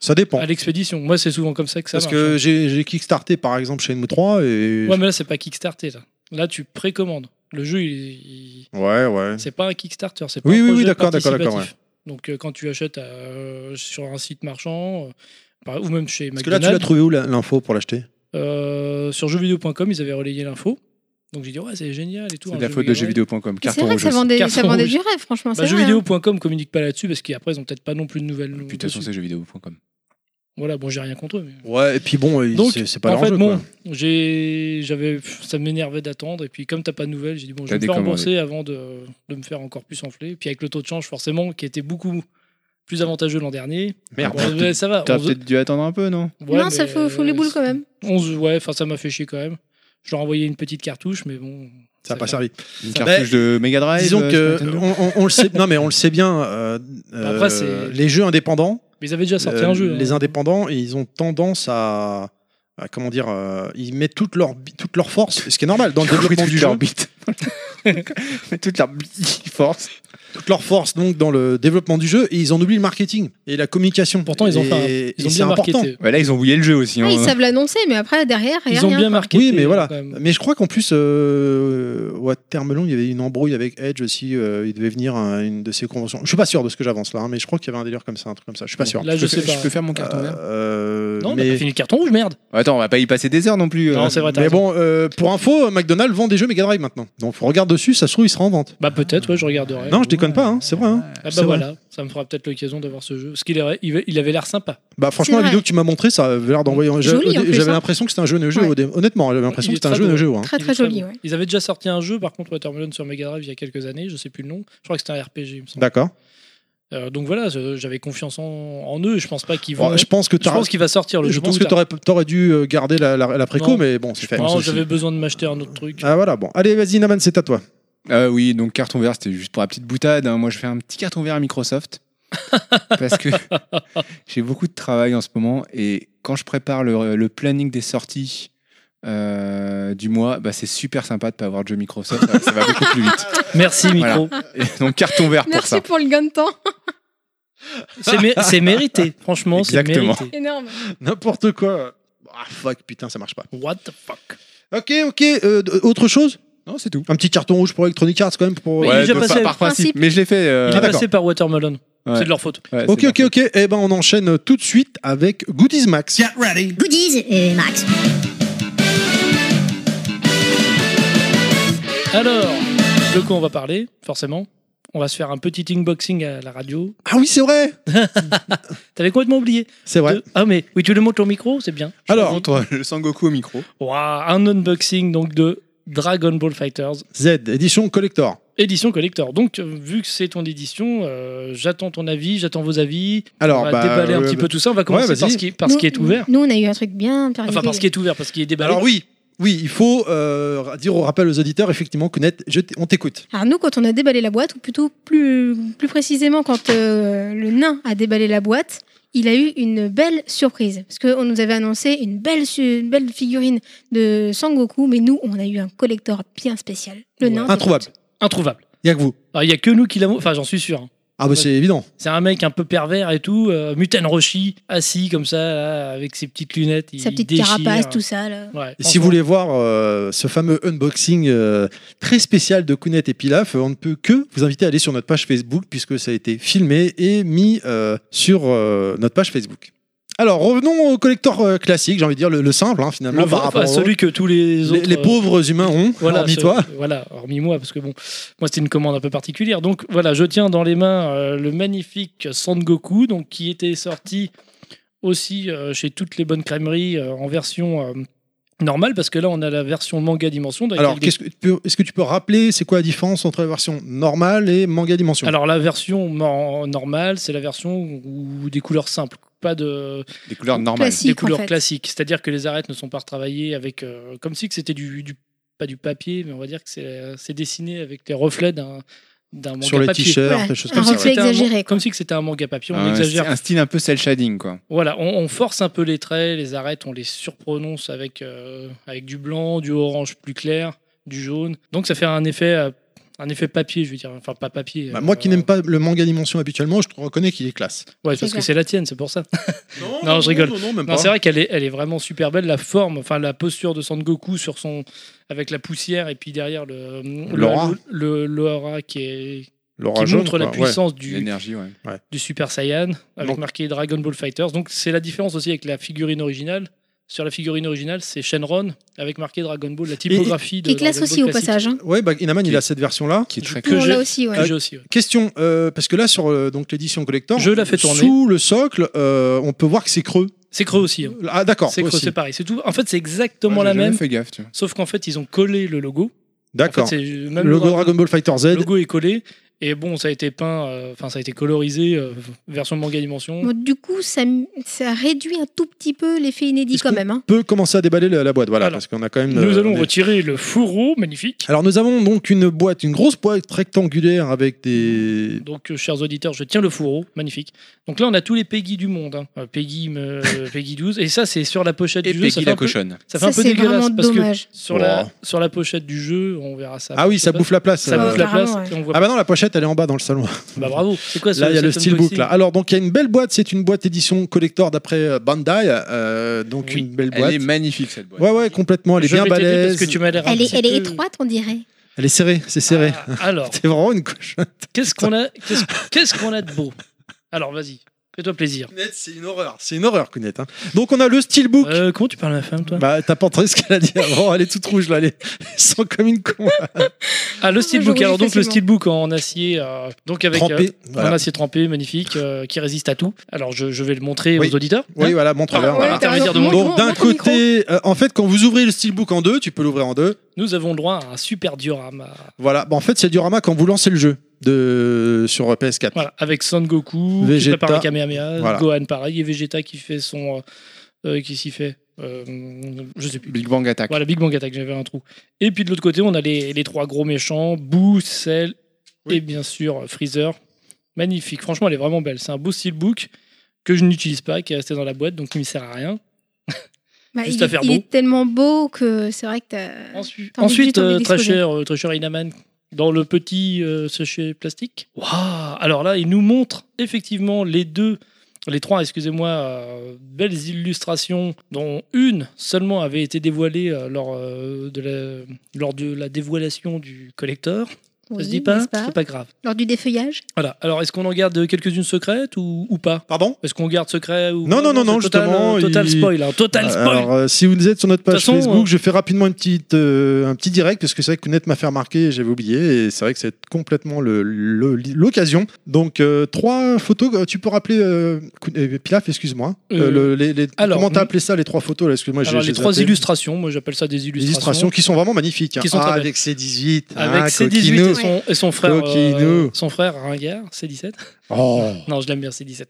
C: Ça dépend.
E: à l'expédition. Moi, c'est souvent comme ça que ça
C: Parce
E: marche.
C: que j'ai j'ai kickstarté par exemple chez 3 et.
E: hein. Ouais, mais là, c'est pas Kickstarter. Là, là tu précommandes. Le jeu, il- il-
C: Ouais, ouais.
E: c'est pas un Kickstarter. C'est pas
C: Oui, oui,
E: un
C: oui,
E: projet
C: d'accord, d'accord,
E: participatif.
C: d'accord,
E: Donc euh, quand tu achètes euh, sur un site marchand. euh, par- ou même chez
C: Parce que là, tu l'as
E: McDonald's,
C: trouvé où la- l'info pour l'acheter
E: euh, sur jeuxvideo.com, ils avaient relayé l'info. Donc j'ai dit, ouais, c'est génial et tout.
D: C'est
E: un
D: de la
E: jeu
D: faute de
E: vidéo.
D: jeuxvideo.com.
F: C'est
D: Carton
F: vrai que
D: rouge.
F: ça
D: aussi.
F: vendait, ça
E: Carton
F: vendait
E: rouge.
F: du rêve, franchement.
E: Bah,
F: c'est vrai, hein.
E: jeuxvideo.com communique pas là-dessus parce qu'après ils ont peut-être pas non plus de
C: Ah,
E: nouvelles.
D: Puis de toute façon,
E: dessus.
D: c'est jeuxvideo.com.
E: Voilà, bon, j'ai rien contre eux. mais-
C: Ouais, et puis bon, il-
E: Donc,
C: c'est c'est pas
E: en fait,
C: l'enjeu.
E: bon, j'ai, j'avais, pff, ça m'énervait d'attendre. Et puis, comme t'as pas de nouvelles, j'ai dit bon, je
D: T'as
E: vais me faire
D: décommandé.
E: rembourser avant de, de me faire encore plus enfler. Puis avec le taux de change, forcément, qui était beaucoup plus avantageux l'an dernier.
C: Ah,
H: Merde.
E: Bon, ouais, ça va.
D: T'as
E: 11
D: peut-être dû attendre un peu, non
E: ouais,
F: non, ça
E: mais,
F: fout, fout les boules quand même.
E: 11, ouais, enfin, ça m'a fait chier quand même. Je leur ai envoyé une petite cartouche, mais bon.
H: Ça n'a pas
E: fait-
H: servi.
D: Une
C: Ça-
D: cartouche de Mega Drive
C: Disons
D: euh,
E: bah,
C: que
D: sur Nintendo
C: on, on- on le sait, non mais on le sait bien. euh, euh,
E: Après, c'est-
C: les jeux indépendants,
E: Mais ils avaient déjà sorti
C: euh,
E: un jeu.
C: les
E: hein.
C: indépendants, ils ont tendance à, à comment dire, euh, ils mettent toute leur bi- toute leur force, ce qui est normal dans le développement du jeu,
E: (laughs)
D: Mais toute leur bite force.
C: toute leur force donc dans le développement du jeu et ils en oublient le marketing et la communication.
E: Pourtant, ils ont
C: Et-
E: fait un-
C: et
E: Ils ont
C: c'est
E: bien
C: important.
E: marketé.
D: Ouais, là, ils ont bouillé le jeu aussi. hein.
F: Ah, ils savent l'annoncer, mais après, derrière, il Ah, y a
E: Ils ont
F: rien.
E: bien marketé.
C: oui, mais voilà.
E: euh, quand même.
C: Mais je crois qu'en plus, euh, au Watermelon, il y avait une embrouille avec Edge aussi. euh, il devait venir à une de ses conventions. Je suis pas sûr de ce que j'avance là, hein, mais je crois qu'il y avait un délire comme ça, un truc comme ça. Je suis pas sûr.
E: Là, je
D: peux
E: sais
D: faire-
E: pas.
D: peux faire mon carton vert Bah,
C: Euh,
E: Non, mais...
C: mais,
E: fini le carton rouge, merde.
D: Attends, on va pas y passer des heures non plus.
E: Non,
D: euh.
E: c'est vrai. t'as
C: mais
E: raison.
C: bon, euh, pour info, McDonald's vend des jeux Mega Drive maintenant. Donc regarde dessus, ça se trouve, il sera en vente.
E: Bah peut-être, ouais, je regarderai.
C: non, je déconne pas, hein, c'est vrai. hein.
E: Ah
C: C'est
E: bah
C: vrai.
E: voilà, ça me fera peut-être l'occasion d'avoir ce jeu. Parce qu'il avait- il il avait l'air sympa.
C: Bah franchement, la
F: vrai.
C: vidéo que tu m'as montrée, ça avait l'air d'envoyer. J'avais
F: Joli, en
C: au dé-
F: plus,
C: j'avais
F: hein.
C: l'impression que c'était un jeu Neo Geo.
F: Ouais.
C: au dé- Honnêtement, j'avais l'impression
E: Il
C: que
E: est
C: c'était un
E: très
C: jeu
E: beau.
C: Neo Geo. hein.
F: Très
E: Il est
F: très joli,
E: bon.
F: ouais.
E: Ils avaient déjà sorti un jeu, par contre, Watermelon sur Mega Drive il y a quelques années, je sais plus le nom. Je crois que c'était un RPG, il me semble.
C: D'accord.
E: Euh, donc voilà, je- j'avais confiance en, en eux. Je pense pas qu'ils vont.
C: Bon, je pense que
E: je
C: t'as-
E: pense qu'il va sortir le
C: je
E: jeu.
C: pense
E: plus
C: que
E: tard.
C: t'aurais t'aurais dû euh, garder la, la- la préco,
E: Non.
C: mais bon, c'est fait.
E: Non, j'avais besoin de m'acheter un autre truc.
C: Ah voilà, bon. Allez, vas-y, Naman, c'est
E: (laughs)
C: à toi.
D: Ah oui, donc carton vert, c'était juste pour la petite boutade. hein. Moi, je fais un petit carton vert à Microsoft.
E: (laughs)
D: parce que j'ai beaucoup de travail en ce moment. Et quand je prépare le, le planning des sorties euh, du mois, bah, c'est super sympa de pas avoir de jeu Microsoft. ça, ça va beaucoup plus
E: (laughs)
D: vite.
E: Merci, micro.
D: Et donc, carton vert pour
F: Merci
D: ça.
F: pour le gain de temps. (laughs)
E: C'est mé- C'est mérité, franchement, c'est
D: Exactement.
E: mérité.
F: Énorme.
C: N'importe quoi. Ah fuck, putain, ça marche pas.
E: What the fuck
C: Ok, ok. euh, d- autre chose
D: Non, c'est tout.
C: Un petit carton rouge pour Electronic Arts quand même pour. euh,
E: Oui, il est déjà
D: de-
E: passé.
D: par, par principe.
F: Principe.
D: Mais je l'ai fait. euh,
E: Il
C: Ah,
E: est
C: d'accord.
E: passé par Watermelon.
D: Ouais.
E: C'est de leur faute.
D: ouais,
C: Ok,
D: c'est
C: ok, ok. Eh ben, on enchaîne tout de suite avec Goodies Max.
A: Goodies et Max.
E: Alors, de quoi on va parler, forcément On va se faire un petit unboxing à la radio.
C: Ah oui, c'est vrai.
E: T'avais complètement oublié.
C: C'est vrai.
E: De- Ah, mais oui, tu le montes au micro, c'est bien.
C: Alors,
D: Toi, le Sangoku au micro.
E: Ouah, un unboxing donc de Dragon Ball Fighters
C: Z, édition collector.
E: édition collector. Donc euh, vu que c'est ton édition, euh, j'attends ton avis, j'attends vos avis. on
C: Alors,
E: va
C: bah,
E: déballer un
C: euh,
E: petit peu tout ça. On va commencer
C: vas-y.
E: par ce qui, par ce qui est
F: Nous-
E: ouvert.
F: Nous, on a eu un truc bien
E: Enfin par ce qui est ouvert, parce qu'il est déballé.
C: bah, Alors oui, oui, il faut euh, dire au rappel aux auditeurs effectivement que net, je t- on t'écoute.
F: Alors nous, quand on a déballé la boîte, ou plutôt plus, plus précisément quand euh, le nain a déballé la boîte, il a eu une belle surprise. Parce qu'on nous avait annoncé une belle, su- une belle figurine de Sangoku, mais nous, on a eu un collector bien spécial. Le
E: Ouais.
F: nain.
C: Introuvable.
E: Introuvable.
C: Il y a que vous.
E: Alors, Il y a que nous qui l'avons. Enfin j'en suis sûr. hein.
C: Ah bah
E: Ouais.
C: c'est évident.
E: C'est un mec un peu pervers et tout, euh, Mutan Roshi assis comme ça là, avec ses petites lunettes.
F: Sa petite carapace, tout ça. là.
E: Ah,
C: Et si vous voulez voir euh, ce fameux unboxing euh, très spécial de Kounet et Pilaf, euh, on ne peut que vous inviter à aller sur notre page Facebook puisque ça a été filmé et mis euh, sur euh, notre page Facebook. Alors revenons au collector euh, classique, j'ai envie de dire le, le simple hein, finalement
E: le,
C: par
E: enfin,
C: rapport aux-
E: celui que tous les
C: les,
E: autres
C: les
E: euh,
C: pauvres humains ont, hormis
E: ce-
C: toi.
E: (laughs) Voilà, hormis moi, parce que bon, moi c'était une commande un peu particulière. Donc voilà, je tiens dans les mains euh, le magnifique Sangoku, donc qui était sorti aussi euh, chez toutes les bonnes crèmeries euh, en version euh, normale, parce que là on a la version manga dimension. avec
C: Alors
E: des-
C: qu'est-ce que tu peux- est-ce que tu peux rappeler c'est quoi la différence entre la version normale et manga dimension
E: alors la version mor- normale, c'est la version où des couleurs simples, pas de
D: Des couleurs normales.
F: Classique.
E: des couleurs
F: en fait.
E: classiques. C'est-à-dire que les arêtes ne sont pas retravaillées avec euh, comme si que c'était du, du- pas du papier, mais on va dire que c'est euh, c'est dessiné avec les reflets d'un d'un manga
C: sur les
E: papier.
C: t-shirts,
F: Voilà,
C: des choses
F: un
C: comme ça.
F: reflet.
C: ouais. Ah
E: C'était un
F: exagéré,
E: man-
F: quoi.
E: Comme si que c'était un manga papier, on
D: Un-
E: exagère.
D: Un style un peu cel shading, quoi.
E: Voilà, on, on force un peu les traits, les arêtes, on les surprononce avec, euh, avec du blanc, du orange plus clair, du jaune. Donc ça fait un effet, euh, un effet papier, je veux dire. Enfin, pas papier.
C: Bah,
E: euh,
C: moi qui n'aime pas le manga dimension habituellement, je te reconnais qu'il est classe.
E: Ouais,
F: C'est
E: parce que
F: clair.
E: c'est la tienne, c'est pour ça. Non, je rigole.
C: Non, non, même
E: Non,
C: pas.
E: c'est vrai qu'elle est, elle est vraiment super belle, la forme, enfin la posture de Sangoku sur son, avec la poussière et puis derrière le, le-
C: L'aura.
E: le, l'aura qui, est,
C: L'aura
E: qui
C: jaune,
E: montre la
C: quoi, ouais.
E: puissance du,
D: L'énergie, ouais.
E: du Super Saiyan avec
C: Donc-
E: marqué Dragon Ball Fighters. Donc c'est la différence aussi avec la figurine originale. Sur la figurine originale, c'est Shenron avec marqué Dragon Ball, la typographie de.
F: Qui classe
E: Dragon Ball
F: aussi au
E: classique.
F: passage. hein.
C: Ouais, bah, Inaman, il a cette version-là.
D: qui est très
E: Que
F: Nous, on
E: j'ai-
F: l'a aussi,
C: Ah
F: ouais.
E: Que j'ai aussi. ouais.
C: Question, euh, parce que là, sur euh, donc l'édition collector,
E: Je la fais tourner.
C: sous le socle, euh, on peut voir que c'est creux.
E: C'est creux aussi. hein.
C: Ah, d'accord.
E: C'est creux,
C: aussi.
E: c'est pareil. C'est tout. En fait, c'est exactement
D: Ouais,
E: la
D: j'ai jamais
E: même,
D: Fais gaffe, tu vois.
E: sauf qu'en fait, ils ont collé le logo. En fait,
C: D'accord.
E: c'est euh, même
C: le logo Dragon Ball Fighter Z.
E: Le logo est collé. Et bon, ça a été peint, euh, enfin, ça a été colorisé, euh, version manga dimension.
F: Bon, du coup, ça, ça réduit un tout petit peu l'effet inédit
C: Est-ce
F: quand
C: qu'on-
F: même. hein.
C: peut commencer à déballer la, la boîte, voilà,
E: Alors,
C: parce qu'on a quand même.
E: Nous
C: euh,
E: allons
C: des-
E: retirer le fourreau, magnifique.
C: Alors nous avons donc une boîte, une grosse boîte rectangulaire avec des.
E: Donc, euh, chers auditeurs, je tiens le fourreau, magnifique. Donc là, on a tous les Peggy du monde. hein. Euh, Peggy,
C: (laughs)
E: euh, Peggy 12. Et ça, c'est sur la pochette
D: Et
E: du jeu. ça
D: Peggy
E: fait un
D: la
E: peu-
D: cochonne.
E: Ça fait
F: Ça,
E: un peu
F: c'est vraiment
E: dégueulasse parce que
F: dommage.
E: sur, la,
C: Oh.
E: sur la pochette du jeu, on verra ça.
C: Ah oui,
E: Je
C: ça
E: sais
C: bouffe la place.
E: pas. Ça
C: euh.
E: bouffe la place.
F: Carrément, ouais.
E: et on voit
C: Ah bah non, la pochette elle est en bas dans le salon.
E: Bah bravo. C'est quoi ce
C: Là il y a le
E: cet
C: steelbook
E: unboxing
C: là. Oh, Alors donc il y a une belle boîte, c'est une boîte édition collector d'après euh, Bandai, euh, donc
E: Oui.
C: une belle boîte.
D: Elle est magnifique cette boîte.
C: Ouais ouais complètement, elle est
E: Je
C: bien
E: vais t'aider
C: balèze.
E: parce que tu m'as l'air un
F: Elle est,
E: petit
F: elle est
E: peu-
F: étroite, on dirait.
C: Elle est serrée, c'est serré.
E: Ah, alors,
C: (laughs) C'est vraiment une coche.
E: qu'est-ce qu'on a, qu'est-ce, qu'est-ce qu'on a de beau Alors vas-y, fais-toi plaisir.
C: C'est une horreur, c'est une horreur Kounet. hein. Donc on a le steelbook.
E: Euh, comment tu parles à la femme, toi
C: Bah t'as pas entendu ce qu'elle a dit avant, elle est toute rouge là, elle est- (laughs) elle sent comme une con.
E: Ah, le steelbook.
F: rougis
E: Alors donc le
F: facilement.
E: steelbook en acier, euh, donc avec euh,
C: Trempée. voilà.
E: en acier trempé, magnifique, euh, qui résiste à tout. Alors je, je vais le montrer
C: Oui.
E: aux auditeurs.
C: Oui voilà, montre
F: Ah, Ouais,
C: voilà.
F: t'as raison.
E: Intermédiaire de
F: Montre-
C: Donc
F: montre
C: d'un
F: au micro.
C: côté, euh, en fait, quand vous ouvrez le steelbook en deux, tu peux l'ouvrir en deux.
E: Nous avons le droit à un super diorama.
C: Voilà. Bah, en fait, c'est le diorama quand vous lancez le jeu de sur euh, PS4.
E: Voilà, avec Son Goku
C: Vegeta.
E: qui prépare le Kamehameha,
C: Voilà.
E: Gohan pareil, et Vegeta qui fait son. euh, euh, qui s'y fait Euh, Je sais plus.
D: Big Bang Attack.
E: Voilà, Big Bang Attack, j'avais un trou. Et puis de l'autre côté, on a les, les trois gros méchants Boo, Cell et bien sûr euh, Freezer. Magnifique, franchement, elle est vraiment belle. C'est un beau steelbook que je n'utilise pas, qui est resté dans la boîte, donc qui ne me sert à rien.
F: Bah,
E: Juste
F: il,
E: à
F: est-
E: faire
F: il
E: beau.
F: est tellement beau que c'est vrai que t'as-
E: Ensuite,
F: T'as envie de-
E: ensuite
F: t'as envie
E: euh, très
F: d'exploser.
E: cher, euh, très cher Inaman, dans le petit euh, sachet plastique. Waouh Alors là, il nous montre effectivement les deux, les trois, excusez-moi, euh, belles illustrations, dont une seulement avait été dévoilée euh, lors, euh, de la, lors de la dévoilation du collector.
F: Oui,
E: Ça se dit pas
F: n'est-ce
E: C'est pas grave.
F: Lors du défeuillage.
E: Voilà. Alors, est-ce qu'on en garde quelques-unes secrètes ou, ou pas
C: Pardon
E: Est-ce qu'on garde secret ou
C: Non, non, non,
E: c'est
C: non,
E: total,
C: justement,
E: euh, Total
C: il-
E: spoil, hein, total spoil
C: Alors, euh, si vous êtes sur notre
E: De
C: page
E: toute façon,
C: Facebook,
E: euh,
C: je fais rapidement une petite, euh, un petit direct parce que c'est vrai que Kounet m'a fait remarquer, et j'avais oublié, et c'est vrai que c'est complètement le- le- l'occasion. Donc, euh, trois photos, euh, tu peux rappeler, euh, Koun- euh, Pilaf, excuse-moi. Euh,
E: Euh,
C: le- les- les-
E: alors,
C: comment t'as
E: oui.
C: appelé ça, les trois photos là, Excuse-moi, j'ai
E: Alors, les
C: j'ai
E: trois
C: zappé.
E: illustrations, moi j'appelle ça des
C: Les illustrations qui sont vraiment magnifiques. hein.
E: Qui sont
C: Ah,
E: très belles.
C: avec ses 18.
E: Avec
C: hein,
E: ses 18
C: Coquino.
E: et son, et son frère.
C: Coquino.
E: euh, son frère Ringard, C17.
C: Oh.
E: Non, je l'aime bien, C17.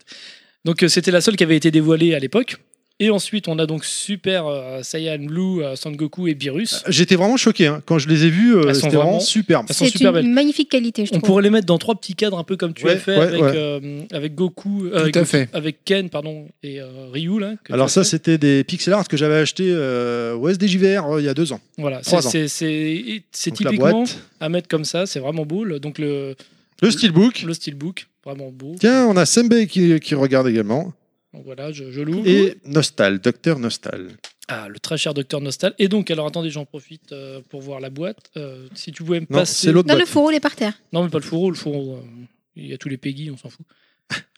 E: Donc euh, c'était la seule qui avait été dévoilée à l'époque. Et ensuite, on a donc Super euh, Saiyan Blue, euh, Sangoku et Beerus.
C: J'étais vraiment choqué hein. quand je les ai vus. euh,
E: Elles sont
C: C'était vraiment
E: vraiment-
C: superbe.
E: Elles sont
F: C'est
E: super
F: une
E: belles.
F: magnifique qualité, je
E: On
F: trouve.
E: pourrait les mettre dans trois petits cadres, un peu comme tu
C: Ouais,
E: as fait
C: ouais,
E: avec,
C: ouais.
E: euh, avec Goku, euh, avec,
D: à
E: Goku-
D: fait.
E: avec Ken pardon, et euh, Ryu. Là, que tu
C: Alors
E: as
C: ça,
E: fait.
C: c'était des pixel art que j'avais acheté euh, au SDJVR euh, il y a deux ans.
E: voilà, c'est-
C: trois ans.
E: c'est c'est- c'est
C: Donc, la
E: typiquement
C: boîte,
E: à mettre comme ça, c'est vraiment beau. Le- donc le,
C: le steelbook.
E: le steelbook, vraiment beau.
C: Tiens, on a Sembe qui, qui regarde également.
E: Donc voilà, je, je l'ouvre.
C: Et Nostal, Docteur Nostal.
E: Ah, le très cher Docteur Nostal. Et donc, alors attendez, j'en profite euh, pour voir la boîte. Euh, si tu pouvais me
C: Non,
E: passer.
C: c'est l'autre
F: Non, le
C: boîte.
F: fourreau, il est par terre.
E: Non, mais pas le fourreau. Le fourreau, euh, il y a tous les Peggy, on
C: (laughs)
E: s'en fout.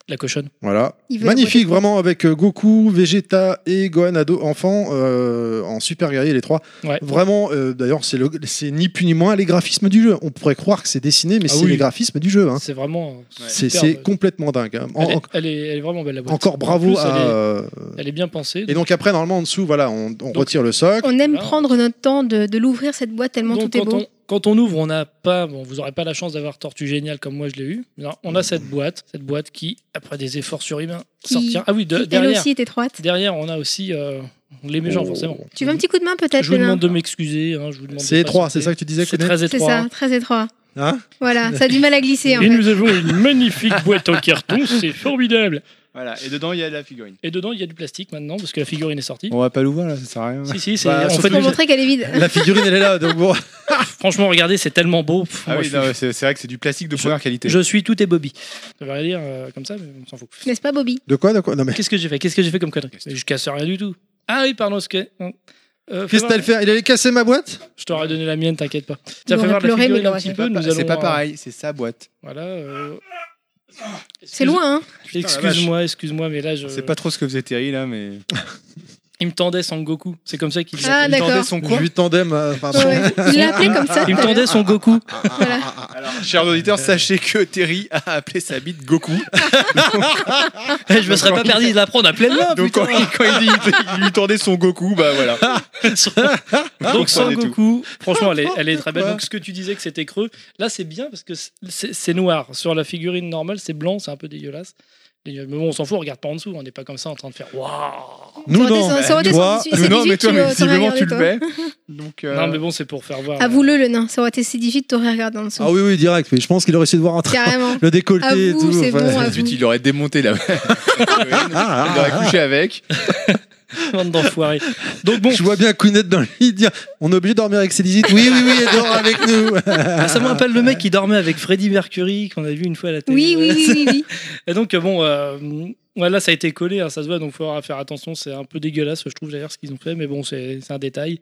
E: La cochonne.
C: Voilà.
F: Il veut la
C: Magnifique,
F: boîte.
C: vraiment, avec euh, Goku, Vegeta et Gohan ado enfant euh, en super guerrier, les trois.
E: Ouais.
C: Vraiment, euh, d'ailleurs, c'est le- c'est ni plus ni moins les graphismes du jeu. On pourrait croire que c'est dessiné, mais
E: Ah
C: c'est
E: oui.
C: les graphismes du jeu. hein.
E: C'est vraiment. euh,
C: C'est
E: superbe.
C: c'est complètement dingue. hein. En-
E: Elle est,
C: en-
E: elle est- elle est vraiment belle la boîte.
C: encore bravo
E: En plus,
C: à.
E: Elle est,
C: euh,
E: elle est bien pensée.
C: Et donc après, normalement, en dessous, voilà, on, on retire le socle.
F: On aime
E: Voilà.
F: prendre notre temps de, de l'ouvrir cette boîte tellement
E: Donc,
F: tout est
E: quand,
F: beau.
E: on, quand on ouvre, on n'a pas. Bon, vous n'aurez pas la chance d'avoir Tortue Géniale comme moi je l'ai eu. Non, on a cette boîte. Cette boîte qui, après des efforts surhumains,
F: Qui-
E: sortira. Ah oui, de-
F: Qui, elle
E: derrière.
F: aussi est étroite.
E: Derrière, on a aussi euh, les méchants,
C: Oh.
E: forcément.
F: Tu veux un petit coup de main peut-être
E: Je vous
F: Bélin
E: demande de m'excuser. hein, je vous demande de
C: C'est étroit, c'est
E: patienter.
C: ça que tu disais,
E: C'est
C: Kounet
E: très
F: C'est
E: étroit.
F: ça, très étroit.
C: Hein
F: voilà, ça a du mal à glisser en
E: Et
F: fait.
E: nous avons une magnifique (laughs) boîte en carton, c'est formidable.
D: Voilà, et dedans il y a la figurine.
E: Et dedans, il y a du plastique maintenant parce que la figurine est sortie.
D: On va pas l'ouvrir là, ça sert à rien. (laughs)
E: Si, si, c'est-
C: Bah,
E: en
C: sauf
E: fait,
F: Pour
C: que-
F: montrer qu'elle est vide.
C: La figurine, elle est là, donc bon.
E: franchement, regardez, c'est tellement beau. Pff,
D: Ah
E: moi,
D: oui,
E: je,
D: non,
E: suis,
D: ouais, c'est c'est vrai que c'est du plastique de
E: Je-
D: première qualité.
E: je suis tout et Bobby. Ça veut rien dire euh, comme ça, mais on s'en fout.
F: N'est-ce pas Bobby
C: De quoi, de quoi Non mais.
E: Qu'est-ce que j'ai fait Qu'est-ce que j'ai fait comme connerie Je casse rien du tout. Ah oui, pardon, ce que. Euh, fais
C: Qu'est-ce
E: voir.
C: qu'elle fait Il allait casser ma boîte
E: Je t'aurais donné la mienne, t'inquiète pas. Tiens,
F: aurait
E: fais voir la
F: pleuré, mais il
E: figurine un
F: aurait
E: petit
F: fait
E: peu.
F: pas
E: nous
D: C'est
E: allons,
D: pas
E: euh,
D: pareil, c'est sa boîte.
E: Voilà. euh,
F: C'est loin, hein
E: Excuse- Excuse-moi, excuse-moi, mais là je. (laughs)
D: C'est pas trop ce que faisait Terry là, mais.
E: Il me tendait son Goku. C'est comme ça qu'il dit.
F: Ah,
D: Il tendait
F: d'accord.
D: son quoi
C: Je lui tendais ma. enfin,
F: hein. Ouais. Il l'a appelé comme ça.
E: Il me
F: tout à l'heure.
E: tendait son Goku.
D: Ah,
F: Voilà.
D: (laughs) Chers auditeurs, sachez que Terry a appelé sa bite Goku.
E: Eh, Je me serais pas perdu de l'apprendre à pleine main.
D: Donc
E: (laughs)
D: quand, il- quand il dit il lui tendait son Goku, bah (laughs) voilà.
E: Donc sans
D: comprenez tout.
E: Goku, franchement, elle est, elle est très belle.
C: Pourquoi
E: Donc ce que tu disais que c'était creux, là c'est bien parce que c'est- c'est c'est noir. Sur la figurine normale, c'est blanc, c'est un peu dégueulasse. Et, euh, Mais bon, on s'en fout, on regarde pas en dessous, on n'est pas comme ça en train de faire waouh.
C: Nous
F: Ça aurait
C: non. Bah,
F: descendu- ça aurait
C: Toi,
F: descendu- c'est
D: non, mais
F: 18
D: toi, mais
F: kilos, t'aurais
D: visiblement, tu
F: regardé,
D: le
F: toi.
D: (laughs) fais. Donc, euh,
E: Non mais bon, c'est pour faire voir.
F: Avoue-le, le nain. Ça aurait été si difficile, t'aurais regardé en dessous.
C: Ah oui, oui, direct. Mais je pense qu'il aurait essayé de voir un truc.
E: (laughs)
F: Carrément.
C: Le décolleté et
F: Avoue,
C: tout.
F: c'est
C: enfin.
F: bon, avoue.
D: ensuite, il aurait démonté (laughs) la. il
C: Ah, ah,
D: aurait couché avec.
E: Bande d'enfoirés. Donc bon,
C: Je vois bien Kounet dans le lit dire On est obligé de dormir avec ses visites. Oui, oui, oui, elle dort avec nous.
E: ça me rappelle le mec qui dormait avec Freddie Mercury qu'on a vu une fois à la télé.
F: Oui, oui, oui, oui, oui.
E: Et donc euh, bon, euh, voilà, ça a été collé, hein, ça se voit, donc il faudra faire attention. C'est un peu dégueulasse, je trouve d'ailleurs ce qu'ils ont fait, mais bon, c'est c'est un détail.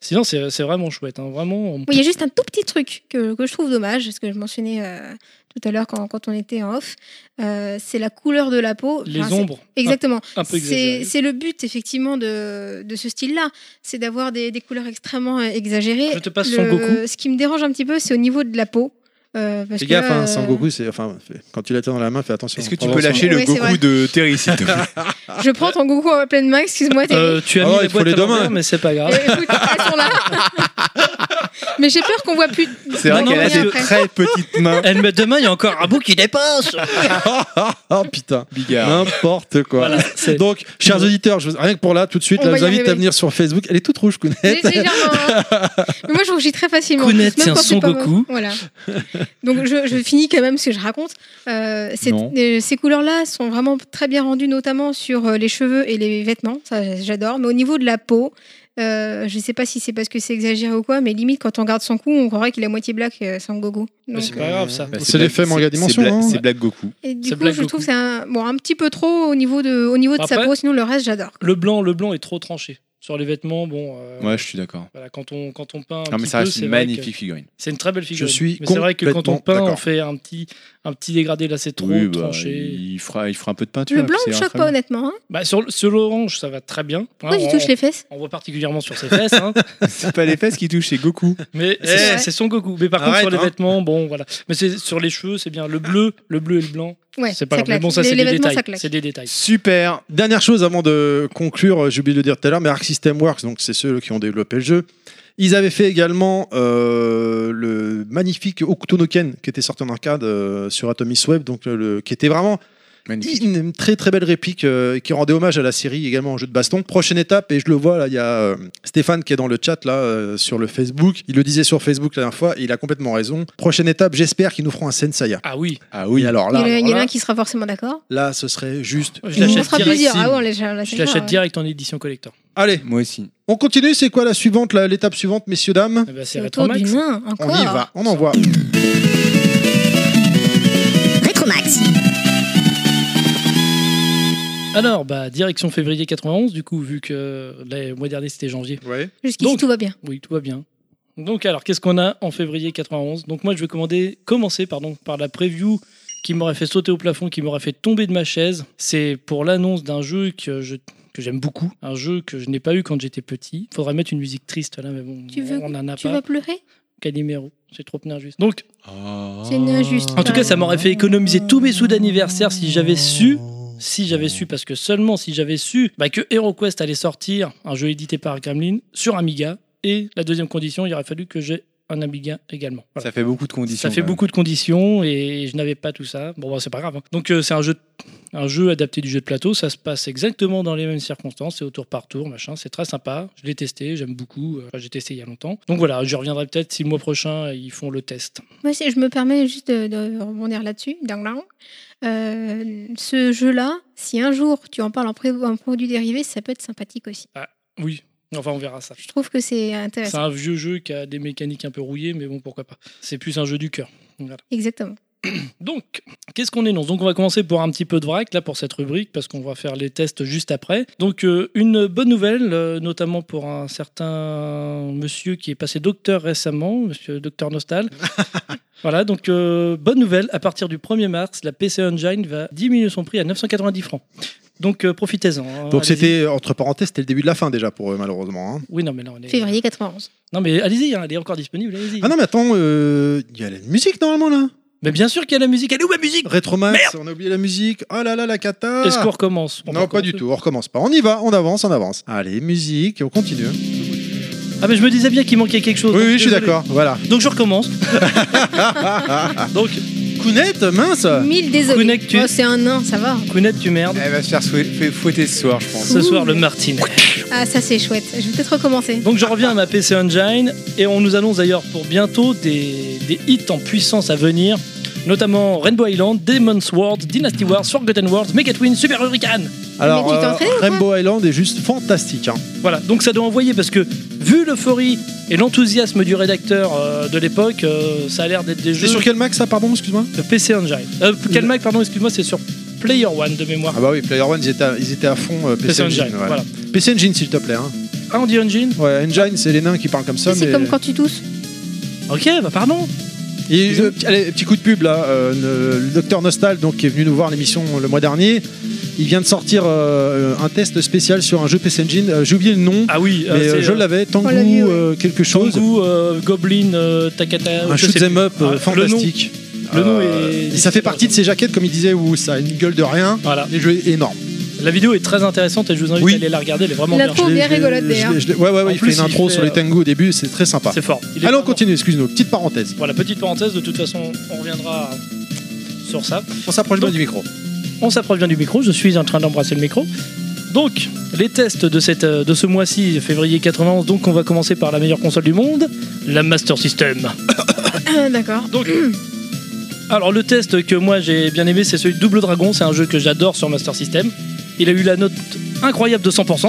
E: Sinon, c'est c'est vraiment chouette, hein, vraiment.
F: Oui, il y a juste un tout petit truc que, que je trouve dommage, ce que je mentionnais euh, tout à l'heure quand, quand on était en off, euh, c'est la couleur de la peau.
E: Les
F: Enfin, c'est-
E: ombres.
F: Exactement.
E: Un peu
F: C'est
E: exagérées.
F: c'est le but, effectivement, de, de ce style-là. C'est d'avoir des, des couleurs extrêmement euh, exagérées.
E: Je te passe Son
F: Le-
E: Goku.
F: Ce qui me dérange un petit peu, c'est au niveau de la peau. Euh, parce
C: Les
F: que
C: gars,
F: là,
C: enfin,
F: euh,
C: hein,
E: hein,
C: Sangoku, c'est. Enfin, fais- quand tu l'as dans la main, fais attention.
D: Est-ce que tu
C: Prends
D: peux
C: ensemble.
D: lâcher le
F: Oui, c'est
D: Goku
F: vrai.
D: de Terry, s'il te plaît
F: euh, Je prends ton Goku à pleine main, excuse-moi. Thierry.
E: Euh, tu as
C: Ah
E: mis
C: ouais,
E: les
C: il faut
E: boîtes
C: les
E: à l'envers,
C: demain.
E: mais c'est pas grave.
F: Et Eh, écoute, elles
D: (laughs)
F: sont là. Mais j'ai peur qu'on voit plus.
D: (laughs) C'est vrai
E: Non,
D: qu'elle
E: non,
D: a
E: parce
D: des
E: que-
D: très petites mains.
E: (laughs) Elle me demain, il y a encore un bout qui dépasse.
C: (laughs) Oh putain,
D: (laughs) Bigard.
C: n'importe quoi.
E: Voilà, (laughs) c'est-
C: Donc, chers auditeurs, je vous- rien que pour là, tout de suite,
F: On
C: là,
F: va
C: je vous
F: y
C: invite à
F: arriver.
C: venir sur Facebook. Elle est toute rouge, Kounet.
F: Légèrement. hein.
D: (laughs)
F: Mais moi, je rougis très facilement.
E: Kounet, c'est
F: Même
E: un
F: quand
E: Son
F: pas
E: Goku.
F: moi. Voilà. Donc, je, je finis quand même ce que je raconte. Euh, c'est-
D: Non.
F: euh, ces couleurs-là sont vraiment très bien rendues, notamment sur euh, les cheveux et les vêtements. Ça, j'adore. Mais au niveau de la peau, euh, je sais pas si c'est parce que c'est exagéré ou quoi, mais limite, quand on regarde son cou, on croirait qu'il est à moitié black euh, sans Goku.
E: Mais
F: Donc,
E: c'est pas grave ça.
D: Bah,
C: C'est l'effet
D: Black-
C: manga
D: c'est-
C: dimension,
D: c'est Black-
C: hein.
D: C'est Black Goku.
F: Et du
E: Ça
F: coup,
E: blague
F: je
E: beaucoup.
F: trouve que c'est un, bon, un petit peu trop au niveau de, au niveau de sa
E: Après-
F: peau, sinon le reste, j'adore.
E: Le blanc, le blanc est trop tranché. Sur les vêtements, bon. euh,
D: Ouais, je suis d'accord.
E: Voilà, quand on quand on peint. Un
D: Non, mais
E: petit
D: ça
E: peu,
D: reste
E: c'est
D: une
E: vrai que-
D: magnifique figurine.
E: C'est une très belle figure.
C: Je suis
E: Mais c'est vrai que quand on
C: complètement
E: peint, on
C: d'accord.
E: fait un petit un petit dégradé là, c'est trop
D: Oui, bah,
E: tranché.
D: il fera, il fera un peu de peinture.
F: Le blanc
D: puis
F: ne me
D: c'est
F: choque
D: incroyable.
F: pas, honnêtement. Hein.
E: Bah, sur le- sur l'orange, ça va très bien.
F: Pourquoi
E: Hein,
F: tu
E: on-
F: touches les fesses
E: on voit particulièrement sur ses
F: (laughs)
E: fesses, hein.
D: C'est pas les fesses qui touchent, c'est Goku.
E: mais eh,
F: C'est
E: c'est
F: vrai.
E: son Goku. Mais par
C: Arrête,
E: contre sur les
C: hein.
E: vêtements, bon voilà. Mais c'est sur les cheveux, c'est bien. Le bleu, le bleu et le blanc,
F: Ouais,
E: c'est pas
F: ça
E: grave. Mais
F: claque.
E: bon, ça
F: les,
E: c'est
F: les
E: des
F: vêtements, ça
E: détails.
F: claque.
E: C'est des détails.
D: Super.
C: Dernière chose avant de conclure, euh, j'ai oublié de le dire tout à l'heure, mais Arc System Works, donc c'est ceux qui ont développé le jeu, ils avaient fait également euh, le magnifique Okutonoken qui était sorti en arcade euh, sur Atomis Web, donc euh, le, qui était vraiment
D: (laughs) Magnifique.
C: une, une très très belle réplique euh, qui rendait hommage à la série également en jeu de baston. Prochaine étape, et je le vois là, il y a euh, Stéphane qui est dans le chat là euh, sur le Facebook. Il le disait sur Facebook la dernière fois, et il a complètement raison. Prochaine étape, j'espère qu'ils nous feront un Sensaya.
E: Ah oui,
D: Ah oui.
C: Et alors là,
F: il y en a- il y en a
C: alors
F: un
C: là,
F: qui sera forcément d'accord.
C: là, ce serait juste.
E: Je
F: Il nous
E: l'achète
F: montrera
E: direct,
F: plusieurs.
C: Sim.
F: Ah ouais, on les- on les
E: je
F: achètera,
E: l'achète
F: ouais.
E: direct en édition collector.
C: Allez,
D: Moi aussi.
C: on continue. C'est quoi la suivante, là, l'étape suivante, messieurs dames
E: Eh ben,
F: C'est
E: c'est
F: autour du
E: Retromax.
F: nain,
C: On
F: encore.
C: y va, on envoie.
A: Rétromax.
E: Alors, bah, direction février 91, du coup, vu que le mois dernier c'était janvier.
C: Ouais.
F: Jusqu'ici,
E: Donc-
F: tout va bien.
E: Oui, tout va bien. Donc, alors, qu'est-ce qu'on a en février 91 Donc, moi, je vais commander, commencer pardon, par la preview qui m'aurait fait sauter au plafond, qui m'aurait fait tomber de ma chaise. C'est pour l'annonce d'un jeu que je que j'aime beaucoup, un jeu que je n'ai pas eu quand j'étais petit. Faudrait mettre une musique triste là, mais bon,
F: Tu veux-
E: on en a
F: Tu
E: pas.
F: vas pleurer
E: Calimero, c'est trop injuste. Donc,
F: C'est une injuste.
E: Oh. en tout cas, ça m'aurait fait économiser tous mes sous d'anniversaire si j'avais su. Si j'avais su, parce que seulement si j'avais su bah, que HeroQuest allait sortir, un jeu édité par Gremlin, sur Amiga, et la deuxième condition, il aurait fallu que j'ai un Amiga également. Voilà.
D: Ça fait beaucoup de conditions.
E: Ça fait
D: quand
E: beaucoup de conditions et je n'avais pas tout ça. Bon, bah, c'est pas grave. hein. Donc, euh, c'est un jeu, un jeu adapté du jeu de plateau. Ça se passe exactement dans les mêmes circonstances. C'est au tour par tour, machin. C'est très sympa. Je l'ai testé, j'aime beaucoup. Euh, Enfin, j'ai testé il y a longtemps. Donc voilà, je reviendrai peut-être si le mois prochain ils font le test.
F: Moi, c'est- je me permets juste de, de rebondir là-dessus. dang, dang. Euh, ce jeu-là, si un jour tu en parles en, pré- en produit dérivé, ça peut être sympathique aussi.
E: Oui. Enfin, on verra ça.
F: Je trouve que c'est
E: C'est
F: intéressant.
E: un vieux jeu qui a des mécaniques un peu rouillées, mais bon, pourquoi pas. C'est plus un jeu du cœur. Voilà.
F: Exactement.
E: Donc, qu'est-ce qu'on énonce Donc, on va commencer pour un petit peu de vrac, là, pour cette rubrique, parce qu'on va faire les tests juste après. Donc, euh, une bonne nouvelle, euh, notamment pour un certain monsieur qui est passé docteur récemment, monsieur docteur Nostal. voilà, donc, euh, bonne nouvelle, à partir du 1er mars, la PC Engine va diminuer son prix à 990 francs. Donc euh, profitez-en. hein,
C: Donc
E: allez-y.
C: c'était, entre parenthèses, c'était le début de la fin déjà pour eux, malheureusement. hein.
E: Oui, non, mais là, on est.
F: Février 91.
E: Non, mais allez-y, hein, elle est encore disponible, allez-y.
C: Ah non, mais attends, euh, il y a la musique normalement là.
E: Mais bien sûr qu'il y a la musique, elle est où ma musique
C: Retromax, on a oublié la musique. Oh là là, la cata.
E: Est-ce qu'on recommence On peut
C: Non, pas
E: recommencer
C: du tout, on recommence pas. On y va, on avance, on avance. Allez, musique, on continue. Oui,
E: Ah, mais je me disais bien qu'il manquait quelque chose. donc
C: oui, je suis
E: désolé.
C: d'accord, voilà.
E: Donc
C: (laughs)
E: je recommence. donc,
C: Counette, mince
F: Mille désolés.
E: Connectu-
F: Oh, c'est un nain, ça va.
E: Kounet, tu merdes.
D: Elle va se faire fouet- fouet- fouetter ce soir, je pense.
E: Ce soir, le Martinet.
F: Ah, ça c'est chouette. Je vais peut-être recommencer.
E: Donc je reviens à ma PC Engine et on nous annonce d'ailleurs pour bientôt des, des hits en puissance à venir, notamment Rainbow Island, Demon's World, Dynasty Wars, Forgotten Worlds, Megatwin, Super Hurricane.
C: Alors, euh,
F: Mais tu t'es entraîné ou pas
C: Rainbow Island est juste fantastique. hein.
E: Voilà, donc ça doit envoyer parce que vu l'euphorie et l'enthousiasme du rédacteur euh, de l'époque, euh, ça a l'air d'être des
C: C'est
E: jeux
C: sur quel max ça, pardon, excuse-moi
E: de PC Engine. Euh, Calmac, pardon, excuse-moi, c'est sur Player One de mémoire.
C: Ah bah oui, Player One, ils étaient à, ils étaient à fond euh, PC, Engine. ouais.
E: voilà.
C: PC Engine, s'il te plaît. hein.
E: Ah, on dit Engine
C: Ouais, Engine, c'est les nains qui parlent comme ça.
F: C'est
C: mais-
F: comme quand tu tousses.
E: Ok, bah pardon.
C: Et, euh, petit- allez, petit coup de pub là. euh, le, le docteur Nostal, donc, qui est venu nous voir l'émission le mois dernier, il vient de sortir euh, un test spécial sur un jeu PC Engine. Euh, J'ai oublié le nom,
E: Ah oui, euh,
C: mais euh,
E: c'est,
C: je
E: euh,
C: l'avais. Tangu,
F: on l'a vu, ouais.
C: euh, quelque chose.
E: Tangu, euh, Goblin, euh, Takata.
C: un
E: je sais
C: shoot'em
E: plus.
C: up euh,
E: Ah, le nom.
C: fantastique.
E: Le nom est-
C: et Euh, ça fait partie de ces jaquettes, comme il disait, où ça a une gueule de rien.
E: Voilà.
C: Les jeux énormes.
E: La vidéo est très intéressante et je vous invite
C: Oui.
E: à aller la regarder, elle est vraiment
F: La
E: bien.
F: peau
C: Je l'ai-
F: Oh, bien
C: je l'ai-
F: rigolote
C: je l'ai-
F: d'ailleurs.
C: je l'ai- Ouais, ouais,
E: En
C: ouais, il
E: plus,
C: fait une
E: il
C: intro
E: fait,
C: sur les
E: euh,
C: tango au début, c'est très sympa.
E: C'est fort. Il est hein.
C: Allez, on
E: vraiment-
C: continue, excuse-nous, petite parenthèse.
E: Voilà, petite parenthèse, de toute façon, on reviendra sur ça.
C: On s'approche bien
E: Donc-
C: du micro.
E: On s'approche bien du micro, je suis en train d'embrasser le micro. Donc, les tests de, cette, euh, de ce mois-ci, février 91, donc on va commencer par la meilleure console du monde, la Master System.
F: Euh, D'accord.
E: Donc, alors le test que moi j'ai bien aimé, c'est celui de Double Dragon, c'est un jeu que j'adore sur Master System. Il a eu la note incroyable de 100%.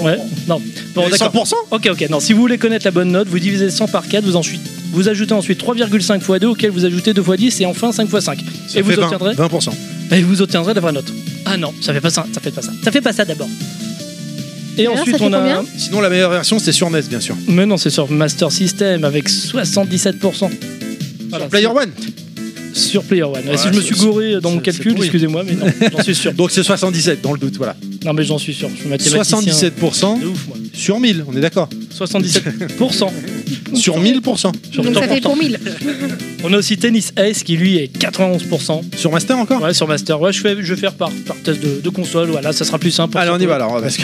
E: Ouais, non. Bon, d'accord.
C: 100%
E: Ok, ok. Non, si vous voulez connaître la bonne note, vous divisez 100 par 4, vous, en chuit- vous ajoutez ensuite 3,5 x 2, auquel vous ajoutez 2 x 10, et enfin 5 x 5.
C: Ça
E: Et vous
C: fait 20,
E: obtiendrez
C: 20%.
E: Et vous obtiendrez la vraie note. Ah non, ça fait pas ça, ça fait pas ça. Ça fait pas ça d'abord. Et
F: Alors,
E: ensuite,
F: ça fait
E: on a.
F: combien
C: Sinon, la meilleure version, c'est sur NES, bien sûr.
E: Mais non, c'est sur Master System avec 77%. Voilà,
C: Sur Player One
E: c'est Sur Player One.
C: Voilà,
E: si je me suis
C: c'est-
E: gouré dans mon
C: c'est- c'est
E: calcul,
C: pourri.
E: excusez-moi, mais non, j'en
C: (laughs)
E: suis sûr.
C: Donc c'est 77, dans le doute, voilà.
E: Non, mais j'en suis sûr. Je suis mathématicien.
C: 77%
E: De ouf, moi.
C: sur 1000, on est d'accord
E: 77%.
C: Sur 1000%.
E: Sur
F: Donc ça
E: 100%.
F: fait pour 1000.
E: On a aussi Tennis Ace qui lui est 91%.
C: Sur Master encore
E: Ouais, sur Master. Ouais, je, fais, je vais faire par, par test de, de console, voilà, ça sera plus simple.
C: Allez, on y va alors,
E: (laughs)
C: parce que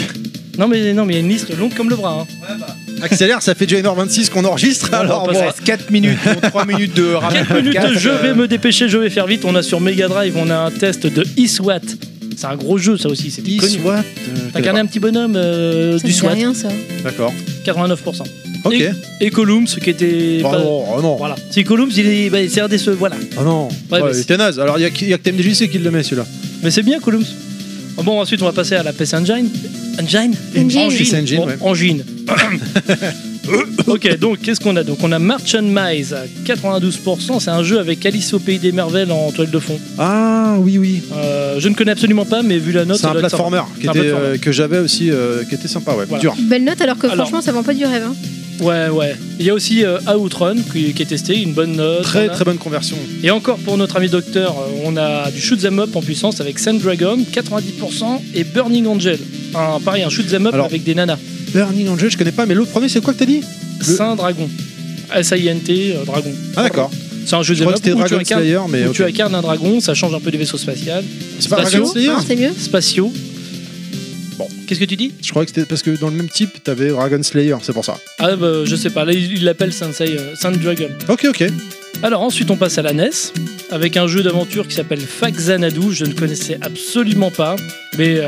E: Non, mais non, mais il y a une liste longue comme le bras.
C: (laughs)
E: hein.
C: accélère, ça fait déjà 1h26 qu'on enregistre,
E: Non,
C: alors
E: on
C: bon.
E: passe
D: Il reste 4 minutes,
C: (laughs)
D: 3 minutes de rappel.
E: 4 minutes,
D: podcast,
E: je
D: euh,
E: vais me dépêcher, je vais faire vite. On a sur Mega Drive, on a un test de e-SWAT. C'est un gros jeu, ça aussi, c'est connu.
C: Soit,
E: T'as gardé un petit bonhomme euh,
F: Ça
E: du
F: me dit
E: SWAT,
F: rien ça.
C: d'accord.
E: 89%.
C: Ok.
E: Et, et Columns, qui était.
C: Oh
E: pas-
C: non, oh non,
E: Voilà. C'est Columns, il est. bah, c'est un des. ceux- Voilà.
C: oh non.
E: mais
C: Ouais, il
E: c'est-
C: était naze. Alors il y, a qui- il y a que TMDJC qui le met celui-là.
E: Mais c'est bien, Columns. Bon, ensuite, on va passer à la PC Engine. Engine
F: Engine.
C: PC Engine,
E: Bon,
C: ouais.
E: Engine. (coughs) ok, donc qu'est-ce qu'on a Donc on a March and Mize à 92%. C'est un jeu avec Alice au pays des merveilles en toile de fond.
C: Ah oui, oui.
E: Euh, je ne connais absolument pas, mais vu la note,
C: C'est
E: ça
C: un
E: doit être sympa.
C: platformer qui
E: C'est un
C: était,
E: platformer.
C: euh, que j'avais aussi, euh, qui était sympa, ouais.
E: Voilà.
C: Dur.
F: Belle note alors que
E: Alors.
F: franchement ça vend pas du rêve. hein.
E: Ouais, ouais. Il y a aussi euh, Outrun qui, qui est testé, une bonne note.
C: Très
E: on a.
C: très bonne conversion.
E: Et encore pour notre ami docteur, euh, on a du shoot 'em up en puissance avec Sand Dragon 90% et Burning Angel. Un, pareil, un shoot 'em up
C: Alors.
E: avec des nanas.
C: Burning Angel, je connais pas, mais l'autre premier, c'est quoi que t'as dit Le-
E: Saint Dragon. S-I-N-T, euh, Dragon.
C: Ah d'accord.
E: C'est un shoot
C: Je crois
E: 'em
C: que
E: up
C: c'était
E: où tu
C: Dragon
E: incarnes-
C: Slayer, mais
E: où tu
C: ok.
E: incarnes un dragon, ça change un peu des vaisseaux spatiaux.
C: c'est pas Dragon
E: spatiaux,
C: Slayer.
F: Hein, c'est mieux.
E: spatiaux. Bon, qu'est-ce que tu dis
C: Je crois que c'était parce que dans le même type, t'avais Dragon Slayer, c'est pour ça.
E: Ah bah, je sais pas, là il il l'appelle Sensei euh, Sand Dragon.
C: Ok, ok.
E: Alors ensuite on passe à la NES avec un jeu d'aventure qui s'appelle Faxanadu, je ne connaissais absolument pas, mais euh,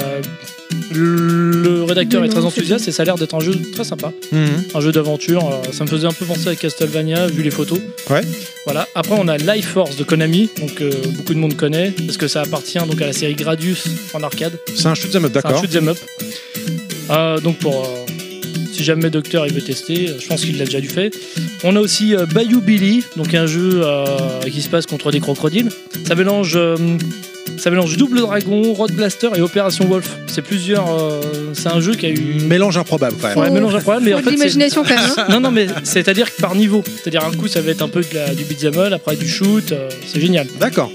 E: le rédacteur
F: Mais
E: est
F: non,
E: très
F: c'est
E: enthousiaste et ça a l'air d'être un jeu très sympa, un jeu d'aventure, euh, ça me faisait un peu penser à Castlevania vu les photos.
C: Ouais.
E: Voilà, après on a Life Force de Konami, donc euh, beaucoup de monde connaît parce que ça appartient donc à la série Gradius en arcade.
C: C'est un shoot'em up,
E: C'est un
C: d'accord.
E: shoot'em up. Euh, donc pour euh, si jamais Docteur il veut tester, euh, je pense qu'il l'a déjà dû fait. On a aussi euh, Bayou Billy, donc un jeu euh, qui se passe contre des crocodiles. Ça mélange euh, ça mélange Double Dragon, Road Blaster et Opération Wolf. C'est plusieurs euh, c'est un jeu qui a eu
C: Mélange improbable quand même.
E: Ouais,
F: Faut-
E: mélange un problème mais
F: Faut
E: en
F: de
E: fait c'est-
F: l'imagination quand
E: (laughs)
F: même. hein.
E: non, non, mais c'est-à-dire que par niveau. C'est-à-dire un coup, ça va être un peu de la- du beat'em up, après du shoot, euh, c'est génial.
C: D'accord.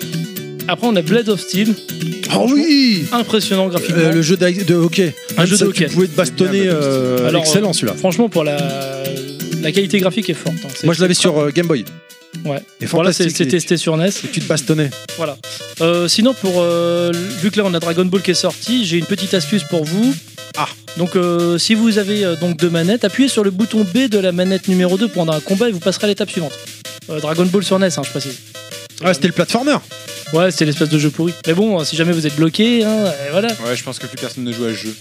E: Après, on a Blade of Steel,
C: Oh
E: franchement,
C: oui
E: Impressionnant graphiquement.
C: Euh, Le jeu d'hockey. De hockey.
E: Un jeu de
C: Ça,
E: hockey.
C: Tu pouvais te bastonner.
D: Bien,
C: euh,
E: Alors,
C: excellent celui-là.
E: Franchement, pour la... la qualité graphique est forte. hein. C'est-
C: Moi je l'avais sur euh, Game Boy.
E: Ouais.
C: Et
E: Voilà, c'est
C: fantastique.
E: c'est testé sur NES.
C: et tu te bastonnais.
E: Voilà. Euh, sinon, pour euh, vu que là on a Dragon Ball qui est sorti, j'ai une petite astuce pour vous.
C: Ah.
E: Donc, euh, si vous avez euh, donc deux manettes, appuyez sur le bouton B de la manette numéro 2 pendant un combat et vous passerez à l'étape suivante. Euh, Dragon Ball sur NES, hein, je précise.
C: Ah, c'était le platformer.
E: Ouais, c'est l'espèce de jeu pourri. Mais bon, euh, si jamais vous êtes bloqué, hein, euh, voilà.
D: Ouais, je pense que plus personne ne joue à ce jeu.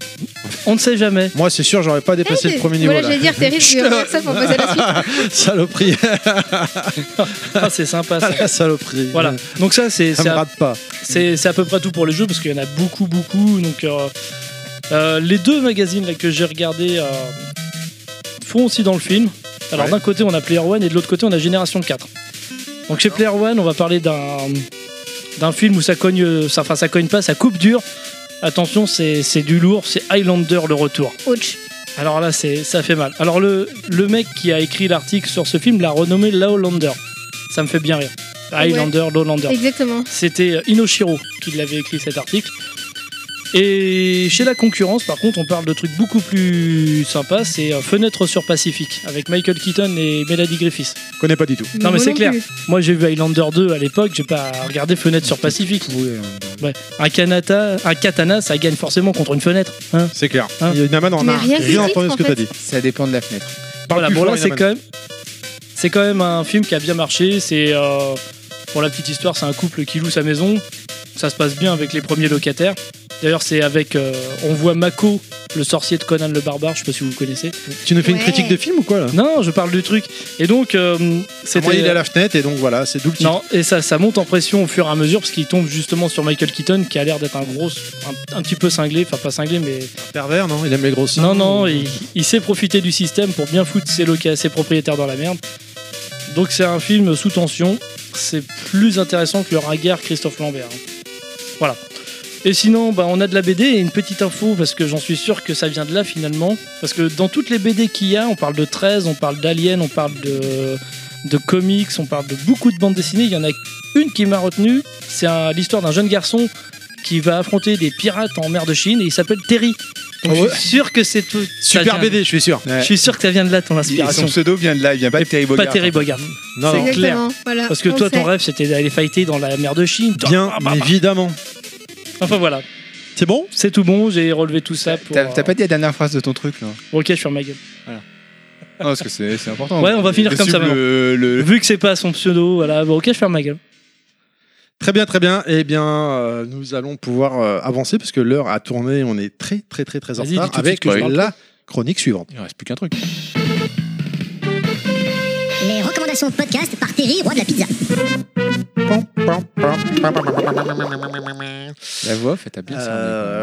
E: On ne sait jamais.
C: Moi, c'est sûr, j'aurais pas dépassé
F: Eh,
C: le premier niveau.
F: voilà,
C: Là.
F: j'allais dire, terrible, tu vas voir ça
E: (laughs)
F: pour passer à la
C: (laughs)
F: suite.
C: Saloperie.
E: Ah, c'est
C: (laughs)
E: sympa. Ça.
C: Saloperie.
E: Voilà. Donc ça, c'est
C: Ça
E: c'est
C: me
E: à-
C: rate pas.
E: C'est c'est à peu près tout pour les jeux parce qu'il y en a beaucoup, beaucoup. Donc, euh, euh, les deux magazines là, que j'ai regardés euh, font aussi dans le film. Alors,
C: Ouais.
E: d'un côté, on a Player One et de l'autre côté, on a Génération 4. Donc, chez Player One, on va parler d'un d'un film où ça cogne, euh, ça, enfin, ça cogne pas, ça coupe dur. Attention, c'est c'est du lourd, c'est Highlander le retour.
F: Ouch.
E: Alors là, c'est ça fait mal. Alors le, le mec qui a écrit l'article sur ce film l'a renommé Laolander. Ça me fait bien rire. Highlander, Lawlander.
F: Exactement.
E: C'était Inoshiro qui l'avait écrit cet article. Et chez la concurrence, par contre, on parle de trucs beaucoup plus sympas. C'est euh, Fenêtre sur Pacifique avec Michael Keaton et Melody Griffith.
C: Je connais pas du tout.
E: Non, mais
F: Moi
E: c'est clair.
F: plus.
E: Moi, j'ai vu Highlander 2 à l'époque. J'ai pas regardé Fenêtre sur Pacifique. Ouais. Un, kanata, un katana, ça gagne forcément contre une fenêtre. hein.
C: C'est clair.
E: Hein
C: Il y a une amende en
F: Mais
C: a
F: rien que le
C: rien entendu
F: titre,
C: ce que t'as
F: en fait.
C: dit.
D: Ça dépend de la fenêtre.
C: Parle
E: Voilà,
C: plus
E: bon
C: fort,
E: là, c'est
C: Inaman.
E: quand même, c'est quand même un film qui a bien marché. C'est euh, pour la petite histoire, c'est un couple qui loue sa maison. Ça se passe bien avec les premiers locataires. D'ailleurs, c'est avec, euh, on voit Mako, le sorcier de Conan le barbare. Je sais pas si vous le connaissez.
C: Tu nous fais une
F: Ouais.
C: critique de film ou quoi là
E: Non, je parle du truc. Et donc, euh,
C: Ah, Moi, il est à
E: c'était.
C: la fenêtre et donc voilà, c'est d'où le titre.
E: Non, et ça, ça monte en pression au fur et à mesure parce qu'il tombe justement sur Michael Keaton qui a l'air d'être un gros, un, un petit peu cinglé, enfin pas cinglé, mais
C: Pervers, non Il aime les grosses.
E: Non, non, il, il sait profiter du système pour bien foutre ses, loca- ses propriétaires dans la merde. Donc c'est un film sous tension. C'est plus intéressant que le ringard Christophe Lambert. hein. Voilà. Et sinon, bah, on a de la BD et une petite info, parce que j'en suis sûr que ça vient de là finalement. Parce que dans toutes les BD qu'il y a, on parle de 13, on parle d'Alien, on parle de, de comics, on parle de beaucoup de bandes dessinées. Il y en a une qui m'a retenu, c'est un- l'histoire d'un jeune garçon qui va affronter des pirates en mer de Chine et il s'appelle Terry. Donc,
C: Ah ouais
E: Je suis sûr que c'est tout. ça
C: Super
E: vient-
C: BD, je suis sûr.
E: Je (laughs) suis sûr que ça vient de là ton
D: Et Son
E: inspiration.
D: pseudo vient de là, il vient pas de Terry
E: Pas
D: Bogard.
E: Terry Bogard.
C: Non, non.
E: clair.
F: Exactement. Voilà.
E: Parce que
F: on
E: toi,
F: le
E: ton
F: sait.
E: rêve, c'était d'aller fighter dans la mer de Chine.
C: Bien
E: bah,
C: évidemment.
E: Enfin voilà,
C: C'est bon
E: c'est tout bon, j'ai relevé tout ça pour.
D: T'as t'as pas
E: euh,
D: dit la dernière phrase de ton truc là
E: Ok, je ferme ma gueule.
D: Non, parce que c'est c'est important.
E: Ouais, on va finir
D: Le
E: comme ça,
D: sub- Le, euh,
C: Euh.
D: le-
E: Vu que c'est pas son pseudo, voilà, bon, ok, je ferme ma gueule.
C: Très bien, très bien. Eh bien, euh, nous allons pouvoir euh, avancer parce que l'heure a tourné. On est très, très, très, très en
E: Vas-y, dis tout
C: retard
E: de suite
C: avec
E: que je parle
C: la chronique suivante.
D: Il reste plus qu'un truc.
A: Les recommandations de podcast par Terry, roi de la pizza.
D: La voix, fait, t'as bien
E: Ah,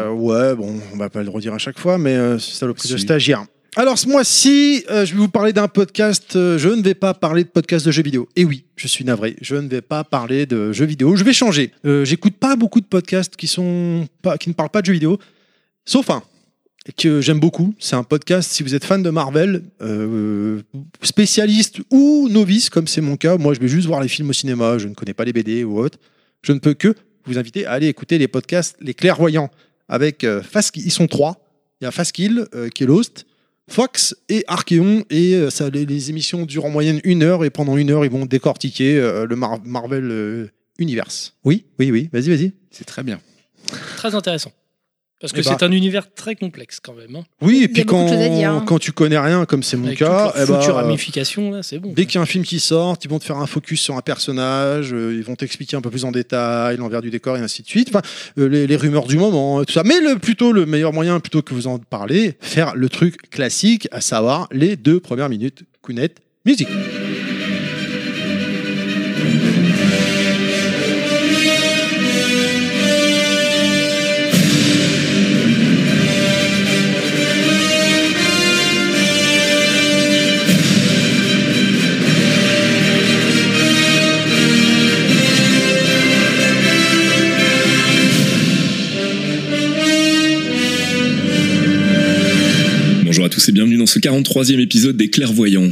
C: Euh, ouais, bon, on va pas le redire à chaque fois, mais euh, c'est saloperie de
D: Si.
C: stagiaire. Alors, ce mois-ci, euh, je vais vous parler d'un podcast. euh, je ne vais pas parler de podcast de jeux vidéo. Et oui, je suis navré. Je ne vais pas parler de jeux vidéo. Je vais changer. Euh, J'écoute pas beaucoup de podcasts qui, sont pas, qui ne parlent pas de jeux vidéo, sauf un que j'aime beaucoup. C'est un podcast, si vous êtes fan de Marvel, euh, spécialiste ou novice, comme c'est mon cas, moi je vais juste voir les films au cinéma, je ne connais pas les BD ou autre. Je ne peux que vous inviter à aller écouter les podcasts Les Clairvoyants avec euh, Faskill. Ils sont trois. Il y a Faskill euh, qui est l'host, Fox et Archeon. Et euh, ça, les, les émissions durent en moyenne une heure et pendant une heure, ils vont décortiquer euh, le Mar- Marvel euh, Universe. Oui, oui, oui. Vas-y, vas-y.
D: C'est très bien.
E: Très intéressant. Parce que
C: Eh ben.
E: c'est un univers très complexe quand même. hein.
C: Oui, et
F: Il y a
C: puis
F: beaucoup
C: quand,
F: de choses à dire, hein.
C: quand tu connais rien, comme c'est mon
E: Avec
C: cas,
E: toute leur
C: eh ben,
E: future
C: euh,
E: ramification, là, c'est bon.
C: Dès qu'il y a un film qui sort, ils vont te faire un focus sur un personnage, euh, ils vont t'expliquer un peu plus en détail l'envers du décor et ainsi de suite. Enfin, euh, les, les rumeurs du moment, euh, tout ça. Mais le, plutôt le meilleur moyen, plutôt que vous en parler, faire le truc classique, à savoir les deux premières minutes. Kounet, musique.
I: Bonjour à tous et bienvenue dans ce 43e épisode des Clairvoyants.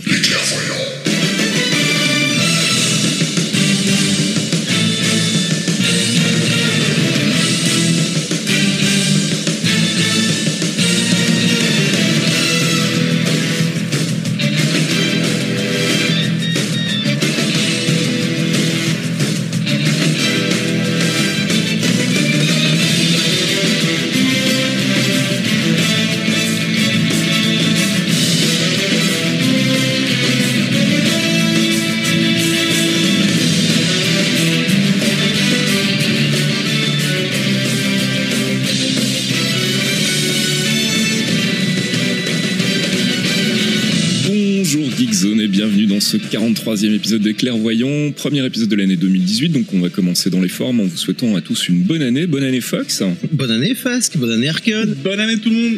I: ce 43e épisode des Clairvoyants, premier épisode de l'année 2018, donc on va commencer dans les formes en vous souhaitant à tous une bonne année, bonne année Fox.
J: Bonne année Fasque, bonne année Arcade.
I: Bonne année tout le monde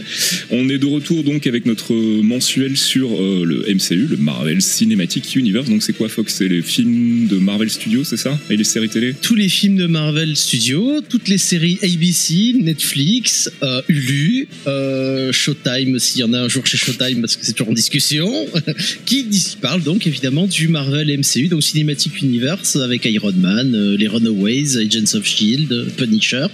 I: On est de retour donc avec notre mensuel sur euh, le MCU, le Marvel Cinematic Universe, donc c'est quoi Fox C'est les films de Marvel Studios, c'est ça Et les séries télé
J: Tous les films de Marvel Studios, toutes les séries ABC, Netflix, euh, Hulu, euh, Showtime aussi, il y en a un jour chez Showtime parce que c'est toujours en discussion, (laughs) qui dis- parle donc évidemment du Marvel MCU, donc Cinematic Universe avec Iron Man, euh, les Runaways, Agents of Shield, euh, Punisher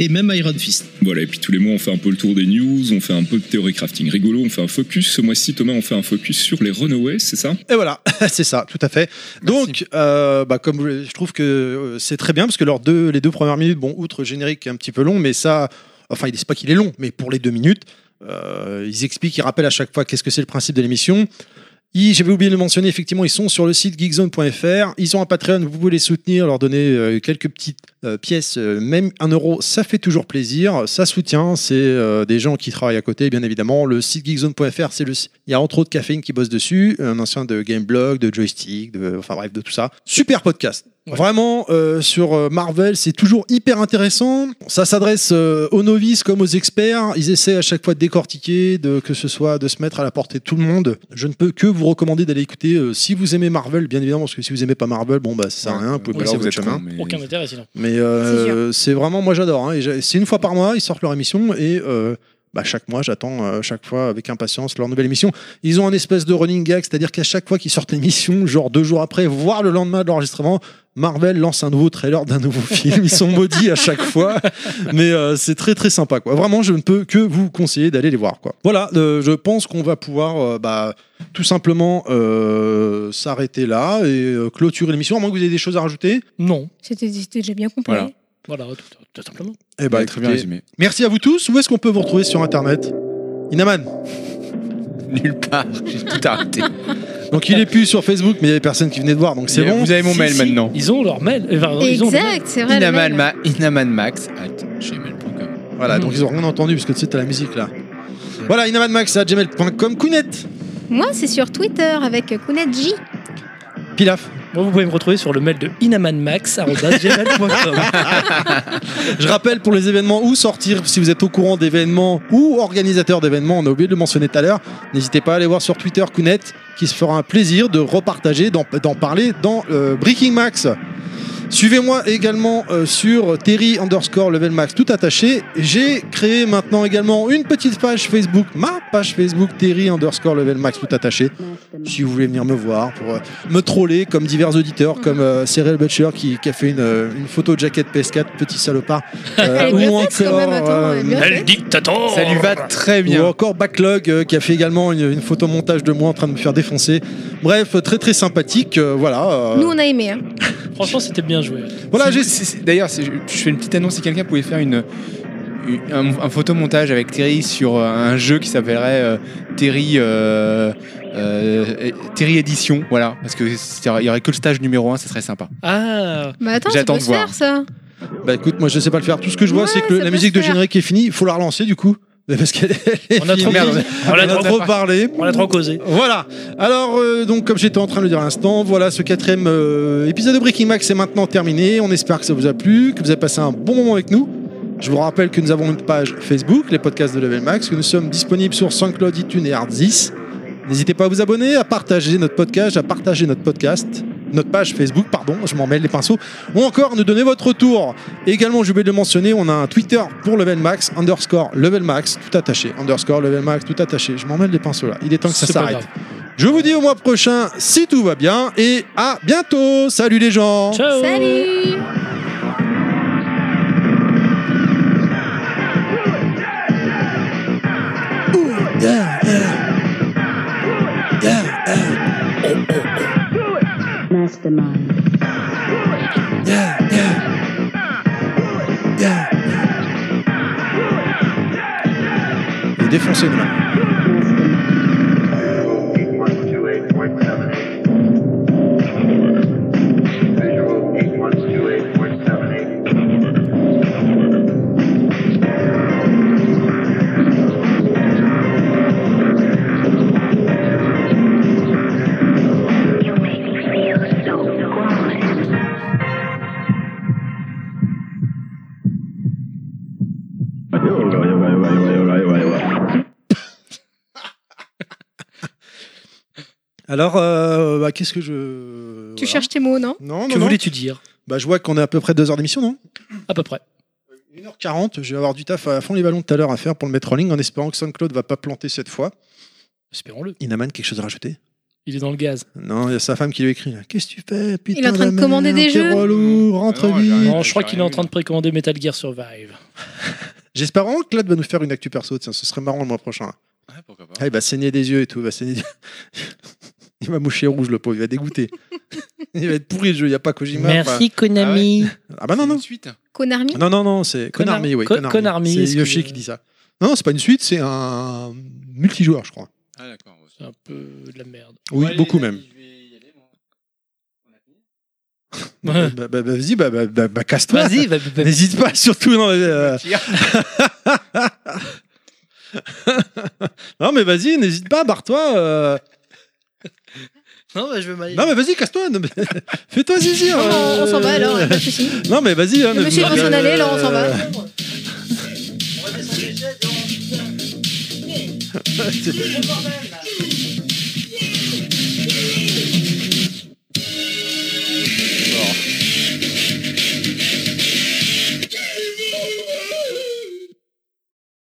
J: et même Iron Fist.
I: Voilà, et puis tous les mois, on fait un peu le tour des news, on fait un peu de théorie crafting rigolo, on fait un focus. Ce mois-ci, Thomas, on fait un focus sur les Runaways, c'est ça
C: Et voilà, (laughs) c'est ça, tout à fait.
D: Merci.
C: Donc, euh, bah, comme je trouve que euh, c'est très bien, parce que leurs deux, les deux premières minutes, bon, outre le générique est un petit peu long, mais ça, enfin, il c'est pas qu'il est long, mais pour les deux minutes, euh, ils expliquent, ils rappellent à chaque fois qu'est-ce que c'est le principe de l'émission. Ils- J'avais oublié de le mentionner, effectivement, ils sont sur le site geekzone.fr. Ils ont un Patreon, vous pouvez les soutenir, leur donner euh, quelques petites euh, pièces, euh, même un euro, ça fait toujours plaisir, ça soutient, c'est euh, des gens qui travaillent à côté, bien évidemment. Le site geekzone.fr, c'est le si- il y a entre autres Caféine qui bosse dessus, un ancien de Gameblog, de Joystick, de... enfin bref, de tout ça. Super podcast.
E: Ouais.
C: Vraiment, euh, sur euh, Marvel, c'est toujours hyper intéressant. Ça s'adresse euh, aux novices comme aux experts. Ils essaient à chaque fois de décortiquer, de, que ce soit de se mettre à la portée de tout le monde. Je ne peux que vous recommander d'aller écouter euh, si vous aimez Marvel, bien évidemment, parce que si vous aimez pas Marvel, bon, bah, ça sert à rien, vous pouvez
D: Ou
C: passer
D: alors vous
C: votre
D: êtes
C: chemin.
D: con, mais-
E: Aucun intérêt sinon.
C: Mais euh, c'est vraiment, moi j'adore. hein, et j'ai- c'est une fois par mois, ils sortent leur émission et euh, bah, chaque mois, j'attends euh, chaque fois avec impatience leur nouvelle émission. Ils ont un espèce de running gag, c'est-à-dire qu'à chaque fois qu'ils sortent l'émission, genre deux jours après, voire le lendemain de l'enregistrement, Marvel lance un nouveau trailer d'un nouveau film. Ils sont maudits à chaque fois, mais euh, c'est très très sympa. Quoi. Vraiment, je ne peux que vous conseiller d'aller les voir. Quoi. Voilà, euh, je pense qu'on va pouvoir euh, bah, tout simplement euh, s'arrêter là et euh, clôturer l'émission. À moins que vous ayez des choses à rajouter.
E: Non.
F: C'était c'était déjà bien compris.
D: Voilà.
E: Voilà, tout, tout simplement.
C: Eh
D: Bah,
C: ben,
D: très bien
C: écoutez,
D: résumé.
C: Merci à vous tous. Où est-ce qu'on peut vous retrouver sur Internet Inaman.
D: Nulle part, (laughs) j'ai tout arrêté.
C: Donc il est plus sur Facebook, mais il y avait personne qui venait de voir, donc c'est
D: Et
C: bon.
D: Vous avez mon
E: Si,
D: mail
E: si,
D: maintenant.
E: Ils ont leur mail. euh, enfin, ils ont le mail.
F: Exact, c'est vrai. le mail.
D: Inamanma- Inamanmax at gmail.com.
E: Mhm.
C: Voilà, Ah, donc ils ont rien entendu parce que tu sais, t'as la musique là. Voilà, inamanmax à gmail.com, Kounet,
F: Moi, c'est sur Twitter avec Kunaji.
D: Euh,
C: Pilaf.
E: Moi, vous pouvez me retrouver sur le mail de inamanmax.gmail.com.
C: Je rappelle pour les événements où sortir, si vous êtes au courant d'événements ou organisateur d'événements, on a oublié de le mentionner tout à l'heure. N'hésitez pas à aller voir sur Twitter Kounet, qui se fera un plaisir de repartager, d'en d'en parler dans euh, Breaking Max. Suivez-moi également euh, sur Terry underscore level max tout attaché. J'ai créé maintenant également une petite page Facebook, ma page Facebook Terry underscore level max tout attaché. Si vous voulez venir me voir pour euh, me troller comme divers auditeurs, comme euh, Serial Butcher qui, qui a fait une, euh, une photo de jaquette PS4, petit salopard. euh,
F: Elle est bien faite, quand même, attends,
C: euh,
F: elle est bien faite.
E: El dictator
D: Ça lui va très
C: ou
D: bien.
C: encore Backlog euh, qui a fait également une, une photo montage de moi en train de me faire défoncer. Bref, euh, très très sympathique. euh, voilà. euh,
F: Nous, on a aimé. hein.
E: Franchement, c'était bien joué.
C: voilà,
D: Si-
C: j'ai
D: si- si- D'ailleurs, si je je fais une petite annonce si quelqu'un pouvait faire une. une- Un, un photomontage avec Terry sur euh, un jeu qui s'appellerait euh, Terry euh, euh, Terry Edition, voilà, parce que c'est- il y aurait que le stage numéro 1, ce serait sympa.
E: Ah
F: Bah attends, ça
D: J'attends
F: peut
D: de
F: se
D: voir.
F: faire ça.
C: Bah écoute, moi je sais pas le faire. Tout ce que je vois,
F: Ouais,
C: c'est que le-
F: ça
C: la
F: peut
C: musique
F: se
C: de
F: faire.
C: générique est finie. Il faut la relancer du coup. (laughs) Mais Parce qu'elle est (laughs)
E: On a trop
C: finie.
E: causé. On
C: On
E: a
C: a
E: trop-
C: trop parlé.
E: on a trop causé.
C: Voilà. Alors, euh, donc, comme j'étais en train de le dire à l'instant, voilà, ce quatrième euh, épisode de Breaking Max est maintenant terminé. On espère que ça vous a plu, que vous avez passé un bon moment avec nous. Je vous rappelle que nous avons une page Facebook, les podcasts de Level Max, que nous sommes disponibles sur SoundCloud, iTunes et Hardzis. N'hésitez pas à vous abonner, à partager notre podcast, à partager notre podcast, notre page Facebook, pardon, je m'en mêle les pinceaux, ou encore nous donner votre retour. Et également, j'ai oublié de le mentionner, on a un Twitter pour Level Max, underscore Level Max, tout attaché, underscore Level Max, tout attaché. Je m'en mêle les pinceaux là, il est temps que ça
E: C'est pas
C: s'arrête.
E: grave.
C: Je vous dis au mois prochain si tout va bien et à bientôt. Salut les gens.
E: Ciao
F: Salut
B: Mastermind.
C: Et défoncez-nous. Alors, euh, bah, qu'est-ce que je.
F: Tu
C: voilà.
F: cherches tes mots, non
C: Non,
E: Que
C: non, non.
E: voulais-tu dire
C: Bah, je vois qu'on est à peu près deux heures d'émission, non
E: À peu près.
C: 1h40, je vais avoir du taf à fond les ballons tout à l'heure à faire pour le mettre en ligne en espérant que Saint-Claude va pas planter cette fois.
E: Espérons-le.
C: Inaman, quelque chose à rajouter
E: Il est dans le gaz.
C: Non, il y a sa femme qui lui écrit là. Qu'est-ce que tu fais putain
F: est en train de commander
C: merde,
F: des
C: t'es
F: jeux
C: relou, rentre
D: Ah Non, j'ai
C: vite.
D: rien.
E: Non, je crois
D: j'ai
E: qu'il est en
D: rien
E: train
D: vu.
E: de précommander Metal Gear Survive.
C: J'espère vraiment que Claude va nous faire une actu perso, tiens, ce serait marrant le mois prochain.
D: Ouais, pourquoi pas.
C: Ah, il va saigner des yeux et tout, il va saigner des- (laughs) Il va moucher rouge le pauvre, il va
F: (laughs)
C: dégoûter. il va être pourri le jeu, il n'y a pas Kojima. enfin-
D: Konami.
C: Ah bah non,
D: C'est
C: non.
D: une Suite.
F: Konami
C: Non, non, non, c'est
E: Conar-
C: Konami, oui.
E: Co-
C: Konami.
E: Konami,
C: C'est
E: excusez.
C: Yoshi qui dit ça. Non, non, c'est pas une suite, c'est un multijoueur, je crois.
D: Ah d'accord.
E: C'est un peu de la merde.
C: Oui,
D: Allez,
C: beaucoup
D: les
C: même.
D: amis, je vais y aller, moi. On a fini
C: Bah, bah, bah, vas-y, bah, bah, bah, bah,
J: (laughs)
C: casse-toi.
E: Vas-y, va-
C: (laughs)
E: va-
C: N'hésite pas, surtout. Non, euh,
D: Tire.
F: hein.
C: (laughs) non mais vas-y, n'hésite pas, barre-toi. euh.
E: Non, bah, je veux m'aller.
C: Non, mais vas-y, casse-toi. non, mais- (laughs)
F: (laughs)
C: Fais-toi hein. plaisir.
F: Non,
E: Ah,
F: non, Oh, on s'en va
C: (laughs)
F: alors,
E: euh,
F: y a pas de
E: (laughs)
F: soucis.
C: Non, mais vas-y. hein,
F: Le
C: ne
F: monsieur
C: vous-
F: veut s'en aller, alors on s'en va.
C: Euh, euh, (laughs)